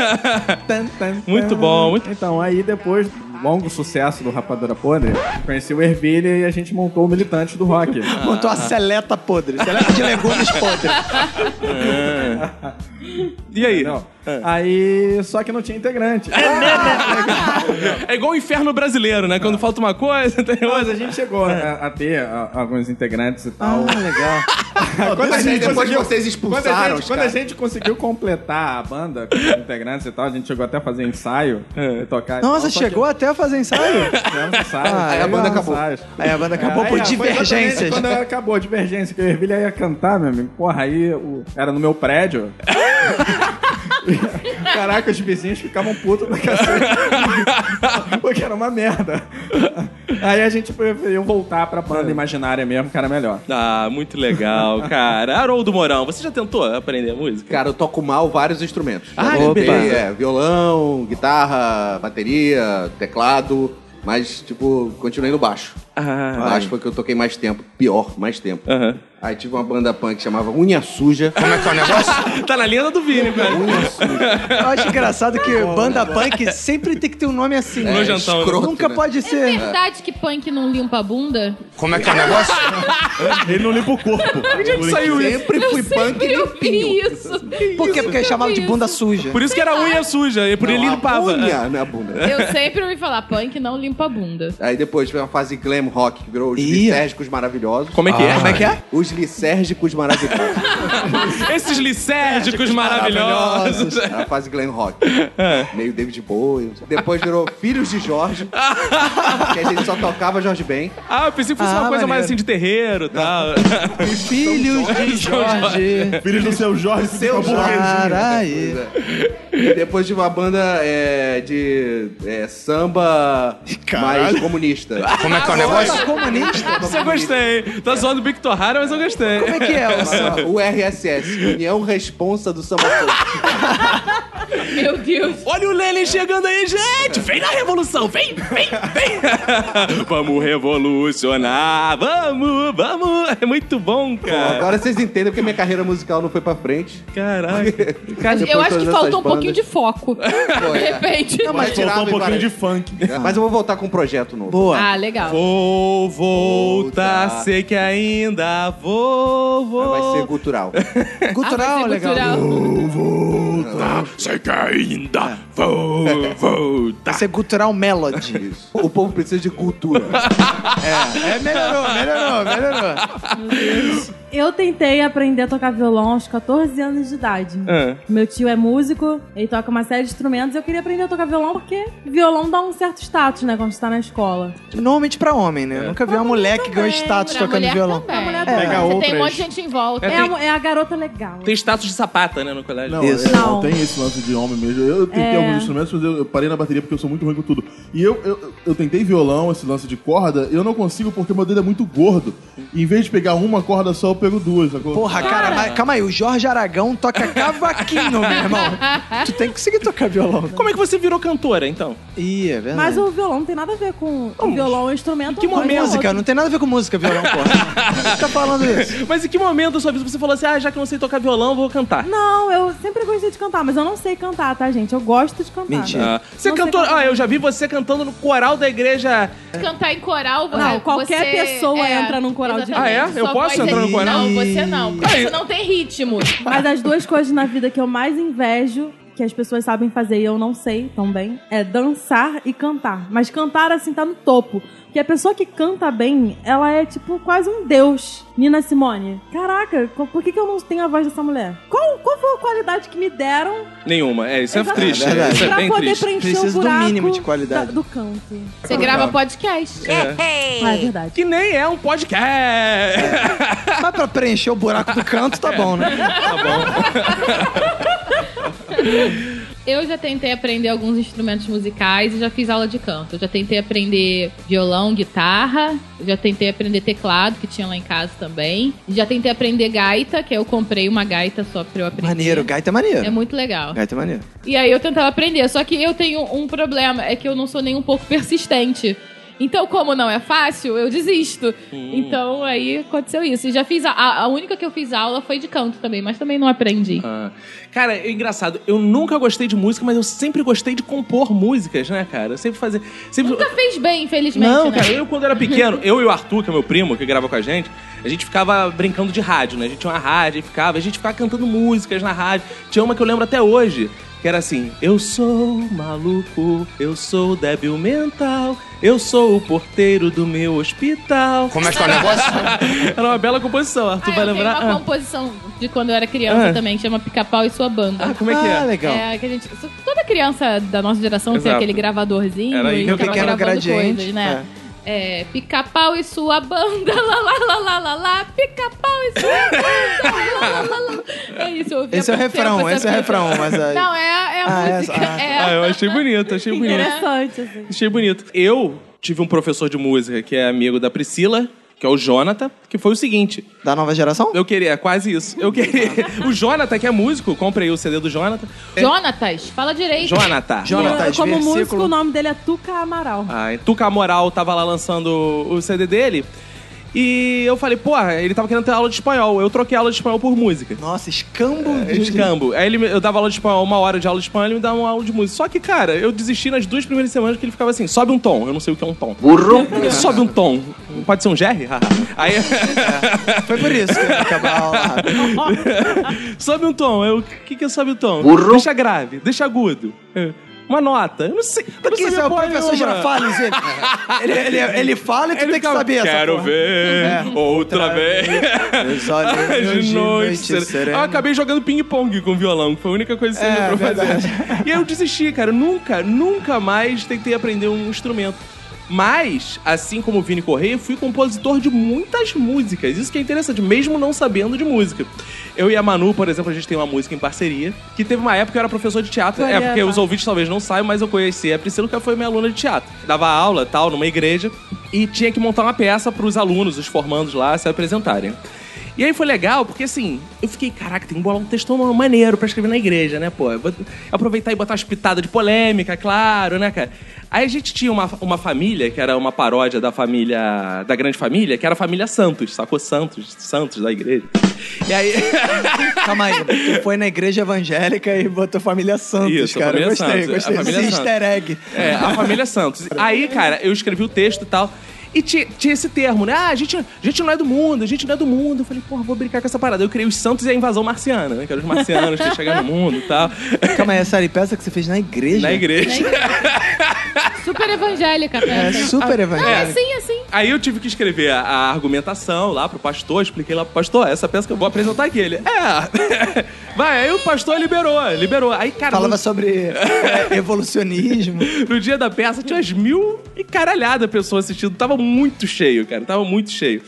Speaker 2: Tan, tan, tan.
Speaker 1: Muito bom, muito
Speaker 6: Ah, Então, aí depois longo sucesso do Rapadura Podre, conheci o Ervilha e a gente montou o Militante do Rock.
Speaker 2: Montou a seleta podre, seleta de legumes podre.
Speaker 1: É. E aí? né,
Speaker 6: Não. Aí, só que não tinha integrante.
Speaker 1: É igual o inferno brasileiro, né? Quando falta uma coisa, tem
Speaker 6: Mas
Speaker 1: outra.
Speaker 6: a gente chegou a, a ter a- alguns integrantes e tal.
Speaker 2: Ah, legal.
Speaker 6: quando, a
Speaker 7: Mas aí
Speaker 6: gente
Speaker 7: depois que
Speaker 6: conseguiu,
Speaker 7: vocês
Speaker 6: quando,
Speaker 7: expulsaram
Speaker 6: a gente,
Speaker 7: os
Speaker 6: quando a
Speaker 7: caras.
Speaker 6: gente conseguiu completar a banda com os integrantes e tal, tá, a gente chegou até a fazer ensaio e tocar. e
Speaker 2: Nossa,
Speaker 6: tal, só
Speaker 2: chegou até a fazer ensaio?
Speaker 6: que Fizemos ensaio.
Speaker 2: Ah,
Speaker 7: Aí a banda
Speaker 6: fizemos
Speaker 7: acabou.
Speaker 6: ensaios.
Speaker 2: Aí a banda acabou
Speaker 6: Aí,
Speaker 2: por
Speaker 6: é, foi exatamente
Speaker 2: divergências.
Speaker 6: Quando acabou a divergência, que o Ervilha ia cantar, meu amigo. Porra, aí o- era no meu prédio. Caraca, os vizinhos ficavam putos da cacete. Porque era uma merda. Aí a gente preferiu voltar pra banda imaginária mesmo, que era melhor.
Speaker 1: Ah, muito legal, cara. Haroldo Mourão, você já tentou aprender música?
Speaker 7: Cara, eu toco mal vários instrumentos.
Speaker 1: Ah,
Speaker 7: Já
Speaker 1: é
Speaker 7: toquei,
Speaker 1: mesmo?
Speaker 7: é, violão, guitarra, bateria, teclado, mas, tipo, continuei no baixo.
Speaker 1: Ah,
Speaker 7: baixo foi que eu toquei mais tempo, pior, mais tempo.
Speaker 1: Aham.
Speaker 7: Aí tive uma banda punk que chamava Unha Suja.
Speaker 8: Como é que é o negócio?
Speaker 1: Tá na lenda do Vini, cara.
Speaker 2: Eu acho engraçado que banda punk sempre tem que ter um nome assim.
Speaker 1: É, Nojentão,
Speaker 7: escroto,
Speaker 2: Nunca
Speaker 7: né?
Speaker 2: pode
Speaker 3: É
Speaker 2: ser.
Speaker 3: verdade que punk não limpa a bunda?
Speaker 8: Como é que é o negócio?
Speaker 4: Ele não limpa o corpo.
Speaker 1: Saiu isso.
Speaker 7: Sempre fui punk
Speaker 3: Sempre
Speaker 7: limpinho.
Speaker 3: ouvi isso.
Speaker 2: Por quê? Porque chamava de bunda suja.
Speaker 1: Por isso que era unha suja, e por ele
Speaker 7: Não, a
Speaker 1: limpava.
Speaker 7: Unha na bunda.
Speaker 3: Eu sempre ouvi falar, punk não limpa a bunda.
Speaker 7: Aí depois foi uma fase glam rock, que virou os
Speaker 2: Ih.
Speaker 7: lisérgicos maravilhosos.
Speaker 1: Como é que
Speaker 2: Como é que é?
Speaker 7: Os lisérgicos maravilhosos.
Speaker 1: é? Esses licérgicos maravilhosos.
Speaker 7: Era a fase glam rock. Meio David Bowie. Depois virou Filhos de Jorge. que a gente só tocava Jorge Ben.
Speaker 1: Ah, eu pensei que fosse
Speaker 2: Ah,
Speaker 1: uma coisa mais
Speaker 2: maneiro.
Speaker 1: assim de terreiro e tal.
Speaker 2: Filhos de Jorge.
Speaker 4: Filhos do seu Jorge.
Speaker 7: Seu
Speaker 4: fica
Speaker 7: Jorge.
Speaker 2: Caralho.
Speaker 7: E depois de uma banda é, de é, samba mais comunista.
Speaker 8: Como é que é o negócio?
Speaker 2: Banda comunista?
Speaker 1: Isso eu gostei. Tá zoando o Victor Hara, mas eu gostei.
Speaker 2: Como é que é? Elsa?
Speaker 7: O RSS, União Responsa do Samba Samba.
Speaker 3: Meu Deus.
Speaker 1: Olha o Lenin chegando aí, gente! Vem na revolução! Vem, vem, vem! vamos revolucionar! Vamos, vamos! É muito bom,
Speaker 4: É.
Speaker 1: cara.
Speaker 7: Agora vocês entendem porque minha carreira musical não foi pra frente.
Speaker 1: Caraca.
Speaker 3: eu
Speaker 7: depois
Speaker 3: acho que faltou
Speaker 7: todas
Speaker 3: um pouquinho
Speaker 7: essas bandas.
Speaker 3: de foco. de
Speaker 7: é.
Speaker 3: repente.
Speaker 7: Não, mas
Speaker 4: Faltou um
Speaker 7: tirava e
Speaker 4: pouquinho
Speaker 7: parava.
Speaker 4: de funk.
Speaker 7: Mas eu vou voltar com um projeto novo.
Speaker 2: Boa.
Speaker 3: Ah, legal.
Speaker 1: Vou voltar,
Speaker 7: Voltar.
Speaker 1: sei que ainda vou,
Speaker 7: Mas Vai ser
Speaker 1: vou.
Speaker 7: cultural.
Speaker 3: Ah, vai
Speaker 2: Cultural, é
Speaker 3: ser
Speaker 2: legal.
Speaker 3: cultural.
Speaker 9: Sei que ainda vou voltar.
Speaker 2: Vai ser é cultural melody.
Speaker 7: Isso. O povo precisa de cultura.
Speaker 2: É, melhorou, melhorou, melhorou.
Speaker 5: Eu tentei aprender a tocar violão aos 14 anos de idade.
Speaker 1: Ah.
Speaker 5: Meu tio é músico, ele toca uma série de instrumentos. Eu queria aprender a tocar violão porque violão dá um certo status, né, quando você tá na escola.
Speaker 2: Normalmente pra homem, né? Eu Nunca vi uma mulher que ganhou status
Speaker 3: Pra
Speaker 2: tocando
Speaker 3: mulher
Speaker 2: violão.
Speaker 3: também.
Speaker 1: É
Speaker 6: Pega
Speaker 3: Você
Speaker 6: outras.
Speaker 3: tem um monte de gente em volta.
Speaker 5: É,
Speaker 1: tem-
Speaker 5: a, é a garota legal.
Speaker 1: Tem status de sapata, né, no colégio.
Speaker 4: Não,
Speaker 2: Isso.
Speaker 4: é, não,
Speaker 5: Não.
Speaker 4: tem esse lance de homem mesmo. Eu tentei
Speaker 5: É.
Speaker 4: alguns instrumentos, mas eu, eu parei na bateria porque eu sou muito ruim com tudo. E eu, eu, eu tentei violão, esse lance de corda, eu não consigo porque meu dedo é muito gordo. E em vez de pegar uma corda só, eu pego duas. sacou?
Speaker 2: Porra, cara, mas calma aí, o Jorge Aragão toca cavaquinho, meu irmão. Tu tem que conseguir tocar violão.
Speaker 1: Como é que você virou cantora, então?
Speaker 2: Ih, é verdade.
Speaker 5: Mas o violão não tem nada a ver com o violão, é um instrumento.
Speaker 2: Que
Speaker 5: uma coisa é
Speaker 2: música?
Speaker 5: outra.
Speaker 2: Não tem nada a ver com música, violão, porra. Por que você tá falando isso?
Speaker 1: Mas em que momento da sua vida você falou assim, ah, já que eu não sei tocar violão, eu vou cantar?
Speaker 5: Não, eu sempre gostei de cantar, mas eu não sei cantar, tá, gente? Eu gosto de cantar.
Speaker 2: Mentira.
Speaker 1: Ah, você
Speaker 5: Não sei
Speaker 1: cantou...
Speaker 5: cantar.
Speaker 1: Ah, eu já vi você cantando no coral da igreja...
Speaker 3: Cantar em coral, você-
Speaker 5: Não, qualquer
Speaker 3: você- é.
Speaker 5: pessoa entra num coral de-
Speaker 3: exatamente.
Speaker 1: Ah, é? Eu
Speaker 3: Sua
Speaker 1: posso
Speaker 3: voz
Speaker 1: entrar no
Speaker 3: é-
Speaker 1: coral?
Speaker 3: Não, você não. Porque
Speaker 1: Aí.
Speaker 3: você não tem ritmo.
Speaker 5: Mas as duas coisas na vida que eu mais invejo, que as pessoas sabem fazer e eu não sei também, é dançar e cantar. Mas cantar, assim, tá no topo. Porque a pessoa que canta bem, ela é, tipo, quase um deus. Nina Simone. Caraca, co- por que, que eu não tenho a voz dessa mulher? Qual, qual foi a qualidade que me deram
Speaker 1: Nenhuma. É, isso é
Speaker 5: Exatamente.
Speaker 1: triste.
Speaker 2: verdade.
Speaker 1: Isso é
Speaker 5: pra
Speaker 1: bem
Speaker 5: poder
Speaker 1: triste.
Speaker 5: preencher
Speaker 2: Precisa
Speaker 5: o
Speaker 2: do
Speaker 5: buraco
Speaker 2: mínimo de qualidade.
Speaker 5: da- do canto?
Speaker 3: Você grava podcast.
Speaker 5: Ah, é verdade.
Speaker 1: Que nem é um podcast.
Speaker 2: Mas pra preencher o buraco do canto, tá bom, né?
Speaker 3: Eu já tentei aprender alguns instrumentos musicais e já fiz aula de canto. Eu já tentei aprender violão, guitarra, eu já tentei aprender teclado, que tinha lá em casa também. Já tentei aprender gaita, que eu comprei uma gaita só pra eu aprender.
Speaker 2: Maneiro, gaita é
Speaker 3: É
Speaker 2: maneiro.
Speaker 3: muito legal.
Speaker 2: Gaita é maneiro.
Speaker 3: E aí eu tentava aprender, só que eu tenho um problema, é que eu não sou nem um pouco persistente. Então, como não é fácil, eu desisto. Então, aí aconteceu isso. E já fiz a, a a única que eu fiz aula foi de canto também, mas também não aprendi.
Speaker 1: Ah. Cara, é engraçado. Eu nunca gostei de música, mas eu sempre gostei de compor músicas, né, cara? Eu sempre fazia. Sempre...
Speaker 3: Nunca fez bem, infelizmente.
Speaker 1: Não,
Speaker 3: né?
Speaker 1: cara, eu quando era pequeno, eu e o Arthur, que é meu primo, que grava com a gente, a gente ficava brincando de rádio, né? A gente tinha uma rádio e ficava, a gente ficava cantando músicas na rádio. Tinha uma que eu lembro até hoje, que era assim: Eu sou maluco, eu sou débil mental, eu sou o porteiro do meu hospital.
Speaker 8: Como é que é o negócio?
Speaker 1: Era uma bela composição, Arthur
Speaker 3: Ah,
Speaker 1: vai
Speaker 3: eu
Speaker 1: lembrar.
Speaker 3: tenho uma
Speaker 1: Ah,
Speaker 3: composição de quando eu era criança
Speaker 1: Ah.
Speaker 3: também, que chama Pica-Pau e Sua Banda.
Speaker 1: Ah, como é que é?
Speaker 2: Ah, legal.
Speaker 3: É, que a gente, toda criança da nossa geração tem
Speaker 1: Exato.
Speaker 3: aquele gravadorzinho
Speaker 1: Era aí
Speaker 3: e
Speaker 1: que eu
Speaker 3: ficava
Speaker 2: pequeno
Speaker 3: gravando
Speaker 2: gradiente,
Speaker 3: coisas, né? É, pica-pau e sua banda, lá, lá, lá, lá, lá, lá, pica-pau e sua banda, lá, lá, lá, lá. É isso, eu ouvi
Speaker 2: Esse é o refrão, esse é o refrão, mas aí...
Speaker 3: Não, é, é a
Speaker 2: Ah,
Speaker 3: música.
Speaker 2: essa- ah.
Speaker 3: é
Speaker 1: Ah, eu achei bonito, achei bonito.
Speaker 5: Interessante, assim.
Speaker 1: Achei bonito. Eu tive um professor de música que é amigo da Priscila, que é o Jonathan, que foi o seguinte.
Speaker 2: Da nova geração?
Speaker 1: Eu queria, quase isso. Eu queria. O Jonathan, que é músico, comprei o CD do Jonathan.
Speaker 3: Jonatas, fala direito.
Speaker 1: É. Jonathan.
Speaker 2: Jonatas,
Speaker 5: Como músico,
Speaker 2: versículo.
Speaker 5: o nome dele é Tuca Amaral.
Speaker 1: tá, Ah, e Tuca Moral tava lá lançando o CD dele. E eu falei, porra, ele tava querendo ter aula de espanhol. Eu troquei aula de espanhol por música.
Speaker 2: Nossa, escambo de...
Speaker 1: É, Escambo. Aí ele, me- eu dava aula de espanhol, uma hora de aula de espanhol, ele me dava uma aula de música. Só que, cara, eu desisti nas duas primeiras semanas que ele ficava assim, sobe um tom. Eu não sei o que é um tom. Burro. sobe um tom. Pode ser um GR? Haha. Aí...
Speaker 2: Foi por isso que eu acabava a aula rápido.
Speaker 1: Sobe um tom. Eu, o que, que é sobe um tom? Burro. Deixa grave, deixa agudo. É. Uma nota. Eu não sei. eu não
Speaker 2: Porque isso
Speaker 1: sabia
Speaker 2: é o
Speaker 1: porra
Speaker 2: professor
Speaker 1: nenhuma.
Speaker 2: Girafales. Ele, ele, ele, ele fala e tu
Speaker 1: Ele
Speaker 2: tem que
Speaker 1: ficava,
Speaker 2: saber essa
Speaker 9: Quero
Speaker 2: porra.
Speaker 9: ver
Speaker 2: É.
Speaker 9: outra vez.
Speaker 2: Meus olhinhos
Speaker 1: de noite. serena. Eu acabei jogando ping-pong com violão, que foi a única coisa que você
Speaker 2: É,
Speaker 1: lembrou
Speaker 2: verdade.
Speaker 1: fazer. E aí eu desisti, cara. Eu Nunca, nunca mais tentei aprender um instrumento. Mas, assim como o Vini Correia, eu fui compositor de muitas músicas. Isso que é interessante, mesmo não sabendo de música. Eu e a Manu, por exemplo, a gente tem uma música em parceria, que teve uma época que eu era professor de teatro. É,
Speaker 5: Olha,
Speaker 1: porque os
Speaker 5: tá.
Speaker 1: ouvintes talvez não saibam, mas eu conheci a Priscila, que ela foi minha aluna de teatro. Dava aula, tal, numa igreja, e tinha que montar uma peça para os alunos, os formandos lá, se apresentarem. E aí foi legal, porque assim, eu fiquei, caraca, tem que bolar um textão maneiro pra escrever na igreja, né, pô? Eu vou Aproveitar e botar umas pitadas de polêmica, claro, né, cara? Aí a gente tinha uma, uma família, que era uma paródia da família, da grande família, que era a família Santos, sacou? Santos, Santos da igreja. E aí...
Speaker 2: Calma aí, tu foi na igreja evangélica e botou família Santos,
Speaker 1: Isso,
Speaker 2: cara.
Speaker 1: família
Speaker 2: gostei,
Speaker 1: Santos,
Speaker 2: gostei.
Speaker 1: a família
Speaker 2: Esse easter egg.
Speaker 1: É, a família Santos. Aí, cara, eu escrevi o texto e tal. E ti- tinha, esse termo, né? Ah, a gente, a gente não é do mundo, a gente não é do mundo. Eu falei, porra, vou brincar com essa parada. Eu criei os Santos e a invasão marciana, né? Que eram os marcianos que chegaram no mundo e tal.
Speaker 2: Calma aí, essa era peça que você fez na igreja?
Speaker 1: Na igreja.
Speaker 3: Super evangélica,
Speaker 2: É
Speaker 3: né?
Speaker 1: Ah,
Speaker 2: super
Speaker 3: Não, é
Speaker 2: evangélica.
Speaker 3: assim, assim.
Speaker 1: Aí eu tive que escrever a, a argumentação lá pro pastor, expliquei lá pro pastor, essa peça que eu vou apresentar aqui. Ele, é. Vai, aí o pastor liberou, liberou. Aí, cara,
Speaker 2: Falava sobre é, evolucionismo.
Speaker 1: No dia da peça tinha umas mil e caralhada pessoas assistindo. Tava muito cheio, cara. Tava muito cheio.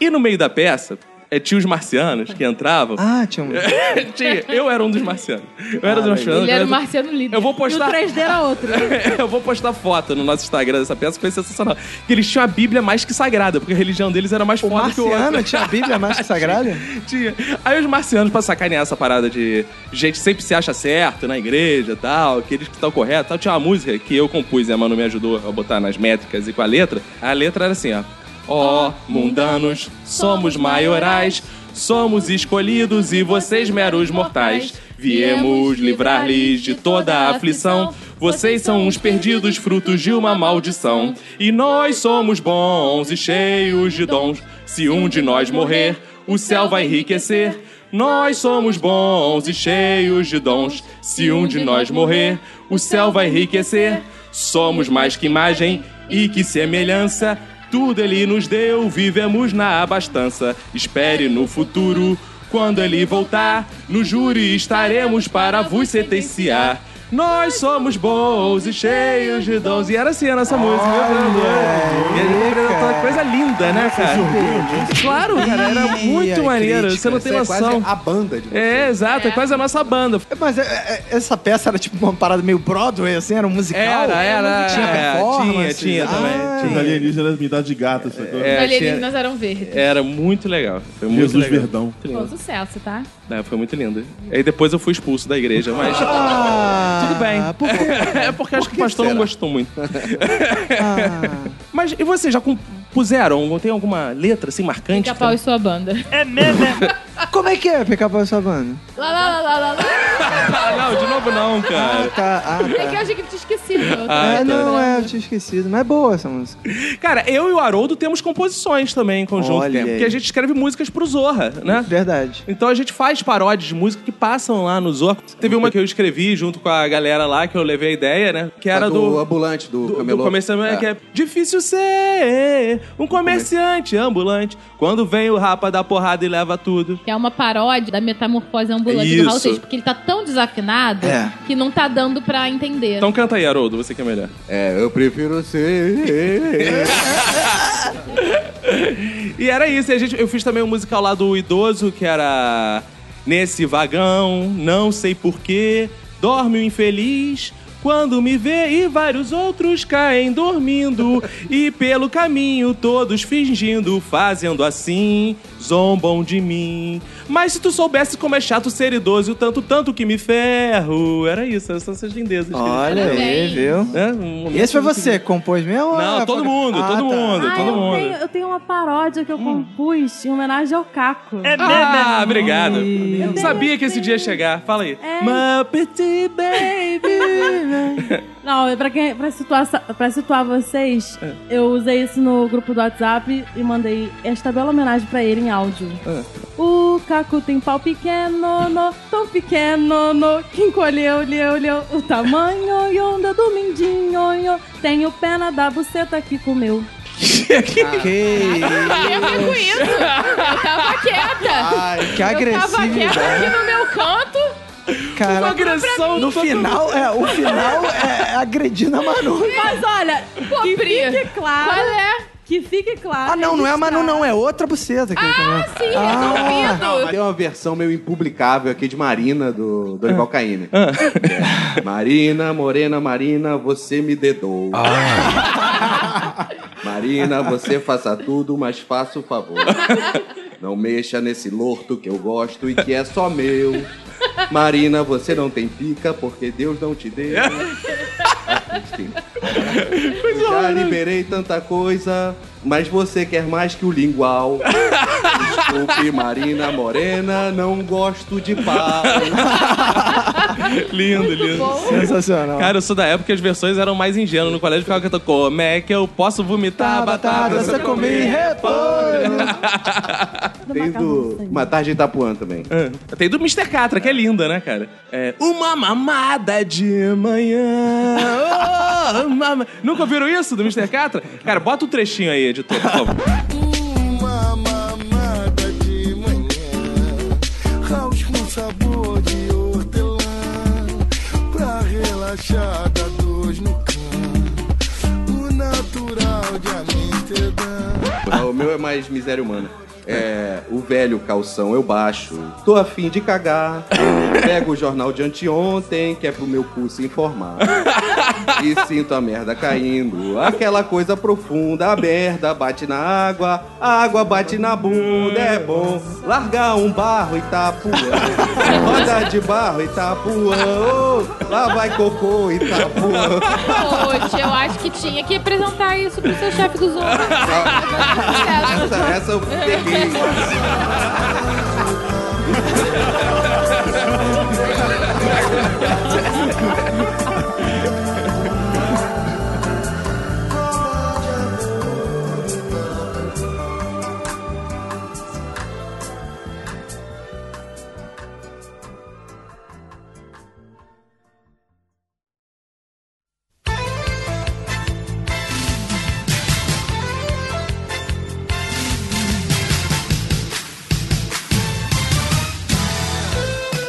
Speaker 1: E no meio da peça, eh, tinha os marcianos que entravam.
Speaker 2: Ah, tinha um...
Speaker 1: É. Tinha- eu era um dos marcianos. Eu era um dos marcianos.
Speaker 3: Ele era o
Speaker 1: Eu-
Speaker 3: Marciano Líder.
Speaker 1: Eu vou
Speaker 5: E o
Speaker 1: postar.
Speaker 5: 3D era outro.
Speaker 1: Eu vou postar foto no nosso Instagram dessa peça, que foi sensacional. Que eles tinham a Bíblia mais que sagrada, porque a religião deles era mais
Speaker 2: O
Speaker 1: foda que o outro.
Speaker 2: marciano tinha a Bíblia mais que sagrada?
Speaker 1: Tinha. Aí os marcianos, pra sacanear essa parada de gente sempre se acha certo na igreja e tal, aqueles que estão corretos tal. Tinha uma música que eu compus e a Manu me ajudou a botar nas métricas e com a letra. A letra era assim, ó. Ó, mundanos, somos maiorais, somos escolhidos e vocês meros mortais. Viemos livrar-lhes de toda a aflição. Vocês são uns perdidos, frutos de uma maldição. E nós somos bons e cheios de dons. Se um de nós morrer, o céu vai enriquecer. Nós somos bons e cheios de dons. Se um de nós morrer, o céu vai enriquecer. Somos mais que imagem e que semelhança. Tudo ele nos deu, vivemos na abastança. Espere no futuro, quando ele voltar, no júri estaremos para vos sentenciar. Nós somos bons e cheios de dons. E era assim a nossa música. meu Deus. né? E a gente apresentou uma coisa linda, né, cara? Claro, cara, era
Speaker 2: Ih,
Speaker 1: muito
Speaker 2: a
Speaker 1: maneiro. Você não tem
Speaker 7: Isso é quase
Speaker 1: noção.
Speaker 7: a banda de
Speaker 1: É, exato, é quase a nossa banda.
Speaker 2: Mas é, é, essa peça era tipo uma parada meio Broadway, assim? Era um musical?
Speaker 1: Era, era.
Speaker 2: Tinha
Speaker 1: é,
Speaker 2: performance?
Speaker 1: Tinha, tinha
Speaker 2: Ah,
Speaker 1: também.
Speaker 4: Os alienígenas me dá de gata, essa coisa.
Speaker 1: É,
Speaker 3: Os
Speaker 1: tinha-
Speaker 3: alienígenas eram verdes.
Speaker 1: Era muito legal. Foi muito
Speaker 4: Jesus
Speaker 1: legal.
Speaker 4: Verdão.
Speaker 3: Foi um sucesso, tá?
Speaker 1: É, foi muito lindo. Aí depois eu fui expulso da igreja, mas.
Speaker 2: Ah,
Speaker 1: Tudo bem.
Speaker 2: por-
Speaker 1: É porque acho que o pastor não gostou muito.
Speaker 2: ah.
Speaker 1: Mas e vocês já compuseram? Tem alguma letra assim marcante?
Speaker 3: Pica-pau e sua banda.
Speaker 2: Como é que é picar pau e sua banda?
Speaker 3: Lá, lá, lá, lá, lá, lá.
Speaker 1: Ah, não, de novo não, cara.
Speaker 2: Ah, tá. Ah,
Speaker 3: É que eu
Speaker 2: tá.
Speaker 3: achei que eu tinha esquecido. Eu
Speaker 2: É,
Speaker 3: tava
Speaker 2: não, é, eu
Speaker 3: lembrando.
Speaker 2: tinha esquecido. Mas é boa essa música.
Speaker 1: Cara, eu e o Haroldo temos composições também em conjunto,
Speaker 2: Olha
Speaker 1: né?
Speaker 2: aí.
Speaker 1: porque a gente escreve músicas pro Zorra, né?
Speaker 2: Verdade.
Speaker 1: Então a gente faz paródias de música que passam lá no Zorra. Teve uma que eu escrevi junto com a galera lá, que eu levei a ideia, né? Que era
Speaker 7: A
Speaker 1: do...
Speaker 7: ambulante, do,
Speaker 1: Do, do
Speaker 7: camelô.
Speaker 1: comerciante
Speaker 7: É.
Speaker 1: que é difícil ser um comerciante ambulante quando vem o rapa da porrada e leva tudo.
Speaker 3: Que é uma paródia da metamorfose ambulante
Speaker 1: Isso.
Speaker 3: do Raul Seixas, porque ele tá tão desafinado
Speaker 2: É.
Speaker 3: que não tá dando pra entender.
Speaker 1: Então canta aí, Haroldo, você que é melhor.
Speaker 7: É, eu prefiro ser.
Speaker 1: E era isso. E a gente, eu fiz também um musical lá do idoso, que era... Nesse vagão, não sei porquê, dorme o infeliz... Quando me vê e vários outros caem dormindo E pelo caminho todos fingindo, fazendo assim, zombam de mim Mas se tu soubesse como é chato ser idoso e o tanto, tanto que me ferro Era isso, essas são essas lindezas que eles-
Speaker 2: Olha aí,
Speaker 3: Parabéns.
Speaker 2: viu?
Speaker 1: né? Um momento
Speaker 2: Esse foi
Speaker 1: muito
Speaker 2: você, que compôs mesmo? ou
Speaker 1: Não,
Speaker 2: é
Speaker 1: todo
Speaker 2: pra-
Speaker 1: mundo,
Speaker 2: Ah,
Speaker 1: todo
Speaker 2: tá.
Speaker 1: mundo,
Speaker 5: Ah,
Speaker 1: é, todo
Speaker 5: eu
Speaker 1: mundo. Hum.
Speaker 5: tenho, eu tenho uma paródia que eu compus em homenagem ao Caco.
Speaker 1: Ah, obrigado.
Speaker 5: Eu
Speaker 1: Sabia
Speaker 5: tenho,
Speaker 1: que esse dia ia chegar. Fala aí.
Speaker 5: É.
Speaker 1: Muppet Baby.
Speaker 5: Não, é pra, quem, pra, situar, pra situar vocês,
Speaker 1: É.
Speaker 5: eu usei isso no grupo do WhatsApp e mandei esta bela homenagem pra ele em áudio.
Speaker 1: É.
Speaker 5: O Caco tem pau pequeno, no, tão pequeno, no, que encolheu, leu, leu, o tamanho e onda do mindinho, yo, tenho pena da buceta que comeu.
Speaker 2: Que,
Speaker 3: Eu com isso. Eu tava quieta.
Speaker 2: que
Speaker 3: eu tava
Speaker 2: agressividade.
Speaker 3: quieta aqui no meu canto.
Speaker 1: Uma
Speaker 2: Cara,
Speaker 1: agressão
Speaker 2: no final, é, o final é agredindo a Manu.
Speaker 5: Mas olha,
Speaker 3: Pô,
Speaker 5: que
Speaker 3: Pri,
Speaker 5: fique claro,
Speaker 3: Qual é?
Speaker 5: que fique claro.
Speaker 2: Ah, não, não é a
Speaker 1: né?
Speaker 2: Manu, não. É outra buceta que ele comeu.
Speaker 3: Ah, Sim,
Speaker 2: Ah.
Speaker 3: resolvido.
Speaker 7: Tem uma versão meio impublicável aqui de Marina, do Dorival Caymmi. É. Marina, morena, Marina, você me dedou. Marina, você faça tudo, mas faça o favor. Não mexa nesse lorto que eu gosto e que é só meu. Marina, você não tem pica porque Deus não te deu. Enfim. Eu já liberei tanta coisa, mas você quer mais que o lingual. Desculpe, Marina Morena, não gosto de pau.
Speaker 1: lindo, lindo.
Speaker 2: Sensacional.
Speaker 1: Cara, eu sou da época que as versões eram mais ingênuas no colégio, ficava cantando Como é que eu posso vomitar
Speaker 2: Tá, batata,
Speaker 1: batata?
Speaker 2: você comi repolho.
Speaker 7: Tem do Uma Tarde em Itapuã também.
Speaker 1: Ah, Tem do Mr. Catra, que é linda, né, cara? É, uma mamada de manhã. Oh, mama... Nunca ouviram isso do Mr. Catra? Cara, bota o trechinho aí, editor, por favor.
Speaker 11: Uma mamada de manhã, house com sabor de hortelã, pra relaxar da dor no cão, o natural de Amsterdã.
Speaker 7: O meu é mais miséria humana. É, o velho calção eu baixo. Tô afim de cagar. Pego o jornal de anteontem, que é pro meu cu se informar. E sinto a merda caindo. Aquela coisa profunda, a merda bate na água, a água bate na bunda. É bom largar um barro e tapuã. Roda de barro e tapuã. Oh, lá vai cocô e tá tapuã.
Speaker 3: Poxa, eu acho que tinha que apresentar isso pro seu chefe dos outros.
Speaker 7: Essa, essa eu peguei.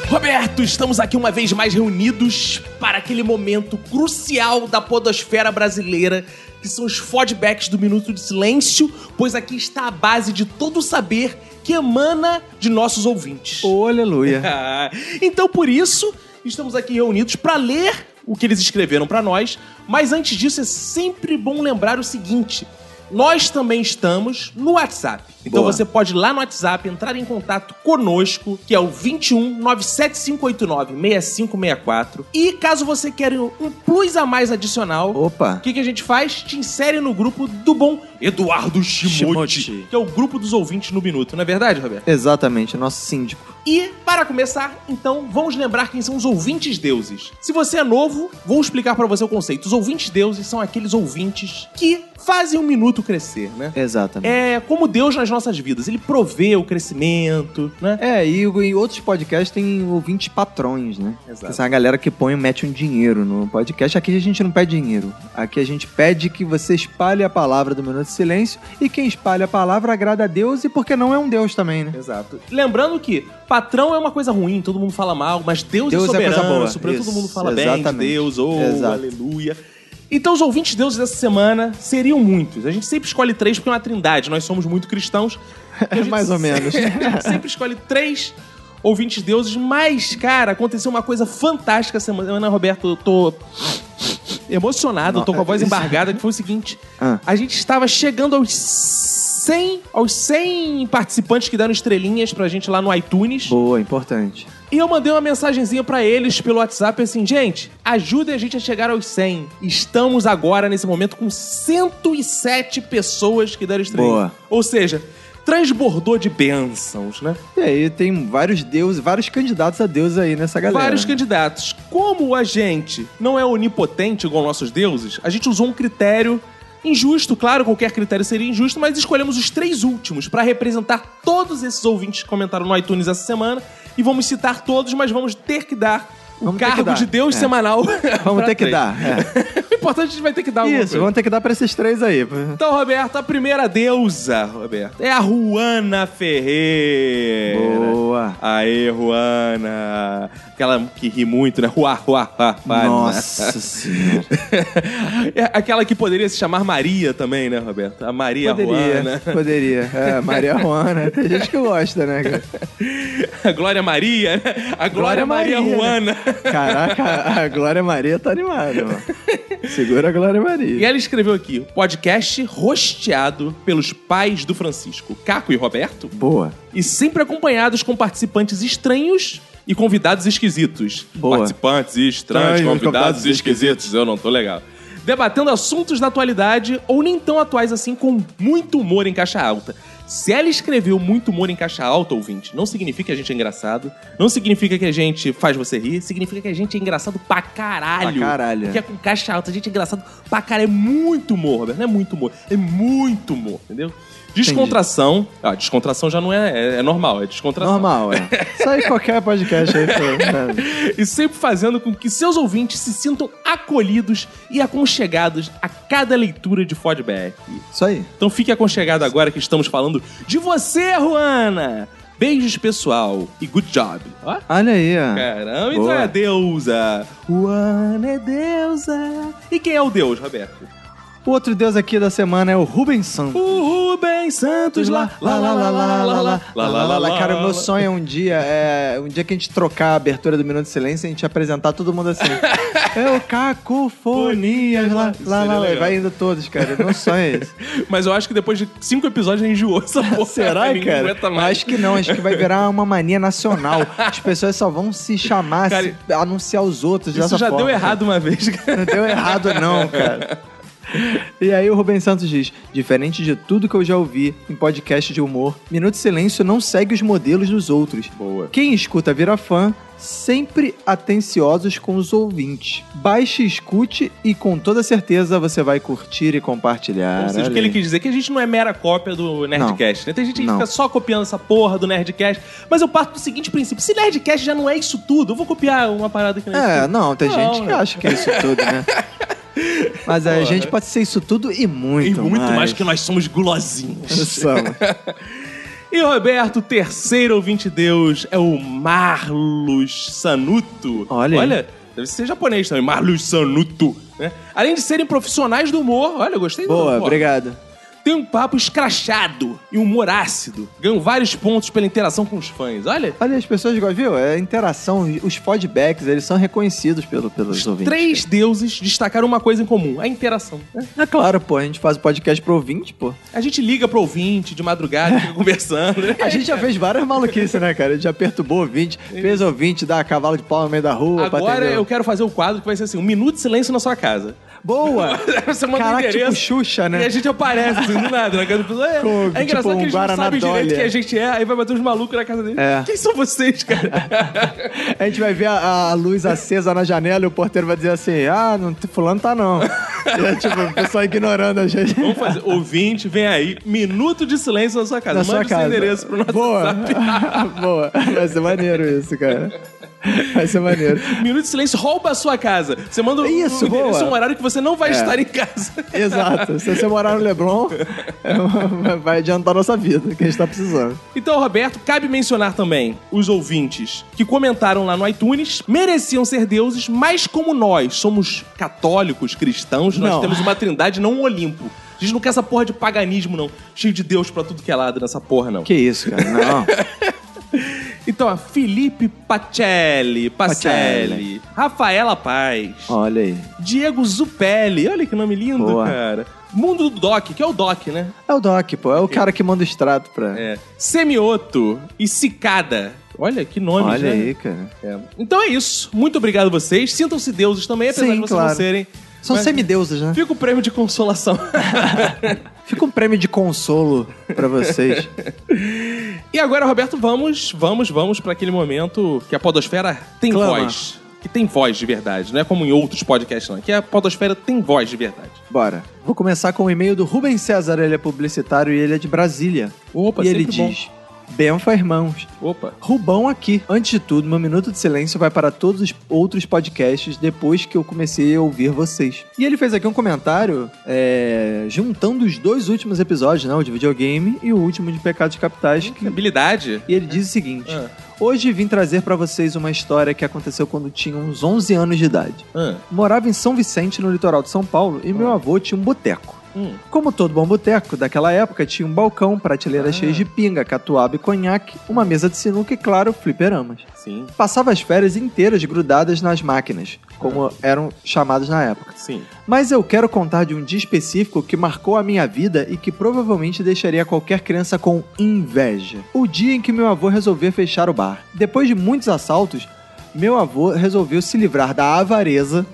Speaker 1: Roberto, estamos aqui uma vez mais reunidos para aquele momento crucial da podosfera brasileira, que são os fodbacks do Minuto de Silêncio, pois aqui está a base de todo o saber que emana de nossos ouvintes.
Speaker 2: Ô, Aleluia.
Speaker 1: Ah, então, por isso, estamos aqui reunidos para ler o que eles escreveram para nós. Mas antes disso, é sempre bom lembrar o seguinte: Nós também estamos no WhatsApp. Então
Speaker 7: Boa.
Speaker 1: você pode ir lá no WhatsApp entrar em contato conosco, que é o 21 97589 6564. E caso você queira um plus a mais adicional,
Speaker 7: Opa.
Speaker 1: o que, que a gente faz? Te insere no grupo do bom Eduardo Shimote,
Speaker 10: Shimote.
Speaker 1: que é o grupo dos ouvintes no minuto, não é verdade, Roberto?
Speaker 2: Exatamente, nosso síndico.
Speaker 1: E, para começar, então, vamos lembrar quem são os ouvintes deuses. Se você é novo, vou explicar pra você o conceito. Os ouvintes deuses são aqueles ouvintes que fazem um minuto crescer, né?
Speaker 2: Exatamente.
Speaker 1: É como Deus nas nossas vidas. Ele provê o crescimento, né?
Speaker 2: É, e o- em outros podcasts tem ouvintes patrões, né?
Speaker 1: Exato.
Speaker 2: Que são a galera que põe e mete um dinheiro no podcast. Aqui a gente não pede dinheiro. Aqui a gente pede que você espalhe a palavra do Minuto de Silêncio. E quem espalha a palavra agrada a Deus e porque não é um Deus também, né?
Speaker 1: Exato. Lembrando que patrão é uma coisa ruim, todo mundo fala mal, mas Deus,
Speaker 2: Deus
Speaker 1: é
Speaker 2: é
Speaker 1: soberano,
Speaker 2: coisa boa.
Speaker 1: sobre todo
Speaker 2: Isso,
Speaker 1: mundo fala bem de
Speaker 2: exatamente.
Speaker 1: Deus, ou
Speaker 2: Exato.
Speaker 1: aleluia. Então os ouvintes deuses dessa semana seriam muitos. A gente sempre escolhe três porque é uma trindade, nós somos muito cristãos. A gente
Speaker 2: É, Mais ou menos.
Speaker 1: sempre escolhe três ouvintes deuses, mas, cara, aconteceu uma coisa fantástica essa semana, Roberto, eu tô emocionado, eu tô com a voz embargada, que foi o seguinte,
Speaker 2: é, Ah.
Speaker 1: a gente estava chegando aos 100, aos 100 participantes que deram estrelinhas pra gente lá no iTunes,
Speaker 2: Boa, importante.
Speaker 1: e eu mandei uma mensagenzinha pra eles pelo WhatsApp assim, gente, ajudem a gente a chegar aos 100. Estamos agora, nesse momento, com 107 pessoas que deram estrelinha.
Speaker 2: Boa.
Speaker 1: Ou seja, transbordou de bênçãos, né?
Speaker 2: E aí tem vários deuses, vários candidatos a Deus aí nessa galera. né?
Speaker 1: Vários candidatos. Como a gente não é onipotente igual nossos deuses, a gente usou um critério injusto, claro, qualquer critério seria injusto, mas escolhemos os três últimos pra representar todos esses ouvintes que comentaram no iTunes essa semana e vamos citar todos, mas vamos ter que dar o
Speaker 2: Vamos ter que
Speaker 1: cargo
Speaker 2: dar,
Speaker 1: de Deus
Speaker 2: é.
Speaker 1: semanal.
Speaker 2: Vamos
Speaker 1: pra
Speaker 2: ter que
Speaker 1: três.
Speaker 2: dar. é.
Speaker 1: O importante é que a gente vai ter que dar alguma
Speaker 2: Isso,
Speaker 1: coisa.
Speaker 2: vamos ter que dar pra esses três aí.
Speaker 1: Então, Roberto, a primeira deusa, Roberto, é a Ruana Ferreira.
Speaker 2: Boa.
Speaker 1: Aê, Ruana. Aquela que ri muito, né? Ruá, ruá, ruá, ruá.
Speaker 2: Nossa senhora.
Speaker 1: né? É aquela que poderia se chamar Maria também, né, Roberto? A né? Maria
Speaker 2: Poderia,
Speaker 1: Ruana.
Speaker 2: poderia. É, Maria Juana. Tem gente que gosta, né, cara?
Speaker 1: A Glória Maria, né? A Glória,
Speaker 2: Glória
Speaker 1: Maria,
Speaker 2: Maria, né?
Speaker 1: Ruana.
Speaker 2: Caraca, a Glória Maria tá animada, mano. Segura a Glória
Speaker 1: E
Speaker 2: Maria.
Speaker 1: ela escreveu aqui, podcast rosteado pelos pais do Francisco, Caco e Roberto,
Speaker 2: Boa.
Speaker 1: e sempre acompanhados com participantes estranhos e convidados esquisitos.
Speaker 2: Boa.
Speaker 1: Participantes estranhos,
Speaker 2: Estranhos,
Speaker 1: convidados,
Speaker 2: convidados
Speaker 1: esquisitos. Eu não tô legal. Debatendo assuntos da atualidade ou nem tão atuais assim com muito humor em caixa alta. Se ela escreveu muito humor em caixa alta, ouvinte, não significa que a gente é engraçado, não significa que a gente faz você rir, significa que a gente é engraçado pra caralho.
Speaker 2: Pra caralho.
Speaker 1: Que é com caixa alta, a gente é engraçado pra caralho. É muito humor, Roberto, não é muito humor, é muito humor, entendeu? Descontração. Ah, descontração já não é, é, é normal, é descontração.
Speaker 2: Normal, é. Sai qualquer podcast aí. pô, né?
Speaker 1: E sempre fazendo com que seus ouvintes se sintam acolhidos e aconchegados a cada leitura de feedback.
Speaker 2: Isso aí.
Speaker 1: Então fique aconchegado agora que estamos falando de você, Juana! Beijos, pessoal, e good job. Ó,
Speaker 2: Olha aí, ó.
Speaker 1: Caramba, então
Speaker 2: Boa.
Speaker 1: é a deusa. Juana é deusa. E quem é o deus, Roberto?
Speaker 2: O outro deus aqui da semana é o Rubens Santos.
Speaker 1: O Rubens Santos lá, lá, lá, lá, lá, lá, lá, lá, lá, lá, lá.
Speaker 2: Cara, o meu sonho é um dia, é um dia que a gente trocar a abertura do Minuto de Silêncio e a gente apresentar todo mundo assim. É o Cacofonias lá, lá, lá, lá. E Vai indo todos, cara. Meu sonho é esse.
Speaker 1: Mas eu acho que depois de cinco episódios a gente enjoou essa porra.
Speaker 2: Será,
Speaker 1: Ninguém
Speaker 2: cara?
Speaker 1: aguenta mais.
Speaker 2: Acho que não, acho que vai virar uma mania nacional. As pessoas só vão se chamar,
Speaker 1: Cara,
Speaker 2: se anunciar os outros
Speaker 1: Isso
Speaker 2: dessa
Speaker 1: já
Speaker 2: forma.
Speaker 1: deu errado uma vez, cara.
Speaker 2: Não deu errado, não, cara. E aí o Rubens Santos diz: diferente de tudo que eu já ouvi em podcast de humor, Minuto de Silêncio não segue os modelos dos outros.
Speaker 1: Boa.
Speaker 2: Quem escuta vira fã, sempre atenciosos com os ouvintes. Baixe, escute e com toda certeza você vai curtir e compartilhar.
Speaker 1: Ou seja, o que
Speaker 2: Olha
Speaker 1: ele
Speaker 2: aí.
Speaker 1: quis dizer é que a gente não é mera cópia do Nerdcast, né? Tem gente que
Speaker 2: Não.
Speaker 1: fica só copiando essa porra do Nerdcast, mas eu parto do seguinte princípio: se Nerdcast já não é isso tudo, eu vou copiar uma parada que não é,
Speaker 2: É,
Speaker 1: isso
Speaker 2: não, tem
Speaker 1: Não,
Speaker 2: gente que
Speaker 1: né?
Speaker 2: acha que é isso tudo, né? Mas a gente pode ser isso tudo e muito
Speaker 1: tudo. E muito mais.
Speaker 2: mais.
Speaker 1: que nós somos gulosinhos.
Speaker 2: Somos.
Speaker 1: E Roberto, o terceiro ouvinte Deus é o Marlos Sanuto.
Speaker 2: Olha aí.
Speaker 1: Olha, deve ser japonês também, Marlos Sanuto. né? Além de serem profissionais do humor, olha, eu gostei do
Speaker 2: Boa,
Speaker 1: pô.
Speaker 2: obrigado.
Speaker 1: Tem um papo escrachado e humor ácido. Ganham vários pontos pela interação com os fãs. Olha,
Speaker 2: Olha, as pessoas gostam, viu? É a interação, os feedbacks, eles são reconhecidos pelo, pelos ouvintes.
Speaker 1: três deuses destacaram uma coisa em comum: a interação. né?
Speaker 2: É claro, pô, a gente faz o podcast pro ouvinte, pô.
Speaker 1: A gente liga pro ouvinte de madrugada, fica conversando. né?
Speaker 2: A gente já fez várias maluquices, né, cara? A gente já perturbou o ouvinte, fez o ouvinte dar cavalo de pau no meio da rua pra
Speaker 1: Agora
Speaker 2: atender.
Speaker 1: eu quero fazer o quadro que vai ser assim: um minuto de silêncio na sua casa.
Speaker 2: Boa!
Speaker 1: Você manda o
Speaker 2: Caraca,
Speaker 1: endereço.
Speaker 2: tipo Xuxa, né?
Speaker 1: E a gente aparece assim, do nada na casa da pessoa. É,
Speaker 2: Com,
Speaker 1: é engraçado
Speaker 2: tipo, um
Speaker 1: que eles não
Speaker 2: Guaraná
Speaker 1: sabem direito
Speaker 2: Dolly.
Speaker 1: quem a gente é, aí vai bater uns malucos na casa deles.
Speaker 2: É.
Speaker 1: Quem são vocês, cara?
Speaker 2: A gente vai ver a, a luz acesa na janela e o porteiro vai dizer assim: ah, não, fulano tá não. E é tipo, o pessoal ignorando a gente.
Speaker 1: Vamos fazer. Ouvinte, vem aí. Minuto de silêncio na sua casa.
Speaker 2: Na
Speaker 1: Manda
Speaker 2: sua
Speaker 1: esse
Speaker 2: casa.
Speaker 1: endereço pro nosso
Speaker 2: Boa!
Speaker 1: WhatsApp.
Speaker 2: Boa! Vai ser maneiro isso, cara. Vai ser maneiro.
Speaker 1: Minuto de silêncio rouba a sua casa. Você manda um-
Speaker 2: Isso,
Speaker 1: um endereço,
Speaker 2: boa.
Speaker 1: um horário que você não vai
Speaker 2: É.
Speaker 1: estar em casa.
Speaker 2: Exato. Se você morar no Leblon, é uma- vai adiantar nossa vida, que a gente tá precisando.
Speaker 1: Então, Roberto, cabe mencionar também os ouvintes que comentaram lá no iTunes, mereciam ser deuses, mas como nós somos católicos, cristãos, nós
Speaker 2: Não.
Speaker 1: temos uma trindade, não um Olimpo. A gente não quer essa porra de paganismo, não. Cheio de Deus pra tudo que é lado nessa porra, não.
Speaker 2: Que isso, cara? Não.
Speaker 1: Então, ó, Felipe Pacelli, Pacelli,
Speaker 2: Pacelli.
Speaker 1: Rafaela Paz,
Speaker 2: Olha aí.
Speaker 1: Diego Zupelli, olha que nome lindo,
Speaker 2: Boa.
Speaker 1: cara. Mundo do Doc, que é o Doc, né?
Speaker 2: É o Doc, pô. É o cara que manda o extrato pra.
Speaker 1: É. Semioto e Cicada. Olha que nome, né?
Speaker 2: Olha aí, cara.
Speaker 1: Então é isso. Muito obrigado a vocês. Sintam-se deuses também, apesar
Speaker 2: Sim,
Speaker 1: de vocês não
Speaker 2: claro.
Speaker 1: serem.
Speaker 2: São
Speaker 1: Mas-
Speaker 2: semideuses, né?
Speaker 1: Fica o prêmio de consolação.
Speaker 2: Fica um prêmio de consolo pra vocês.
Speaker 1: e agora, Roberto, vamos, vamos, vamos pra aquele momento que a podosfera tem
Speaker 2: Clama.
Speaker 1: voz. Que tem voz de verdade, não é como em outros podcasts, não. Que a podosfera tem voz de verdade.
Speaker 2: Bora. Vou começar com o e-mail do Rubens César. Ele é publicitário e ele é de Brasília.
Speaker 1: Opa,
Speaker 2: e ele
Speaker 1: sempre bom.
Speaker 2: diz: Benfa, irmãos.
Speaker 1: Opa.
Speaker 2: Rubão aqui. Antes de tudo, meu minuto de silêncio vai para todos os outros podcasts depois que eu comecei a ouvir vocês. E ele fez aqui um comentário é, juntando os dois últimos episódios, né? O de videogame e o último de Pecados Capitais. que-
Speaker 1: Habilidade.
Speaker 2: E ele diz o seguinte:
Speaker 1: Ah.
Speaker 2: Hoje vim trazer para vocês uma história que aconteceu quando tinha uns 11 anos de idade.
Speaker 1: Ah.
Speaker 2: Morava em São Vicente, no litoral de São Paulo, e meu avô tinha um boteco.
Speaker 1: Hum.
Speaker 2: Como todo bom boteco, daquela época tinha um balcão,
Speaker 1: Ah.
Speaker 2: prateleira cheia de pinga, catuaba e conhaque, uma mesa de sinuca e, claro, fliperamas.
Speaker 1: Sim,
Speaker 2: Passava as férias inteiras grudadas nas máquinas, como eram chamadas na época.
Speaker 1: sim.
Speaker 2: Mas eu quero contar de um dia específico que marcou a minha vida e que provavelmente deixaria qualquer criança com inveja. O dia em que meu avô resolveu fechar o bar. Depois de muitos assaltos, meu avô resolveu se livrar da avareza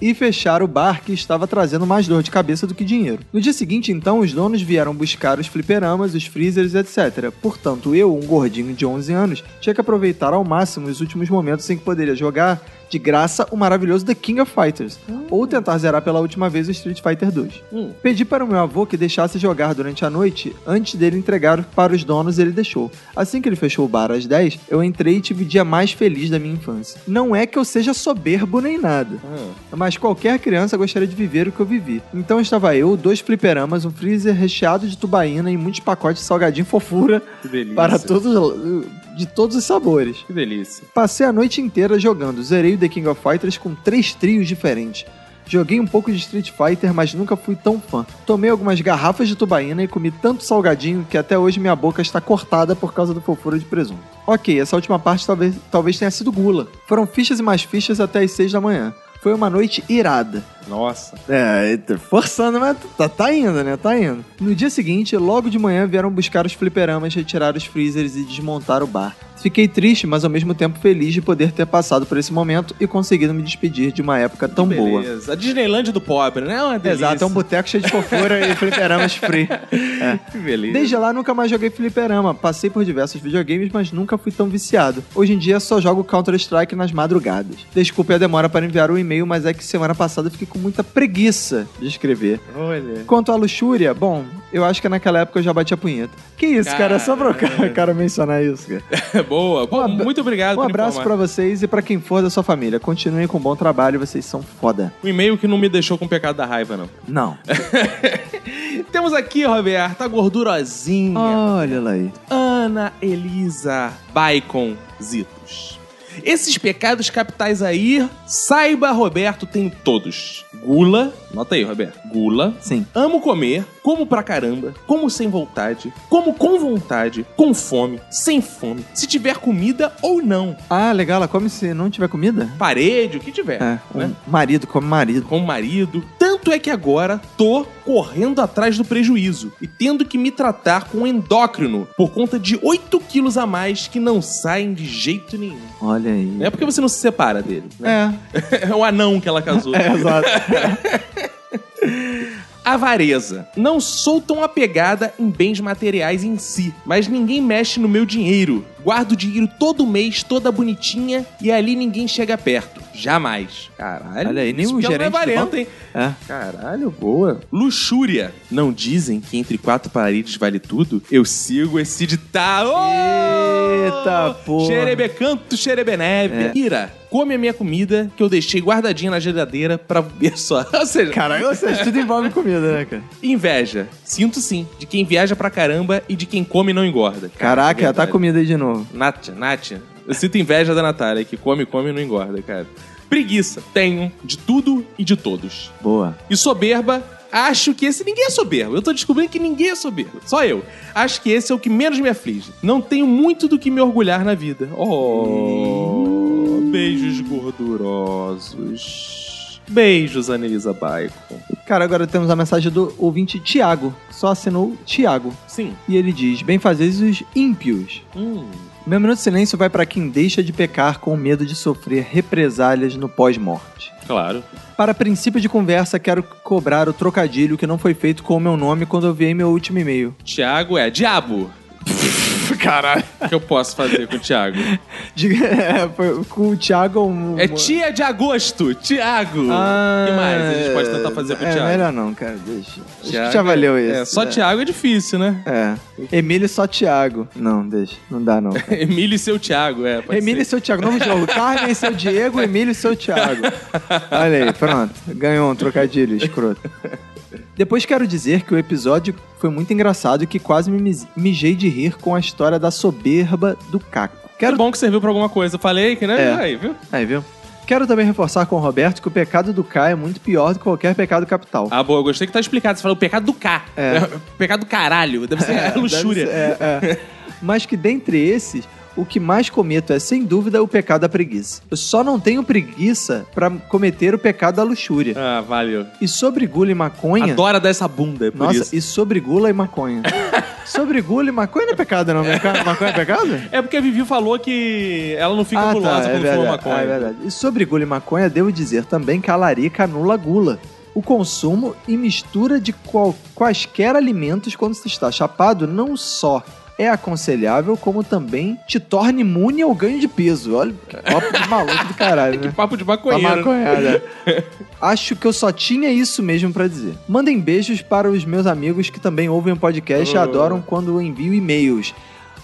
Speaker 2: e fechar o bar que estava trazendo mais dor de cabeça do que dinheiro. No dia seguinte, então, os donos vieram buscar os fliperamas, os freezers, etc. Portanto, eu, um gordinho de 11 anos, tinha que aproveitar ao máximo os últimos momentos em que poderia jogar de graça o maravilhoso The King of Fighters,
Speaker 1: Hum.
Speaker 2: ou tentar zerar pela última vez o Street Fighter 2. Pedi para o meu avô que deixasse jogar durante a noite, antes dele entregar para os donos, ele deixou. Assim que ele fechou o bar às 10, eu entrei e tive o dia mais feliz da minha infância. Não é que eu seja soberbo nem nada,
Speaker 1: Hum.
Speaker 2: mas qualquer criança gostaria de viver o que eu vivi. Então estava eu, dois fliperamas, um freezer recheado de tubaína e muitos pacotes de salgadinho fofura
Speaker 1: Que delícia.
Speaker 2: para todos de todos os sabores.
Speaker 1: Que delícia.
Speaker 2: Passei a noite inteira jogando. Zerei o The King of Fighters com três trios diferentes. Joguei um pouco de Street Fighter, mas nunca fui tão fã. Tomei algumas garrafas de tubaína e comi tanto salgadinho que até hoje minha boca está cortada por causa do fofura de presunto. Ok, essa última parte talvez, talvez tenha sido gula. Foram fichas e mais fichas até as seis da manhã. Foi uma noite irada.
Speaker 1: Nossa.
Speaker 2: É, tá forçando, mas tá, tá indo, né? Tá indo. No dia seguinte, logo de manhã, vieram buscar os fliperamas, retirar os freezers e desmontar o bar. Fiquei triste, mas ao mesmo tempo feliz de poder ter passado por esse momento e conseguido me despedir de uma época tão boa.
Speaker 1: Beleza. A Disneylândia do pobre, né? É Uma delícia.
Speaker 2: Exato, é um boteco cheio de fofura e fliperamas free. É.
Speaker 1: Que beleza.
Speaker 2: Desde lá nunca mais joguei fliperama. Passei por diversos videogames, mas nunca fui tão viciado. Hoje em dia só jogo Counter-Strike nas madrugadas. Desculpe a demora para enviar o e-mail, mas é que semana passada eu fiquei com muita preguiça de escrever.
Speaker 1: Olha.
Speaker 2: Quanto à luxúria, bom, eu acho que naquela época eu já bati a punheta. Que isso, cara, é só pra o cara, cara mencionar isso, cara.
Speaker 1: Boa. Bom,
Speaker 2: Um abra-
Speaker 1: muito obrigado
Speaker 2: Um
Speaker 1: por
Speaker 2: abraço
Speaker 1: informar.
Speaker 2: pra vocês e pra quem for da sua família. Continuem com um bom trabalho, vocês são foda.
Speaker 1: Um e-mail que não me deixou com pecado da raiva, não.
Speaker 2: Não.
Speaker 1: Temos aqui, Roberto, a gordurosinha.
Speaker 2: Olha lá aí.
Speaker 1: Ana Elisa Baiconzitos. Esses pecados capitais aí, saiba, Roberto, tem todos. gula. Nota aí, Roberto. Gula. Sim. Amo comer, como pra caramba, como sem vontade, como com vontade, com fome, sem fome, se tiver comida ou não.
Speaker 2: Ah, legal, ela come se não tiver comida?
Speaker 1: Parede, o que tiver.
Speaker 2: É, um
Speaker 1: né?
Speaker 2: marido come marido.
Speaker 1: com o marido. Tanto é que agora tô correndo atrás do prejuízo e tendo que me tratar com um endócrino por conta de 8 quilos a mais que não saem de jeito nenhum.
Speaker 2: Olha aí.
Speaker 1: Não é porque você não se separa dele. Né?
Speaker 2: É,
Speaker 1: É o anão que ela casou.
Speaker 2: é, exato.
Speaker 1: Avareza. Não sou tão apegada em bens materiais em si, mas ninguém mexe no meu dinheiro. Guardo dinheiro todo mês, toda bonitinha, e ali ninguém chega perto. Jamais. Caralho.
Speaker 2: Olha aí, nem
Speaker 1: isso
Speaker 2: o
Speaker 1: que ela não é
Speaker 2: gerente do
Speaker 1: avarenta,
Speaker 2: banco?
Speaker 1: hein?
Speaker 2: É.
Speaker 1: Caralho, boa. Luxúria. Não dizem que entre quatro paredes vale tudo? Eu sigo esse ditado. Oh!
Speaker 2: Eita, porra. É.
Speaker 1: Xerebecanto, xerebeneve. Ira, come a minha comida que eu deixei guardadinha na geladeira pra beber só. Ou seja,
Speaker 2: Caralho, ou seja, tudo envolve comida, né, cara?
Speaker 1: Inveja. Sinto sim, de quem viaja pra caramba e de quem come e não engorda. é
Speaker 2: Caraca, tá comida aí de novo.
Speaker 1: Natia, Natia. Eu sinto inveja da Natália, que come, come e não engorda, cara. Preguiça. Tenho de tudo e de todos.
Speaker 2: Boa.
Speaker 1: E soberba, acho que esse ninguém é soberbo. Eu tô descobrindo que ninguém é soberbo. Só eu. Acho que esse é o que menos me aflige. Não tenho muito do que me orgulhar na vida. Oh,
Speaker 2: Hum.
Speaker 1: beijos gordurosos. Beijos, Anelisa Baico.
Speaker 2: Cara, agora temos a mensagem do ouvinte Tiago. Só assinou Tiago.
Speaker 1: Sim.
Speaker 2: E ele diz: Bem-fazeres os ímpios.
Speaker 1: Hum.
Speaker 2: Meu minuto de silêncio vai pra quem deixa de pecar com medo de sofrer represálias no pós-morte.
Speaker 1: Claro.
Speaker 2: Para princípio de conversa, quero cobrar o trocadilho que não foi feito com o meu nome quando eu vi meu último e-mail.
Speaker 1: Tiago é diabo.
Speaker 8: Caralho.
Speaker 1: O que eu posso fazer com o Tiago?
Speaker 2: Diga, é, foi com o Tiago. um-
Speaker 1: É tia de agosto, Tiago.
Speaker 2: Ah,
Speaker 1: o que mais a gente pode tentar fazer com o
Speaker 2: é,
Speaker 1: Tiago?
Speaker 2: Melhor não, cara, deixa. Acho que
Speaker 1: Thiago
Speaker 2: já valeu
Speaker 1: é-
Speaker 2: isso.
Speaker 1: É, só
Speaker 2: né?
Speaker 1: Tiago é difícil, né?
Speaker 2: É. Emílio só Tiago. Não, deixa. Não dá, não.
Speaker 1: Emílio e seu Tiago, é. pode
Speaker 2: Emílio e
Speaker 1: ser.
Speaker 2: seu Thiago. Novo jogo. Carmen e seu Diego, Emílio e seu Thiago. Olha aí, pronto. Ganhou um trocadilho, escroto. Depois quero dizer que o episódio foi muito engraçado e que quase me mis- mijei de rir com a história da soberba do Caco.
Speaker 1: Que
Speaker 2: Quero...
Speaker 1: É bom que serviu pra alguma coisa. Falei que, né?
Speaker 2: É.
Speaker 1: Aí, viu?
Speaker 2: Aí, viu? Quero também reforçar com o Roberto que o pecado do K é muito pior do que qualquer pecado capital.
Speaker 1: Ah, boa, eu gostei que tá explicado. Você falou o pecado do K.
Speaker 2: É.
Speaker 1: O pecado do caralho. Deve ser a luxúria.
Speaker 2: Deve ser- é, é. Mas que dentre esses, o que mais cometo é, sem dúvida, o pecado da preguiça. Eu só não tenho preguiça pra cometer o pecado da luxúria.
Speaker 1: Ah, valeu.
Speaker 2: E sobre gula e maconha.
Speaker 1: Adora dar essa bunda, é por
Speaker 2: Nossa,
Speaker 1: isso.
Speaker 2: e sobre gula e maconha. sobre gula e maconha não é pecado, não. Peca- Maconha é pecado?
Speaker 1: É porque a Vivi falou que ela não fica
Speaker 2: Ah,
Speaker 1: gulosa
Speaker 2: tá, é
Speaker 1: quando
Speaker 2: verdade,
Speaker 1: fuma maconha. então.
Speaker 2: ah, é verdade. E sobre gula e maconha, devo dizer também que a larica anula a gula. O consumo e mistura de qual- quaisquer alimentos quando se está chapado não só é aconselhável, como também te torna imune ao ganho de peso. Olha que papo de maluco do caralho, né?
Speaker 1: Papo de
Speaker 2: Tá
Speaker 1: maconheiro.
Speaker 2: maconhada. Acho que eu só tinha isso mesmo pra dizer. Mandem beijos para os meus amigos que também ouvem o
Speaker 1: Oh.
Speaker 2: podcast e adoram quando eu envio e-mails.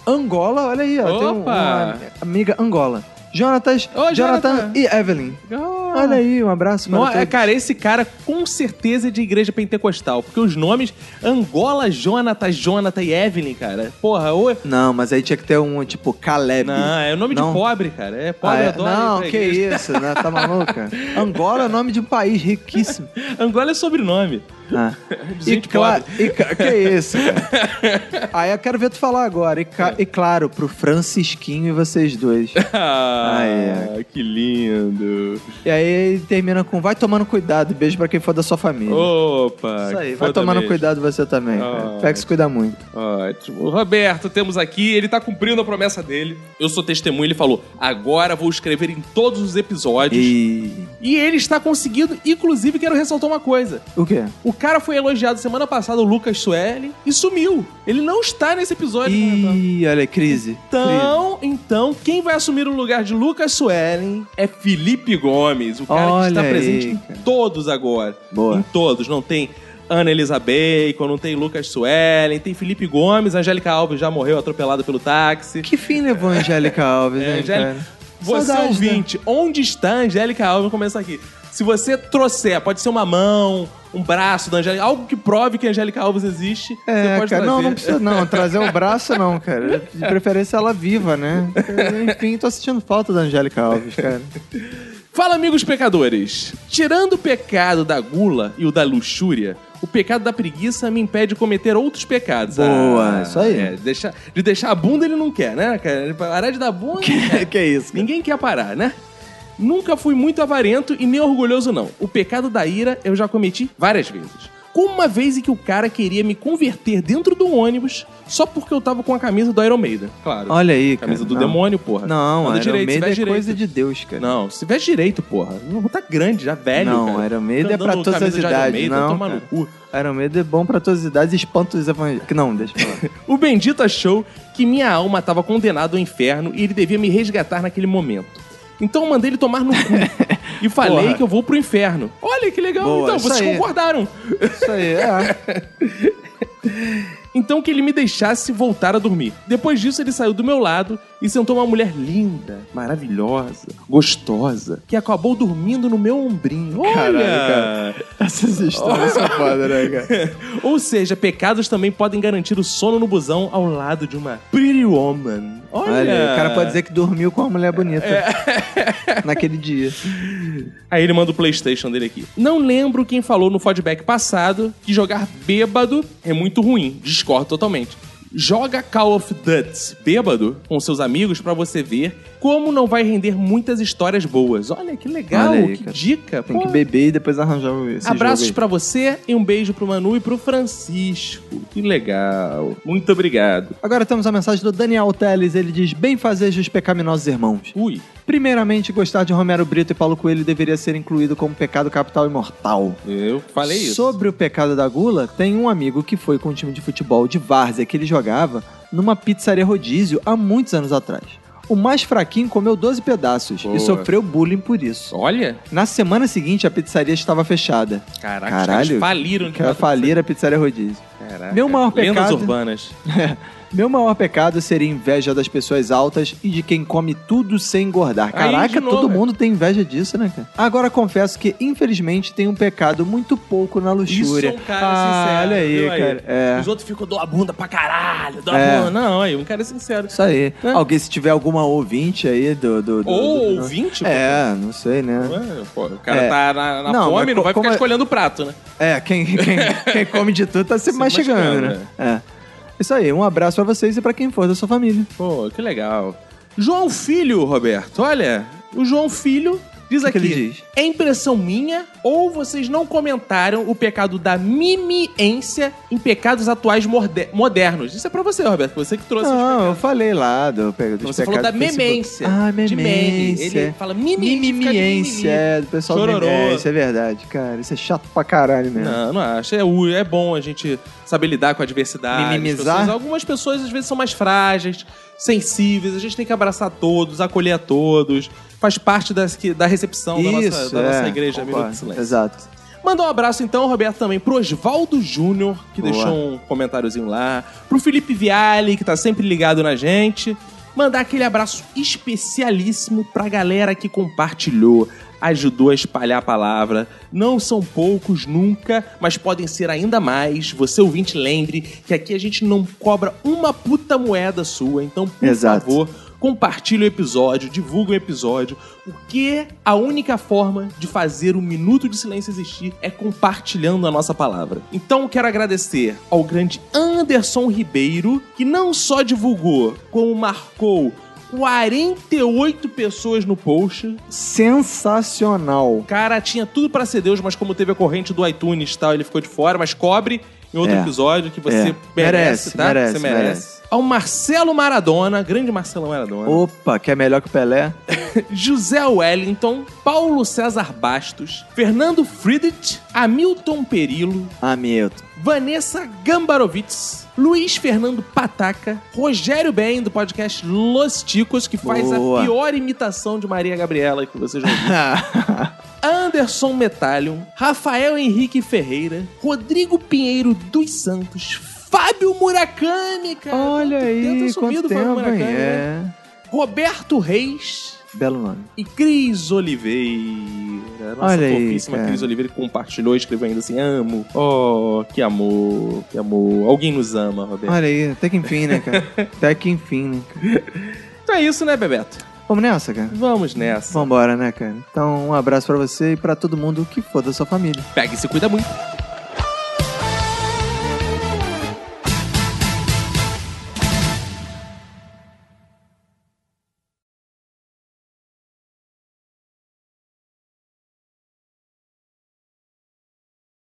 Speaker 2: Angola, olha aí, ó. Tem um-
Speaker 1: Opa!
Speaker 2: uma amiga Angola. Jonatas,
Speaker 1: Ô,
Speaker 2: Jonathan,
Speaker 1: Jonathan. Ah.
Speaker 2: e Evelyn. Olha aí, um abraço para
Speaker 1: Não,
Speaker 2: todos.
Speaker 1: é, cara, esse cara com certeza é de igreja pentecostal, porque os nomes Angola, Jonathan, Jonathan e Evelyn, cara. Porra, ou.
Speaker 2: Não, mas aí tinha que ter um tipo Caleb.
Speaker 1: Não, é o nome
Speaker 2: Não.
Speaker 1: de pobre, cara. É
Speaker 2: Ah,
Speaker 1: pobre,
Speaker 2: é?
Speaker 1: adora.
Speaker 2: Não,
Speaker 1: ir pra
Speaker 2: que
Speaker 1: igreja.
Speaker 2: isso, né? Tá maluca? Angola é o nome de um país riquíssimo.
Speaker 1: Angola é sobrenome.
Speaker 2: Ah.
Speaker 1: Gente
Speaker 2: cla- e ca- que
Speaker 1: é
Speaker 2: isso, cara? Aí eu quero ver tu falar agora. E, ca-
Speaker 1: É.
Speaker 2: e claro, pro Francisquinho e vocês dois.
Speaker 1: Ah,
Speaker 2: Ai,
Speaker 1: que lindo.
Speaker 2: E aí ele termina com vai tomando cuidado, beijo pra quem for da sua família.
Speaker 1: Opa.
Speaker 2: Uhum. Isso aí, vai
Speaker 1: foda
Speaker 2: tomando
Speaker 1: mesmo.
Speaker 2: cuidado você também. cara.
Speaker 1: Ah.
Speaker 2: Pega e se cuida muito.
Speaker 1: Ótimo. O Roberto, temos aqui, ele tá cumprindo a promessa dele. Eu sou testemunha, ele falou: agora vou escrever em todos os episódios. E,
Speaker 2: E.
Speaker 1: ele está conseguindo, inclusive, quero ressaltar uma coisa.
Speaker 2: O quê?
Speaker 1: O cara foi elogiado semana passada, o Lucas Sueli, e sumiu. Ele não está nesse episódio. né, comentando.
Speaker 2: Ih, olha, crise. crise.
Speaker 1: Então, então, quem vai assumir o lugar de Lucas Suelen é Felipe Gomes, o cara que está
Speaker 2: Olha aí,
Speaker 1: presente em
Speaker 2: cara.
Speaker 1: todos agora.
Speaker 2: Boa.
Speaker 1: Em todos. Não tem Ana Elisa Bacon, não tem Lucas Suelen, tem Felipe Gomes, Angélica Alves já morreu atropelada pelo táxi.
Speaker 2: Que fim levou a Angélica Alves,
Speaker 1: É,
Speaker 2: né,
Speaker 1: Angélica-
Speaker 2: cara? né?
Speaker 1: Você
Speaker 2: Saudades,
Speaker 1: ouvinte, onde está a Angélica Alves? Vou começar aqui. Se você trouxer, pode ser uma mão, um braço da Angélica, algo que prove que a Angélica Alves existe, você
Speaker 2: É,
Speaker 1: pode
Speaker 2: cara,
Speaker 1: trazer.
Speaker 2: não, não precisa não. Trazer o braço não, cara. De preferência ela viva, né? Enfim, tô sentindo falta da Angélica Alves, cara.
Speaker 1: Fala, amigos pecadores. Tirando o pecado da gula e o da luxúria, o pecado da preguiça me impede de cometer outros pecados.
Speaker 2: Boa, isso aí.
Speaker 1: É, deixar- de deixar a bunda ele não quer, né, cara? Ele parar de dar bunda. Que,
Speaker 2: que é isso?
Speaker 1: Ninguém quer parar, né? Nunca fui muito avarento e nem orgulhoso, não. O pecado da ira eu já cometi várias vezes. Como uma vez em que o cara queria me converter dentro do ônibus só porque eu tava com a camisa do Iron Maiden. Claro.
Speaker 2: Olha aí, cara.
Speaker 1: Camisa do
Speaker 2: Não.
Speaker 1: demônio, porra.
Speaker 2: Não,
Speaker 1: Anda
Speaker 2: Iron
Speaker 1: direito, se
Speaker 2: Maiden é
Speaker 1: veste
Speaker 2: coisa
Speaker 1: direito.
Speaker 2: de Deus, cara.
Speaker 1: Não, se veste direito, porra. Não tá grande, já velho,
Speaker 2: né? não,
Speaker 1: cara.
Speaker 2: Iron Maiden
Speaker 1: Fica
Speaker 2: é pra
Speaker 1: andando
Speaker 2: todas as
Speaker 1: camisa de Iron
Speaker 2: idades,
Speaker 1: Maiden,
Speaker 2: não.
Speaker 1: toma no
Speaker 2: cara. Iron Maiden é bom pra todas as idades e espanta os evangélicos. Não, deixa eu falar.
Speaker 1: O bendito achou que minha alma estava condenada ao inferno e ele devia me resgatar naquele momento. Então eu mandei ele tomar no cu e falei
Speaker 2: Porra.
Speaker 1: que eu vou pro inferno. Olha que legal,
Speaker 2: Boa,
Speaker 1: então,
Speaker 2: isso
Speaker 1: vocês
Speaker 2: aí.
Speaker 1: concordaram.
Speaker 2: Isso aí, é.
Speaker 1: Então que ele me deixasse voltar a dormir. Depois disso, ele saiu do meu lado e sentou uma mulher linda, maravilhosa, gostosa, que acabou dormindo no meu ombrinho. Olha!
Speaker 2: Caralho, cara. Essas histórias são foda, né, cara?
Speaker 1: Ou seja, pecados também podem garantir o sono no busão ao lado de uma pretty woman. Olha,
Speaker 2: Olha, É. o cara pode dizer que dormiu com uma mulher bonita. Naquele dia.
Speaker 1: Aí ele manda o PlayStation dele aqui. Não lembro quem falou no feedback passado que jogar bêbado é muito ruim. Discordo totalmente. Joga Call of Duty bêbado com seus amigos pra você ver como não vai render muitas histórias boas. Olha que legal,
Speaker 2: Olha aí,
Speaker 1: que
Speaker 2: cara.
Speaker 1: dica.
Speaker 2: Tem
Speaker 1: pô.
Speaker 2: que beber e depois arranjar o- esse
Speaker 1: Abraços
Speaker 2: jogo
Speaker 1: pra você e um beijo pro Manu e pro Francisco. Que legal. Muito obrigado.
Speaker 2: aí. Agora temos a mensagem do Daniel Teles. Ele diz: Bem fazejos pecaminosos irmãos.
Speaker 1: Ui.
Speaker 2: Primeiramente, gostar de Romero Brito e Paulo Coelho deveria ser incluído como pecado capital imortal.
Speaker 1: Eu falei isso.
Speaker 2: Sobre o pecado da gula, tem um amigo que foi com um time de futebol de várzea que ele jogava numa pizzaria rodízio há muitos anos atrás. O mais fraquinho comeu 12 pedaços
Speaker 1: Boa.
Speaker 2: e sofreu bullying por isso.
Speaker 1: Olha.
Speaker 2: Na semana seguinte, a pizzaria estava fechada.
Speaker 1: Caraca, os caras
Speaker 2: Caralho.
Speaker 1: faliram. de
Speaker 2: Cara, falir a pizzaria rodízio.
Speaker 1: Caraca.
Speaker 2: Meu maior
Speaker 1: Lendas
Speaker 2: pecado-
Speaker 1: urbanas.
Speaker 2: Meu maior pecado seria inveja das pessoas altas e de quem come tudo sem engordar.
Speaker 1: Aí, de
Speaker 2: Caraca,
Speaker 1: novo,
Speaker 2: todo
Speaker 1: é.
Speaker 2: mundo tem inveja disso, né, cara? Agora confesso que, infelizmente, tem um pecado muito pouco na luxúria.
Speaker 1: Isso é um cara
Speaker 2: ah,
Speaker 1: sincero.
Speaker 2: Olha aí,
Speaker 1: viu
Speaker 2: cara. É.
Speaker 1: Os outros ficam, dou a bunda pra caralho, dou a
Speaker 2: É.
Speaker 1: bunda. Não, aí, um cara sincero.
Speaker 2: Isso aí. Alguém, se tiver alguma ouvinte aí do. do, do-
Speaker 1: É. Ou
Speaker 2: do- do-
Speaker 1: ouvinte,
Speaker 2: É, não sei, né?
Speaker 1: pô. É, pô, o cara
Speaker 2: É.
Speaker 1: tá na, na
Speaker 2: Não, mas
Speaker 1: fome, não
Speaker 2: co-
Speaker 1: vai ficar
Speaker 2: como é-
Speaker 1: escolhendo o prato, né?
Speaker 2: É, quem, quem, quem come de tudo tá se mastigando,
Speaker 1: mastigando,
Speaker 2: né? É. Isso aí, um abraço pra vocês e pra quem for da sua família.
Speaker 1: Pô, que legal. João Filho, Roberto, olha. O João Filho diz
Speaker 2: que
Speaker 1: aqui:
Speaker 2: que ele diz?
Speaker 1: é impressão minha ou vocês não comentaram o pecado da mimiência em pecados atuais morde- modernos? Isso é pra você, Roberto, você que trouxe. os
Speaker 2: Não, eu falei lá do, pe- dos
Speaker 1: Você falou da
Speaker 2: pecados do Facebook.
Speaker 1: memência.
Speaker 2: Ah,
Speaker 1: de meme.
Speaker 2: memência.
Speaker 1: Ele fala mimimi. fica de
Speaker 2: Mimimiência,
Speaker 1: mimimi.
Speaker 2: é, do pessoal
Speaker 1: Chororô.
Speaker 2: do mimência, é verdade, cara. Isso é chato pra caralho mesmo.
Speaker 1: Não, não acho. É, u- é bom a gente saber lidar com a diversidade. as
Speaker 2: Minimizar?
Speaker 1: pessoas. algumas pessoas às vezes são mais frágeis, sensíveis. A gente tem que abraçar todos, acolher a todos. Faz parte das, que- da recepção da nossa-
Speaker 2: Isso,
Speaker 1: da nossa,
Speaker 2: é,
Speaker 1: igreja,
Speaker 2: concordo.
Speaker 1: Minuto de Silêncio.
Speaker 2: Exato.
Speaker 1: Mandar um abraço então, Roberto, também pro Oswaldo Júnior, que
Speaker 2: Boa.
Speaker 1: deixou um comentáriozinho lá. Pro Felipe Viale, que tá sempre ligado na gente. Mandar aquele abraço especialíssimo pra galera que compartilhou, ajudou a espalhar a palavra. Não são poucos nunca, mas podem ser ainda mais. Você ouvinte, lembre que aqui a gente não cobra uma puta moeda sua, então por
Speaker 2: Exato.
Speaker 1: favor favor, compartilhe o episódio, divulgue o episódio, porque a única forma de fazer o Minuto de Silêncio existir é compartilhando a nossa palavra. Então quero agradecer ao grande Anderson Ribeiro, que não só divulgou, como marcou 48 pessoas no post.
Speaker 2: Sensacional.
Speaker 1: Cara, tinha tudo pra ser Deus, mas como teve a corrente do iTunes e tal, ele ficou de fora, mas cobre em outro
Speaker 2: É.
Speaker 1: episódio que você
Speaker 2: É.
Speaker 1: merece,
Speaker 2: Merece,
Speaker 1: tá?
Speaker 2: merece,
Speaker 1: você merece.
Speaker 2: merece.
Speaker 1: Ao Marcelo Maradona, grande Marcelo Maradona.
Speaker 2: Opa, que é melhor que o Pelé?
Speaker 1: José Wellington, Paulo César Bastos, Fernando Friedrich, Hamilton Perillo,
Speaker 2: Hamilton.
Speaker 1: Vanessa Gambarovitz, Luiz Fernando Pataca, Rogério Ben, do podcast Los Ticos, que faz
Speaker 2: Boa.
Speaker 1: a pior imitação de Maria Gabriela que vocês já ouviram. Anderson Metallion, Rafael Henrique Ferreira, Rodrigo Pinheiro dos Santos, Fábio Murakami, cara.
Speaker 2: Olha
Speaker 1: Quanto tempo
Speaker 2: aí,
Speaker 1: sumido
Speaker 2: quanto
Speaker 1: o Fábio
Speaker 2: tempo, hein?
Speaker 1: Murakami, né?
Speaker 2: É.
Speaker 1: Roberto Reis,
Speaker 2: Belo nome.
Speaker 1: e Cris Oliveira. Nossa
Speaker 2: Olha aí,
Speaker 1: fofíssima
Speaker 2: cara.
Speaker 1: Cris Oliveira que compartilhou, escreveu ainda assim: amo. Oh, que amor, que amor. Alguém nos ama, Roberto.
Speaker 2: Olha aí, até que enfim, né, cara? até que enfim, né? cara?
Speaker 1: Então é isso, né, Bebeto?
Speaker 2: Vamos nessa, cara?
Speaker 1: Vamos nessa.
Speaker 2: Vambora, né, cara? Então, um abraço pra você e pra todo mundo que for da sua família.
Speaker 1: Pega e se cuida muito.